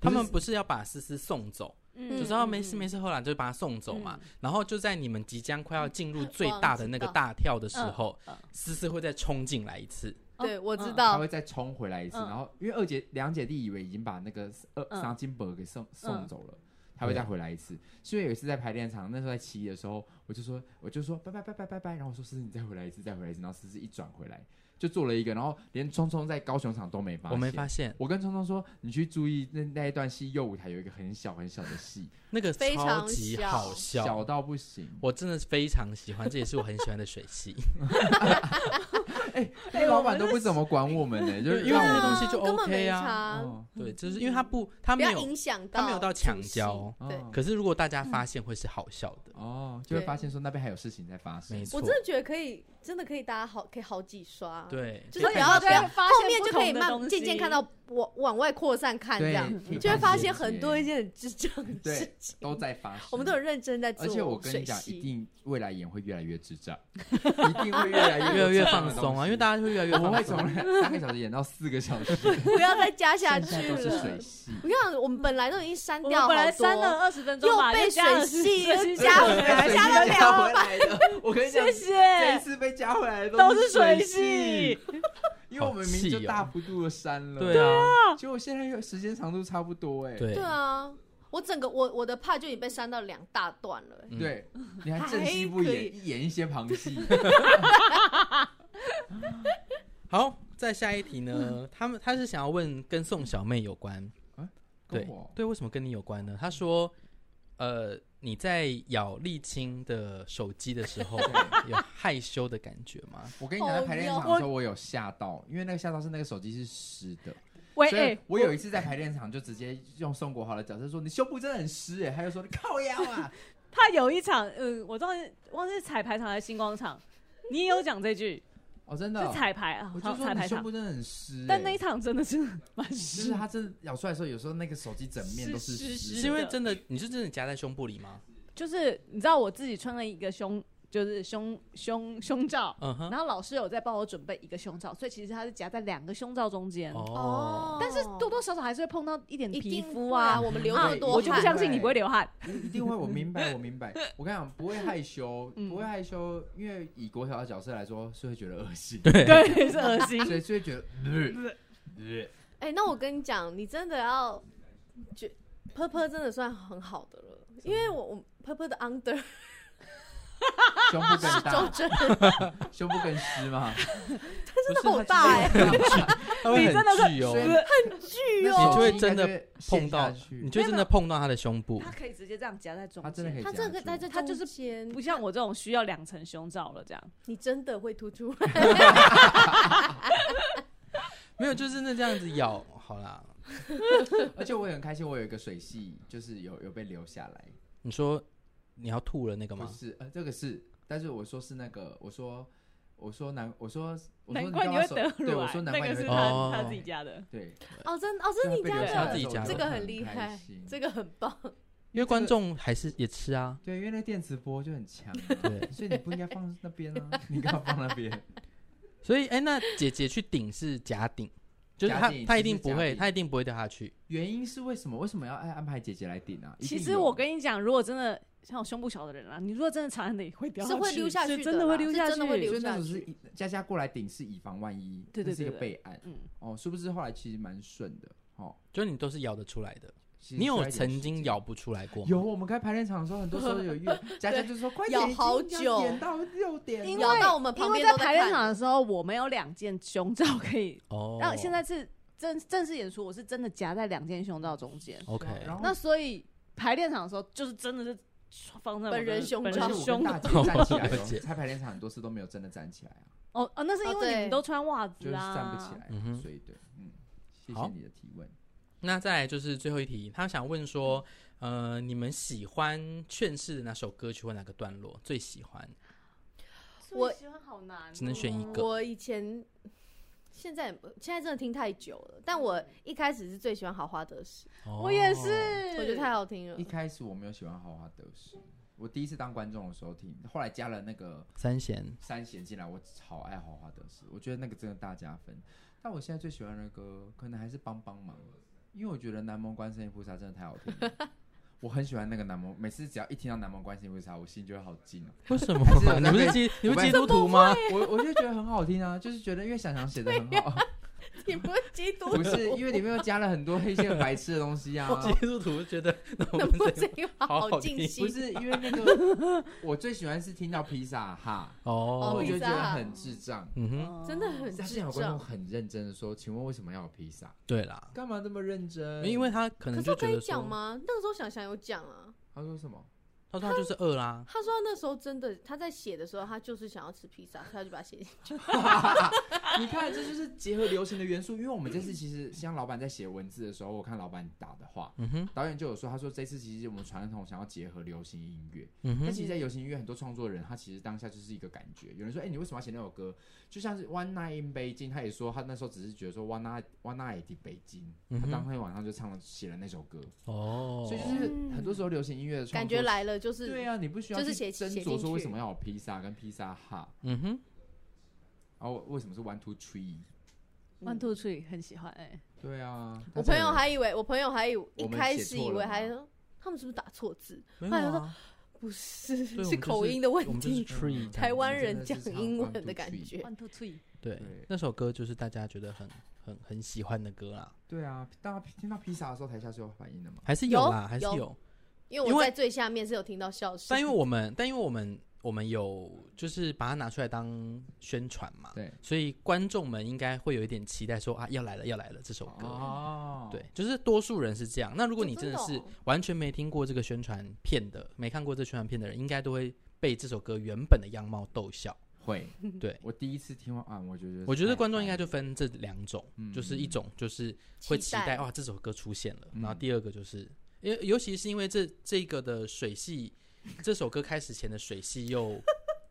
[SPEAKER 1] 他们不是要把思思送走，
[SPEAKER 5] 嗯
[SPEAKER 1] 就知哦道没事没事，后来就把他送走嘛。然后就在你们即将快要进入最大的那个大跳的时候
[SPEAKER 5] 嗯嗯，
[SPEAKER 1] 思思会再冲进来一次。
[SPEAKER 4] 对，
[SPEAKER 1] 嗯
[SPEAKER 4] 我知
[SPEAKER 3] 他
[SPEAKER 4] 道。
[SPEAKER 3] 会再冲回来一次，
[SPEAKER 5] 嗯
[SPEAKER 3] 然后因为二姐两姐弟以为已经把那个二
[SPEAKER 5] 嗯
[SPEAKER 3] 桑金伯给送送走了。他会再回来一次，是因为有一次在排练场，那时候在七一的时候，我就说，我就说拜拜拜拜拜拜，然后我说思思你再回来一次，再回来一次，然后思思一转回来就做了一个，然后连聪聪在高雄场都没发现，
[SPEAKER 1] 我没发现
[SPEAKER 3] 我跟聪聪说，你去注意那那一段戏右舞台有一个很小很小的戏，
[SPEAKER 1] 那个
[SPEAKER 4] 非常
[SPEAKER 1] 超级
[SPEAKER 4] 小
[SPEAKER 1] 好
[SPEAKER 3] 小
[SPEAKER 1] 笑，
[SPEAKER 3] 到不行，
[SPEAKER 1] 我真的非常喜欢，这也是我很喜欢的水戏。
[SPEAKER 3] 哎、老板都不怎么管我们呢、就是
[SPEAKER 1] 因为
[SPEAKER 3] 让
[SPEAKER 1] 那
[SPEAKER 3] 我
[SPEAKER 1] 个东
[SPEAKER 3] 们
[SPEAKER 1] 西就
[SPEAKER 4] 对啊根本
[SPEAKER 1] OK
[SPEAKER 4] 没
[SPEAKER 1] 啊
[SPEAKER 4] 差
[SPEAKER 3] 嗯
[SPEAKER 1] 对，就是因为他不，他
[SPEAKER 4] 不
[SPEAKER 1] 没
[SPEAKER 4] 要
[SPEAKER 1] 有
[SPEAKER 4] 影，响到，
[SPEAKER 1] 他没有到抢教。
[SPEAKER 3] 嗯
[SPEAKER 4] 对，
[SPEAKER 1] 可是如果大家发现，会是好笑的。
[SPEAKER 3] 哦，就会
[SPEAKER 4] 对
[SPEAKER 3] 发现说那边还有事情在发生
[SPEAKER 1] 没，错
[SPEAKER 4] 我真，的觉得可以，真的可以，大家好，可以好几刷。，
[SPEAKER 1] 对，
[SPEAKER 4] 嗯就是
[SPEAKER 1] 可以
[SPEAKER 4] 不要
[SPEAKER 1] 这
[SPEAKER 4] 不
[SPEAKER 1] 样
[SPEAKER 4] 要，
[SPEAKER 5] 发
[SPEAKER 4] 后
[SPEAKER 5] 现
[SPEAKER 4] 面
[SPEAKER 5] 不
[SPEAKER 4] 就可以
[SPEAKER 5] 同的
[SPEAKER 4] 慢
[SPEAKER 5] 东
[SPEAKER 4] 渐渐
[SPEAKER 5] 西
[SPEAKER 4] 看到往往外扩散看这
[SPEAKER 3] 对
[SPEAKER 4] 样，，
[SPEAKER 3] 可以
[SPEAKER 4] 就会发
[SPEAKER 3] 发
[SPEAKER 4] 现
[SPEAKER 3] 现
[SPEAKER 4] 很多一些很智障的
[SPEAKER 3] 对
[SPEAKER 4] 事情。
[SPEAKER 3] 都在发生，
[SPEAKER 4] 我们都很认真在做
[SPEAKER 3] 而
[SPEAKER 4] 水系。
[SPEAKER 3] 且我跟你讲，一定未来演会越来越智 障，一定会越来越
[SPEAKER 1] 越来越
[SPEAKER 3] 智障
[SPEAKER 1] 放
[SPEAKER 3] 的
[SPEAKER 1] 松
[SPEAKER 3] 东
[SPEAKER 1] 啊，
[SPEAKER 3] 西
[SPEAKER 1] 因为大家会越来越
[SPEAKER 3] 我
[SPEAKER 1] 放
[SPEAKER 3] 们会
[SPEAKER 1] 松
[SPEAKER 3] 从。三个小时演到四个小时，
[SPEAKER 4] 不要再加下去
[SPEAKER 3] 剩下都是
[SPEAKER 4] 了
[SPEAKER 3] 水。戏。
[SPEAKER 4] 我跟你讲，我们本来都已经删
[SPEAKER 5] 我
[SPEAKER 4] 掉
[SPEAKER 5] 们
[SPEAKER 4] 好
[SPEAKER 5] 本
[SPEAKER 4] 多，
[SPEAKER 5] 来删了二十分钟
[SPEAKER 4] 又
[SPEAKER 5] 吧，
[SPEAKER 4] 被
[SPEAKER 5] 又加了
[SPEAKER 4] 水系
[SPEAKER 5] 10分钟
[SPEAKER 4] 加回
[SPEAKER 5] 加
[SPEAKER 4] 来
[SPEAKER 5] 回
[SPEAKER 4] 加
[SPEAKER 5] 来
[SPEAKER 4] 了
[SPEAKER 3] 水系加回来的，我跟你讲
[SPEAKER 5] 谢，
[SPEAKER 3] 这一
[SPEAKER 5] 谢，
[SPEAKER 3] 次被加回来的
[SPEAKER 5] 都
[SPEAKER 3] 是
[SPEAKER 5] 是水
[SPEAKER 3] 系
[SPEAKER 5] 系，，
[SPEAKER 3] 因为我们
[SPEAKER 1] 好
[SPEAKER 3] 明明就
[SPEAKER 1] 气哦
[SPEAKER 3] 大幅度的删了，
[SPEAKER 1] 对，啊，
[SPEAKER 3] 结果现在又时间长度差不多哎，
[SPEAKER 1] 对
[SPEAKER 4] 对啊，我整个我我的怕就已经被删到两大段了、欸
[SPEAKER 1] 嗯
[SPEAKER 3] 对，你还正戏不
[SPEAKER 5] 还可以
[SPEAKER 3] 演，一演一些旁 戏，
[SPEAKER 1] 好，再下一题呢？他们他是想要问跟宋小妹有关，
[SPEAKER 3] 跟
[SPEAKER 1] 对
[SPEAKER 3] 我
[SPEAKER 1] 对，为什么跟你有关呢？他说，呃，你在咬沥青的手机的时候，有害羞的感觉吗？
[SPEAKER 3] 我跟你讲，在排练场的
[SPEAKER 5] 好
[SPEAKER 3] 时候，我有吓到，因为那个吓到是那个手机是湿的，
[SPEAKER 5] 喂，
[SPEAKER 3] 所以
[SPEAKER 5] 哎，
[SPEAKER 3] 我有一次在排练场就直接用宋国豪的角色说：“你胸部真的很湿哎、他就说：“你靠腰啊
[SPEAKER 5] 他有一场，嗯，我当时忘记是彩排场还是星光场，你也有讲这句，！”
[SPEAKER 3] 哦，真的
[SPEAKER 5] 是
[SPEAKER 3] 哦，
[SPEAKER 5] 彩排啊
[SPEAKER 3] 我，就
[SPEAKER 5] 好
[SPEAKER 3] 说
[SPEAKER 5] 彩
[SPEAKER 3] 你
[SPEAKER 5] 排
[SPEAKER 3] 胸
[SPEAKER 5] 场
[SPEAKER 3] 部，真的很湿、哎
[SPEAKER 5] 但那一场真的是蛮
[SPEAKER 3] 就
[SPEAKER 5] 湿
[SPEAKER 3] 是啊
[SPEAKER 5] 的，
[SPEAKER 3] 他真的咬出来的时候，有时候那个手机整面都是
[SPEAKER 5] 是
[SPEAKER 3] 湿
[SPEAKER 5] 是
[SPEAKER 1] 是因
[SPEAKER 3] 的。
[SPEAKER 1] 为真的，你是真的夹在胸部里吗？
[SPEAKER 5] 就是你知道我自己穿了一个胸，就是胸胸胸罩，
[SPEAKER 1] 嗯哼，
[SPEAKER 5] 然后老师有在帮我准备一个胸罩，所以其实它是夹在两个胸罩中间，
[SPEAKER 1] 哦，
[SPEAKER 5] 但是多多少少还是会碰到一点
[SPEAKER 4] 一
[SPEAKER 5] 皮
[SPEAKER 4] 定
[SPEAKER 5] 肤
[SPEAKER 4] 会
[SPEAKER 5] 啊
[SPEAKER 4] 啊，。我们流
[SPEAKER 5] 啊
[SPEAKER 4] 那么
[SPEAKER 3] 会
[SPEAKER 4] 多汗，
[SPEAKER 5] 我就不相信你不会流 汗，
[SPEAKER 3] 一定会，我明白，我明白。我跟你讲，不会害羞，
[SPEAKER 5] 嗯
[SPEAKER 3] 不会害羞，因为以国小的角色来说，是会觉得恶心，
[SPEAKER 5] 对，是恶 心。
[SPEAKER 3] 所以就会觉得，呃呃
[SPEAKER 4] 哎、那我跟你讲，你真的要觉，Purple 真的算很好的了，因为我我 Purple 的 Under
[SPEAKER 3] 胸部更
[SPEAKER 4] 周
[SPEAKER 3] 大，
[SPEAKER 4] 真
[SPEAKER 3] 胸部更湿嘛。
[SPEAKER 1] 真
[SPEAKER 4] 的好大哎、
[SPEAKER 1] 你
[SPEAKER 5] 你真的
[SPEAKER 1] 巨
[SPEAKER 3] 所以
[SPEAKER 1] 哦，
[SPEAKER 4] 巨
[SPEAKER 3] 那
[SPEAKER 1] 你就
[SPEAKER 4] 哦，
[SPEAKER 3] 手
[SPEAKER 1] 会
[SPEAKER 3] 机应该
[SPEAKER 1] 真的
[SPEAKER 3] 会
[SPEAKER 1] 碰
[SPEAKER 3] 陷
[SPEAKER 1] 到
[SPEAKER 3] 下，去
[SPEAKER 1] 你就会真的碰到他的胸部
[SPEAKER 5] 它。可以直接这样夹在中
[SPEAKER 3] 他真的可以
[SPEAKER 5] 间，
[SPEAKER 4] 他
[SPEAKER 3] 夹
[SPEAKER 4] 这个
[SPEAKER 3] 住
[SPEAKER 4] 在这
[SPEAKER 5] 他就是
[SPEAKER 4] 中间
[SPEAKER 5] 不像我这种需要两层胸罩了这样。
[SPEAKER 4] 你真的会突 出
[SPEAKER 1] 没有，就是那这样子咬，好啦。
[SPEAKER 3] 而且我也很开心，我有一个水系，就是有有被留下来，
[SPEAKER 1] 你说你要吐了那个
[SPEAKER 3] 不
[SPEAKER 1] 吗？
[SPEAKER 3] 是呃，这个是，但是我说是那个，我说我说难，我说我说
[SPEAKER 5] 难怪
[SPEAKER 3] 你
[SPEAKER 5] 你
[SPEAKER 3] 干嘛
[SPEAKER 5] 会
[SPEAKER 3] 手
[SPEAKER 5] 得
[SPEAKER 3] 对，
[SPEAKER 5] 乳
[SPEAKER 3] 我
[SPEAKER 5] 癌，
[SPEAKER 3] 说难
[SPEAKER 5] 那
[SPEAKER 3] 怪
[SPEAKER 5] 个
[SPEAKER 3] 你
[SPEAKER 5] 是
[SPEAKER 3] 会
[SPEAKER 1] 得乳
[SPEAKER 5] 他
[SPEAKER 1] 癌
[SPEAKER 5] 他自己加的。
[SPEAKER 3] 对，
[SPEAKER 4] 哦，真的哦，这
[SPEAKER 3] 就是是
[SPEAKER 4] 你
[SPEAKER 3] 被
[SPEAKER 4] 家
[SPEAKER 3] 留下来
[SPEAKER 1] 哦自
[SPEAKER 4] 的
[SPEAKER 1] 己家的
[SPEAKER 4] 这个很厉害，这
[SPEAKER 3] 个
[SPEAKER 4] 个很棒。
[SPEAKER 1] 因为观众还是也吃啊。
[SPEAKER 3] 对，因为那个电磁波就很强、啊
[SPEAKER 1] 对，
[SPEAKER 3] 所以你不应该放那边啊，你刚好放那边，
[SPEAKER 1] 所以哎、那姐姐去顶是假顶，就是
[SPEAKER 3] 假
[SPEAKER 1] 她
[SPEAKER 3] 顶
[SPEAKER 1] 她
[SPEAKER 3] 其
[SPEAKER 1] 一
[SPEAKER 3] 实
[SPEAKER 1] 定
[SPEAKER 3] 是
[SPEAKER 1] 不
[SPEAKER 3] 假
[SPEAKER 1] 会，
[SPEAKER 3] 顶
[SPEAKER 1] 她一定不会掉下去。
[SPEAKER 3] 原因是为什么？为什么要安安排姐姐来顶啊？一
[SPEAKER 5] 其
[SPEAKER 3] 定
[SPEAKER 5] 实
[SPEAKER 3] 有
[SPEAKER 5] 我跟你讲，如果真的像我胸部小的人啊，你如果真的长的也会掉
[SPEAKER 4] 是会
[SPEAKER 5] 去
[SPEAKER 4] 溜下
[SPEAKER 5] 是
[SPEAKER 4] 去
[SPEAKER 5] 真
[SPEAKER 4] 的
[SPEAKER 5] 会
[SPEAKER 4] 啦
[SPEAKER 5] 溜
[SPEAKER 4] 是
[SPEAKER 5] 下去。
[SPEAKER 4] 真的会溜
[SPEAKER 3] 所以
[SPEAKER 4] 下
[SPEAKER 3] 那时候是
[SPEAKER 4] 去
[SPEAKER 3] 以佳佳过来顶是以防万一，
[SPEAKER 5] 对对
[SPEAKER 3] 这是一个
[SPEAKER 5] 对
[SPEAKER 3] 备案
[SPEAKER 5] 嗯，
[SPEAKER 3] 哦，殊不知后来其实蛮顺的，哦。
[SPEAKER 1] 就是你都是咬得出来的，
[SPEAKER 3] 其实
[SPEAKER 1] 你
[SPEAKER 3] 需
[SPEAKER 1] 有
[SPEAKER 3] 要一点
[SPEAKER 1] 曾
[SPEAKER 3] 时
[SPEAKER 1] 经
[SPEAKER 3] 间
[SPEAKER 1] 咬不出来过
[SPEAKER 3] 有，
[SPEAKER 1] 吗？
[SPEAKER 3] 我们开排练场的时候，很多时候有遇 佳佳就说快点，
[SPEAKER 4] 咬
[SPEAKER 3] 已经
[SPEAKER 4] 好
[SPEAKER 3] 要
[SPEAKER 4] 久
[SPEAKER 3] 点到六点了，
[SPEAKER 5] 因
[SPEAKER 4] 咬
[SPEAKER 5] 为
[SPEAKER 4] 到我们
[SPEAKER 5] 因
[SPEAKER 4] 旁
[SPEAKER 5] 为
[SPEAKER 4] 边
[SPEAKER 5] 在
[SPEAKER 4] 都
[SPEAKER 5] 排
[SPEAKER 4] 看
[SPEAKER 5] 练场的时候，我们有两件胸罩可以，
[SPEAKER 1] 哦，
[SPEAKER 5] 然后现在是正正式演出，我是真的夹在两件胸罩中间。
[SPEAKER 1] OK，
[SPEAKER 3] 然后
[SPEAKER 5] 那所以排练场的时候，就是真的是放在我
[SPEAKER 4] 本人
[SPEAKER 5] 的
[SPEAKER 4] 胸
[SPEAKER 5] 本
[SPEAKER 4] 罩
[SPEAKER 3] 而
[SPEAKER 5] 人
[SPEAKER 3] 且我
[SPEAKER 5] 胸
[SPEAKER 3] 跟
[SPEAKER 5] 的
[SPEAKER 3] 大姐站起来
[SPEAKER 1] 了解
[SPEAKER 3] 哦，在排练场很多次都没有真的站起来啊，
[SPEAKER 5] 哦哦，那是因
[SPEAKER 4] 哦
[SPEAKER 5] 为你
[SPEAKER 4] 对
[SPEAKER 5] 们都穿袜
[SPEAKER 3] 就
[SPEAKER 5] 子
[SPEAKER 3] 是
[SPEAKER 5] 啊，
[SPEAKER 3] 站不起来
[SPEAKER 1] 嗯
[SPEAKER 3] 啊，
[SPEAKER 1] 哼
[SPEAKER 3] 所以对，嗯，谢
[SPEAKER 1] 好
[SPEAKER 3] 谢你的提问。
[SPEAKER 1] 那再来就是最后一题，他想问说，呃，你们喜欢劝世的哪首歌曲或哪个段落最喜欢？
[SPEAKER 4] 我
[SPEAKER 5] 喜欢好难，哦
[SPEAKER 1] 只能选一个。
[SPEAKER 4] 我以前现在现在真的听太久了，但我一开始是最喜欢好花得失，
[SPEAKER 1] 哦
[SPEAKER 5] 我也是，
[SPEAKER 4] 我觉得太好听了
[SPEAKER 3] 一。开始我没有喜欢豪华德士，我第一次当观众的时候听，后来加了那个
[SPEAKER 1] 三弦，
[SPEAKER 3] 三弦进来，我超爱豪华德士，我觉得那个真的大加分。但我现在最喜欢的歌，可能还是帮帮忙，因为我觉得南蒙观世音菩萨真的太好听了。我很喜欢那个南蒙，每次只要一听到南蒙观世音菩萨，我心就会好静哦。
[SPEAKER 1] 为什么
[SPEAKER 3] 还是有？
[SPEAKER 1] 你
[SPEAKER 3] 在
[SPEAKER 1] 不是
[SPEAKER 3] 被
[SPEAKER 1] 基你不
[SPEAKER 3] 我
[SPEAKER 1] 是
[SPEAKER 3] 被
[SPEAKER 1] 基督徒吗？
[SPEAKER 3] 我我就觉得很好听啊，就是觉得因为想想写的很好，
[SPEAKER 4] 你不是基督
[SPEAKER 3] 不是因为里面又加了很多一些白痴的东西啊。
[SPEAKER 1] 基督徒觉得那我
[SPEAKER 4] 能
[SPEAKER 1] 们
[SPEAKER 4] 不
[SPEAKER 1] 这
[SPEAKER 4] 能有 好静
[SPEAKER 3] 不
[SPEAKER 4] 心？
[SPEAKER 3] 是因为那个，我最喜欢是听到披萨哈，
[SPEAKER 1] 哦
[SPEAKER 3] 我，就觉
[SPEAKER 4] 披
[SPEAKER 3] 得
[SPEAKER 4] 萨
[SPEAKER 3] 很智障。
[SPEAKER 1] 嗯哼，
[SPEAKER 5] 哦
[SPEAKER 4] 真的很
[SPEAKER 3] 他
[SPEAKER 4] 智
[SPEAKER 3] 现在有观众
[SPEAKER 4] 障。
[SPEAKER 3] 很认真的说：“请问为什么要有披萨？
[SPEAKER 1] 对啦，
[SPEAKER 3] 干嘛这么认真？”
[SPEAKER 1] 因为他可
[SPEAKER 4] 可
[SPEAKER 1] 能
[SPEAKER 4] 是
[SPEAKER 1] 就
[SPEAKER 4] 我
[SPEAKER 1] 觉
[SPEAKER 4] 可
[SPEAKER 1] 得
[SPEAKER 4] 以
[SPEAKER 1] 说
[SPEAKER 4] 讲，吗？那个时候想想有讲啊，
[SPEAKER 3] 他说什么？
[SPEAKER 1] 他说他就是饿啦，
[SPEAKER 4] 他说他那时候真的他在写的时候，他就是想要吃披萨，所以他就把它写进去。
[SPEAKER 3] 你看，这就是结合流行的元素。因为我们这次其实像老板在写文字的时候，我看老板打的话，
[SPEAKER 1] 嗯哼，
[SPEAKER 3] 导演就有说，他说这次其实我们传统想要结合流行音乐，
[SPEAKER 1] 嗯
[SPEAKER 3] 但
[SPEAKER 1] 哼，
[SPEAKER 3] 其实，在流行音乐很多创作人，他其实当下就是一个感觉。有人说：“哎、你为什么要写那首歌？”就像是《One Night in Beijing》，他也说他那时候只是觉得说《One Night One Night in Beijing》，
[SPEAKER 1] 嗯
[SPEAKER 3] 他
[SPEAKER 1] 哼
[SPEAKER 3] 当天晚上就唱了写了那首歌。
[SPEAKER 1] 哦，
[SPEAKER 3] 所以就是很多时候流行音乐的创
[SPEAKER 4] 感
[SPEAKER 3] 作
[SPEAKER 4] 觉来了就是
[SPEAKER 3] 对啊，你不需要
[SPEAKER 4] 就是
[SPEAKER 3] 去
[SPEAKER 4] 写
[SPEAKER 3] 斟
[SPEAKER 4] 写
[SPEAKER 3] 酌
[SPEAKER 4] 进
[SPEAKER 3] 说为
[SPEAKER 4] 去
[SPEAKER 3] 什么要有披萨跟披萨哈，
[SPEAKER 1] 嗯哼，
[SPEAKER 3] 然后为什么是 one two three？
[SPEAKER 5] One Two Three 很喜欢哎，
[SPEAKER 3] 对啊，
[SPEAKER 4] 我
[SPEAKER 3] 大家
[SPEAKER 4] 朋友
[SPEAKER 3] 有
[SPEAKER 4] 还以为，我朋友还以为一
[SPEAKER 3] 我们
[SPEAKER 4] 开
[SPEAKER 3] 写
[SPEAKER 4] 始
[SPEAKER 3] 错
[SPEAKER 4] 以
[SPEAKER 3] 了
[SPEAKER 4] 为
[SPEAKER 3] 吗
[SPEAKER 4] 还说他们是不是打错字？
[SPEAKER 1] 没
[SPEAKER 4] 后来
[SPEAKER 1] 有
[SPEAKER 4] 他说
[SPEAKER 1] 啊，
[SPEAKER 4] 不是，
[SPEAKER 1] 对我
[SPEAKER 4] 是
[SPEAKER 1] 们
[SPEAKER 4] 口
[SPEAKER 1] 就是
[SPEAKER 4] 音的问
[SPEAKER 1] 我们就是
[SPEAKER 4] 题。
[SPEAKER 1] tree 这样
[SPEAKER 4] 台
[SPEAKER 1] 子
[SPEAKER 4] 湾
[SPEAKER 3] 真
[SPEAKER 4] 人
[SPEAKER 3] 的
[SPEAKER 4] 讲
[SPEAKER 3] 是唱
[SPEAKER 4] 英
[SPEAKER 3] One
[SPEAKER 4] 文
[SPEAKER 3] Two
[SPEAKER 4] 的感
[SPEAKER 3] Three
[SPEAKER 4] 觉，
[SPEAKER 5] Two Three
[SPEAKER 1] 对
[SPEAKER 3] 对，
[SPEAKER 1] 那首歌就是大家觉得很很很喜欢的歌啦，
[SPEAKER 3] 对啊，当他听到披萨的时候，台下是有反应的嘛？
[SPEAKER 1] 还是
[SPEAKER 4] 有
[SPEAKER 1] 啦，还是
[SPEAKER 4] 有
[SPEAKER 1] 有，
[SPEAKER 4] 因为
[SPEAKER 1] 因
[SPEAKER 4] 我
[SPEAKER 1] 为
[SPEAKER 4] 在最下面是有听到笑声。
[SPEAKER 1] 但因为我们，但因为我们，我们有就是把它拿出来当宣传嘛，
[SPEAKER 3] 对，
[SPEAKER 1] 所以观众们应该会有一点期待说啊，要来了，要来了这首歌。
[SPEAKER 3] 哦，
[SPEAKER 1] 对，就是多数人是这样。那如果
[SPEAKER 4] 哦
[SPEAKER 1] 你
[SPEAKER 4] 真
[SPEAKER 1] 真
[SPEAKER 4] 的
[SPEAKER 1] 的是
[SPEAKER 4] 哦
[SPEAKER 1] 完全没听过这个宣传片的，没看过这宣传片的人，应该都会被这首歌原本的样貌逗笑。
[SPEAKER 3] 会，
[SPEAKER 1] 对，
[SPEAKER 3] 我第一次听完啊，我觉得
[SPEAKER 1] 我觉
[SPEAKER 3] 太
[SPEAKER 1] 得观众
[SPEAKER 3] 嗨
[SPEAKER 1] 应该就
[SPEAKER 3] 了
[SPEAKER 1] 分这两种，
[SPEAKER 3] 哎嗯
[SPEAKER 1] 就是一种就是
[SPEAKER 4] 期
[SPEAKER 1] 会期
[SPEAKER 4] 待
[SPEAKER 1] 待哇这首歌出现了，然后
[SPEAKER 3] 嗯
[SPEAKER 1] 第二个就是，因为尤其是因为这这个的水戏，这首歌开始前的水戏又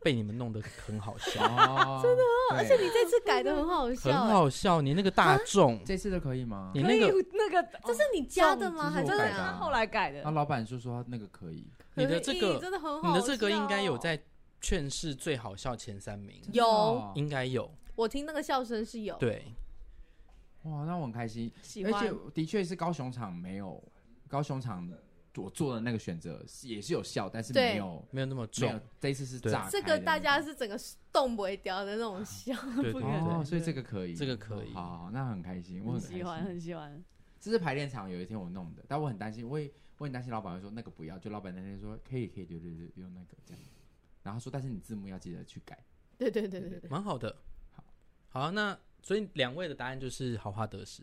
[SPEAKER 1] 被你们弄得很好笑，
[SPEAKER 3] 哦，真的，而且
[SPEAKER 4] 你这次改 的很好笑
[SPEAKER 1] 很
[SPEAKER 4] 欸，
[SPEAKER 1] 好笑，你那个大众，
[SPEAKER 3] 这次的可以吗？
[SPEAKER 1] 你那个
[SPEAKER 5] 那个
[SPEAKER 4] 这
[SPEAKER 5] 这
[SPEAKER 4] 是你加的吗？
[SPEAKER 3] 这
[SPEAKER 5] 真
[SPEAKER 4] 还是
[SPEAKER 3] 是我改
[SPEAKER 5] 的
[SPEAKER 4] 怎
[SPEAKER 5] 是
[SPEAKER 3] 的
[SPEAKER 5] 他
[SPEAKER 4] 样
[SPEAKER 3] 啊
[SPEAKER 5] 后来改
[SPEAKER 3] 那
[SPEAKER 5] 的，
[SPEAKER 3] 老板就说那个可以，
[SPEAKER 1] 你的
[SPEAKER 4] 可
[SPEAKER 1] 这
[SPEAKER 4] 以
[SPEAKER 1] 个
[SPEAKER 4] 真的很好，
[SPEAKER 1] 你
[SPEAKER 4] 哦
[SPEAKER 1] 的这个应该有。在劝世最好笑前三名，
[SPEAKER 4] 有
[SPEAKER 3] 哦
[SPEAKER 1] 应该有，
[SPEAKER 4] 我听那个笑声是有，
[SPEAKER 1] 对，
[SPEAKER 3] 哇，那我很开心，
[SPEAKER 4] 喜
[SPEAKER 3] 而且
[SPEAKER 4] 欢。
[SPEAKER 3] 的确是高雄场没有，高雄场我做的那个选择是也是有效，但是
[SPEAKER 4] 对
[SPEAKER 3] 没有
[SPEAKER 1] 没有那么
[SPEAKER 3] 没
[SPEAKER 1] 重
[SPEAKER 3] 有，这一次是
[SPEAKER 1] 对
[SPEAKER 3] 炸开的
[SPEAKER 4] 这个大家是整个动不会掉的那种笑，
[SPEAKER 1] 对对
[SPEAKER 5] 不
[SPEAKER 1] 对
[SPEAKER 3] 哦，
[SPEAKER 1] 对，
[SPEAKER 3] 所以这个可以，
[SPEAKER 1] 这个可以
[SPEAKER 3] 好，那很开心，我
[SPEAKER 5] 很
[SPEAKER 3] 很
[SPEAKER 5] 喜欢
[SPEAKER 3] 开心。
[SPEAKER 5] 很喜欢，
[SPEAKER 3] 这是排练场有一天我弄的，但我很担心，我也我很担心老板会说那个不要，就老板那天说可以可以，对对对，用那个这样。然后他说，但是你字幕要记得去改。
[SPEAKER 4] 对对对对对，
[SPEAKER 1] 蛮好的
[SPEAKER 3] 好，
[SPEAKER 1] 好，那所以两位的答案就是好花得失。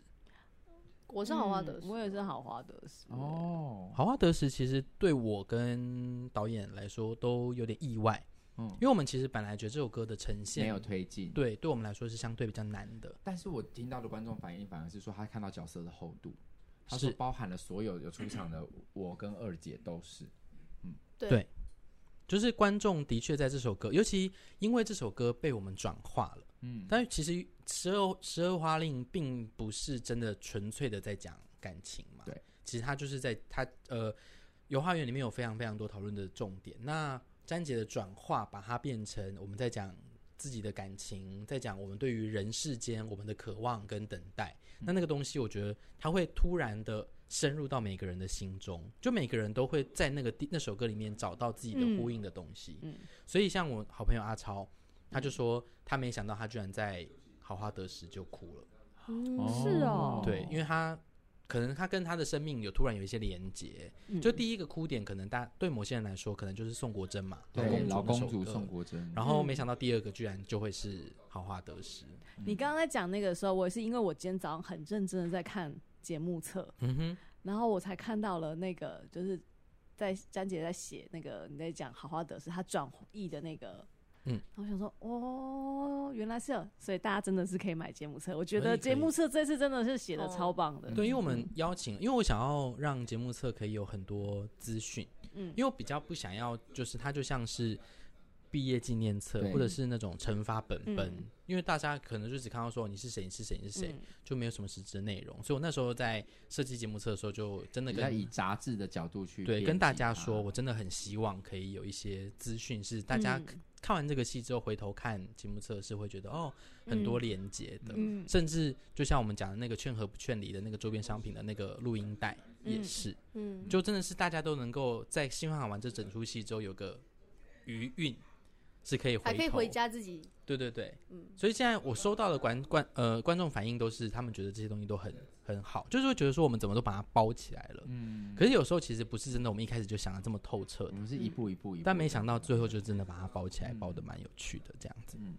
[SPEAKER 4] 我是好话的
[SPEAKER 5] 嗯，我也是好华德斯，
[SPEAKER 3] 哦，
[SPEAKER 1] 好花得时其实对我跟导演来说都有点意外，
[SPEAKER 3] 嗯
[SPEAKER 1] 因为我们其实本来觉得这首歌的呈现
[SPEAKER 3] 没有推进。
[SPEAKER 1] 对，对我们来说是相对比较难的。
[SPEAKER 3] 但是我听到的观众反应反而是说，他看到角色的厚度，他
[SPEAKER 1] 是
[SPEAKER 3] 说包含了所有有出场的我跟二姐都是。
[SPEAKER 4] 对
[SPEAKER 1] 对就是观众的确在这首歌，尤其因为这首歌被我们转化了，
[SPEAKER 3] 嗯，
[SPEAKER 1] 但其实十二十二花令并不是真的纯粹的在讲感情嘛，
[SPEAKER 3] 对，
[SPEAKER 1] 其实他就是在他呃油画园里面有非常非常多讨论的重点。那詹姐的转化，把它变成我们在讲自己的感情，在讲我们对于人世间我们的渴望跟等待。那那个东西，我觉得它会突然的深入到每个人的心中，就每个人都会在那个地那首歌里面找到自己的呼应的东西。
[SPEAKER 5] 嗯嗯
[SPEAKER 1] 所以像我好朋友阿超，他就说他没想到他居然在好花得时就哭了。
[SPEAKER 5] 是哦
[SPEAKER 1] 对，因为他可能他跟他的生命有突然有一些连结。
[SPEAKER 5] 嗯
[SPEAKER 1] 就第一个哭点，可能大对某些人来说，可能就是宋国珍嘛，
[SPEAKER 3] 对老
[SPEAKER 1] 老
[SPEAKER 3] 公
[SPEAKER 1] 主
[SPEAKER 3] 主
[SPEAKER 1] 那首
[SPEAKER 3] 宋
[SPEAKER 1] 歌。
[SPEAKER 3] 国珍，
[SPEAKER 1] 然后没想到第二个居然就会是豪华得失。
[SPEAKER 5] 你刚刚在讲那个的时候，我也是因为我今天早上很认真的在看节目册，
[SPEAKER 1] 嗯哼，
[SPEAKER 5] 然后我才看到了那个就是在詹姐在写那个你在讲好好德是她转译的那个。
[SPEAKER 1] 嗯，
[SPEAKER 5] 我想说，哦，原来是有，所以大家真的是可以买节目册。我觉
[SPEAKER 1] 可以
[SPEAKER 5] 得
[SPEAKER 1] 可以
[SPEAKER 5] 节目册这次真的是写的
[SPEAKER 4] 哦
[SPEAKER 5] 超棒的。嗯
[SPEAKER 1] 对，因为我们邀请，因为我想要让节目册可以有很多资讯，
[SPEAKER 5] 嗯
[SPEAKER 1] 因为我比较不想要，就是它就像是毕业纪念册
[SPEAKER 3] 对
[SPEAKER 1] 或者是那种惩罚本本，
[SPEAKER 5] 嗯
[SPEAKER 1] 因为大家可能就只看到说你是谁，你是谁，你是谁，
[SPEAKER 5] 嗯
[SPEAKER 1] 就没有什么实质的内容。所以我那时候在设计节目册的时候，就真的
[SPEAKER 3] 比较
[SPEAKER 1] 跟
[SPEAKER 3] 以杂志的角度去
[SPEAKER 1] 对
[SPEAKER 3] 编
[SPEAKER 1] 跟大
[SPEAKER 3] 辑
[SPEAKER 1] 家
[SPEAKER 3] 它
[SPEAKER 1] 说，我真的很希望可以有一些资讯是大家
[SPEAKER 5] 嗯
[SPEAKER 1] 看完这个戏之后回头看节目册是会觉得哦
[SPEAKER 4] 嗯
[SPEAKER 1] 很多连接的，
[SPEAKER 5] 嗯
[SPEAKER 1] 甚至就像我们讲的那个劝和不劝离的那个周边商品的那个录音带也是，
[SPEAKER 4] 嗯，
[SPEAKER 1] 就真的是大家都能够在欣赏完这整出戏之后有个余韵。是可以回
[SPEAKER 4] 还
[SPEAKER 1] 头，
[SPEAKER 4] 可以回家自己，
[SPEAKER 1] 对对对，
[SPEAKER 4] 嗯
[SPEAKER 1] 所以现在我收到的观观呃观众反应都是他们觉得这些东西都很很好，就是会觉得说我们怎么都把它包起来了，
[SPEAKER 3] 嗯，
[SPEAKER 1] 可是有时候其实不是真的，我们一开始就想的这么透彻
[SPEAKER 3] 我
[SPEAKER 1] 的，
[SPEAKER 3] 们是一步一步一步，
[SPEAKER 1] 但没想到最后就真的把它包起来，包的蛮有趣的这样子。
[SPEAKER 3] 嗯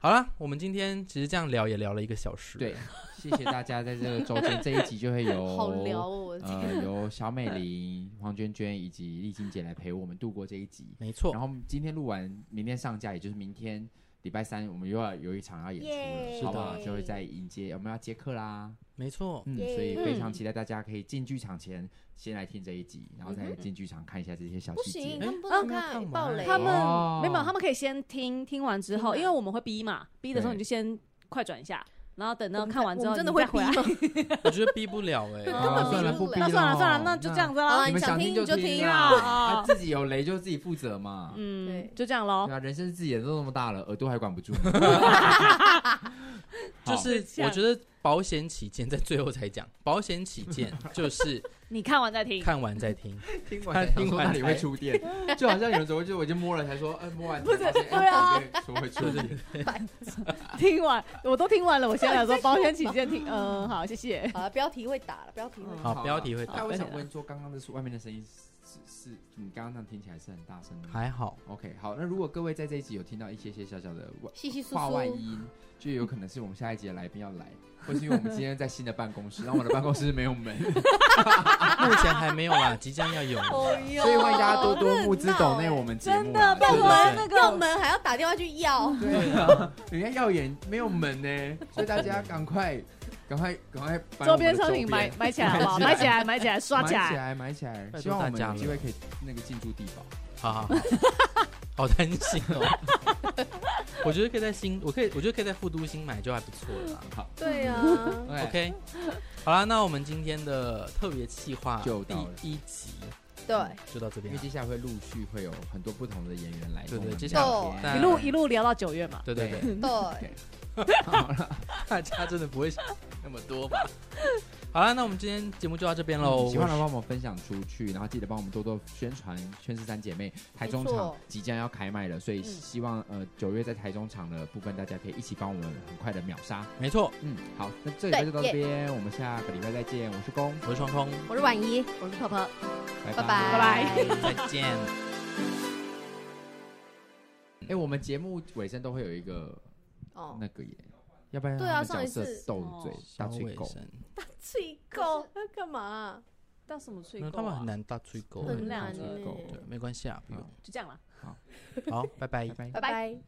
[SPEAKER 1] 好啦，我们今天其实这样聊也聊了一个小时，
[SPEAKER 3] 对，，谢谢大家在这个周间这一集就会有
[SPEAKER 4] 好聊哦，我的天
[SPEAKER 3] 呃，由小美玲、黄娟娟以及丽晶姐来陪我们度过这一集。
[SPEAKER 1] 没错
[SPEAKER 3] 然。后今天录完，明天上架，也就是明天礼拜三，我们又要有一场要演
[SPEAKER 4] 耶
[SPEAKER 3] 出了，好不好？
[SPEAKER 4] 是的
[SPEAKER 3] 就会在迎接我们要接客啦，
[SPEAKER 1] 没 错，
[SPEAKER 3] 嗯，
[SPEAKER 4] 耶
[SPEAKER 3] 所以非常期待大家可以进剧场前先来听这一集，然后再进剧场看一下这些小
[SPEAKER 4] 不
[SPEAKER 3] 细
[SPEAKER 4] 行，
[SPEAKER 3] 节。
[SPEAKER 4] 他们不
[SPEAKER 1] 哎
[SPEAKER 4] 能
[SPEAKER 1] 他们
[SPEAKER 4] 看
[SPEAKER 1] 要看
[SPEAKER 4] 暴
[SPEAKER 1] 完
[SPEAKER 4] 雷，
[SPEAKER 5] 他们、
[SPEAKER 3] 哦
[SPEAKER 5] 没有，他们可以先听，听完之后，
[SPEAKER 4] 听完
[SPEAKER 5] 因为我们会逼嘛，逼的时候
[SPEAKER 3] 对
[SPEAKER 5] 你就先快转一下，然后等
[SPEAKER 4] 我
[SPEAKER 5] 到
[SPEAKER 4] 们
[SPEAKER 5] 看完
[SPEAKER 4] 我
[SPEAKER 5] 之后
[SPEAKER 4] 们真的
[SPEAKER 5] 你再回
[SPEAKER 4] 会
[SPEAKER 5] 来。
[SPEAKER 4] 逼吗
[SPEAKER 1] 我觉得逼不了哎、
[SPEAKER 4] 根本
[SPEAKER 3] 哦算了，
[SPEAKER 4] 没
[SPEAKER 3] 不
[SPEAKER 4] 录
[SPEAKER 3] 逼
[SPEAKER 4] 了
[SPEAKER 5] 那算了算
[SPEAKER 1] 哦
[SPEAKER 5] 了，
[SPEAKER 3] 咯
[SPEAKER 5] 那就这样。子
[SPEAKER 4] 好
[SPEAKER 5] 啦
[SPEAKER 4] 啊。
[SPEAKER 3] 你们
[SPEAKER 4] 想
[SPEAKER 3] 想听
[SPEAKER 4] 就
[SPEAKER 3] 听
[SPEAKER 4] 啊
[SPEAKER 3] 啦，啊自己有雷就自己负责嘛。
[SPEAKER 5] 嗯
[SPEAKER 4] 对，
[SPEAKER 5] 就这样喽
[SPEAKER 3] 对。啊，人生自己人都那么大了，耳朵还管不住。
[SPEAKER 1] 就
[SPEAKER 3] 好
[SPEAKER 1] 是我觉得保险起见，在最后才讲，保险起见就是
[SPEAKER 5] 你看完再听。
[SPEAKER 1] 看完再 听，
[SPEAKER 3] 听
[SPEAKER 1] 他
[SPEAKER 3] 完才
[SPEAKER 1] 听
[SPEAKER 3] 听
[SPEAKER 1] 完
[SPEAKER 3] 完那里
[SPEAKER 1] 才
[SPEAKER 3] 会触 电，就好像有人怎么就我已经摸了才说，哎，摸哎完不是
[SPEAKER 5] 对啊，
[SPEAKER 3] 说会触电。
[SPEAKER 5] 听完，我都听完了，我现在想说保险起见听，嗯，好，谢谢。
[SPEAKER 4] 好了，标题会打了，标题会打。
[SPEAKER 1] 好
[SPEAKER 3] 了
[SPEAKER 1] 标题会打
[SPEAKER 3] 但我想问说，刚刚的是外面的声音是是是你刚刚那样听起来是很大声的吗
[SPEAKER 1] 还好，
[SPEAKER 3] ？OK，好，那如果各位在这一集有听到一些些小小的外
[SPEAKER 4] 稀稀疏
[SPEAKER 3] 话外
[SPEAKER 4] 疏，
[SPEAKER 3] 音，就有可能是我们下一集的来宾要来，或是因为我们今天在新的办公室，然后我的办公室没 有门，
[SPEAKER 1] 目前还没有啦，即将要有。
[SPEAKER 5] 哦啊
[SPEAKER 3] 所以欢迎大家多多募资抖内
[SPEAKER 4] 内
[SPEAKER 3] 我们节目
[SPEAKER 5] 哎真的
[SPEAKER 3] 啊。
[SPEAKER 5] 不
[SPEAKER 1] 对对
[SPEAKER 5] 然
[SPEAKER 1] 对
[SPEAKER 5] 那
[SPEAKER 4] 要
[SPEAKER 5] 个
[SPEAKER 4] 门还要打电话去要，
[SPEAKER 3] 对啊，人家耀眼没有门呢，所以大家赶快、赶快、赶快把
[SPEAKER 5] 周
[SPEAKER 3] 我们的
[SPEAKER 5] 边商品 买买起来好不好？买起来，买起来，刷
[SPEAKER 3] 买
[SPEAKER 5] 起
[SPEAKER 3] 起
[SPEAKER 5] 来。
[SPEAKER 3] 来，买起来，
[SPEAKER 1] 拜托
[SPEAKER 3] 希望我
[SPEAKER 1] 大
[SPEAKER 3] 们
[SPEAKER 1] 家
[SPEAKER 3] 有
[SPEAKER 1] 了
[SPEAKER 3] 机会可以那个进驻地堡。
[SPEAKER 1] 好好好，好担心哦。 我觉得可以在新，我可以，我觉得可以在副都新买就还不错了啦。
[SPEAKER 3] 好
[SPEAKER 4] 对啊，
[SPEAKER 1] OK，好啦，那我们今天的特别企划
[SPEAKER 3] 就到了
[SPEAKER 1] 第一集
[SPEAKER 4] 对，
[SPEAKER 1] 就到这
[SPEAKER 3] 因
[SPEAKER 1] 边了。
[SPEAKER 3] 为接下来会陆续会有很多不同的演员来
[SPEAKER 1] 对
[SPEAKER 3] 跟我
[SPEAKER 1] 对
[SPEAKER 3] 们聊天，
[SPEAKER 1] 接下
[SPEAKER 4] 来
[SPEAKER 5] 一路一路聊到九月嘛。
[SPEAKER 1] 对对对，
[SPEAKER 4] 对，
[SPEAKER 1] 大家真的不会想那么多吧？ 好啦，那我们今天节目就到这边喽。
[SPEAKER 3] 嗯喜欢
[SPEAKER 1] 我
[SPEAKER 3] 的
[SPEAKER 1] 是
[SPEAKER 3] 话，帮我们分享出去，然后记得帮我们多多宣传《圈十三姐妹》台中
[SPEAKER 4] 没
[SPEAKER 3] 场
[SPEAKER 4] 错
[SPEAKER 3] 即将要开卖了，所以希望
[SPEAKER 1] 嗯
[SPEAKER 3] 呃九月在台中场的部分，大家可以一起帮我们很快的秒杀。
[SPEAKER 1] 没错，
[SPEAKER 3] 嗯，好，那这礼拜就到
[SPEAKER 4] 对
[SPEAKER 3] 这边，我们下个礼拜再见。我是公，
[SPEAKER 1] 我是双空，
[SPEAKER 4] 我是婉仪，
[SPEAKER 5] 我是泡泡。
[SPEAKER 3] 拜
[SPEAKER 4] 拜拜
[SPEAKER 3] 拜
[SPEAKER 4] 拜
[SPEAKER 1] 再见。
[SPEAKER 3] 哎，我们节目尾声都会有一个
[SPEAKER 4] 哦，
[SPEAKER 3] 那个耶，要不然
[SPEAKER 4] 对啊
[SPEAKER 3] 让他
[SPEAKER 4] 上
[SPEAKER 3] 们
[SPEAKER 4] 一
[SPEAKER 3] 角色
[SPEAKER 4] 次
[SPEAKER 3] 斗嘴
[SPEAKER 5] 哦
[SPEAKER 3] 大
[SPEAKER 1] 小
[SPEAKER 3] 吹
[SPEAKER 1] 尾
[SPEAKER 3] 狗。
[SPEAKER 1] 声，
[SPEAKER 4] 吹狗要干嘛？
[SPEAKER 5] 到什么啊吹
[SPEAKER 1] 嗯那他们很难大吹狗，
[SPEAKER 4] 很
[SPEAKER 3] 大
[SPEAKER 4] 难欸
[SPEAKER 3] 吹
[SPEAKER 4] 呢
[SPEAKER 3] 狗。嗯
[SPEAKER 1] 对，没关系啊，不用。
[SPEAKER 5] 就这样了。
[SPEAKER 1] 好，拜拜
[SPEAKER 3] 拜。
[SPEAKER 4] 拜
[SPEAKER 3] 拜。
[SPEAKER 4] 拜。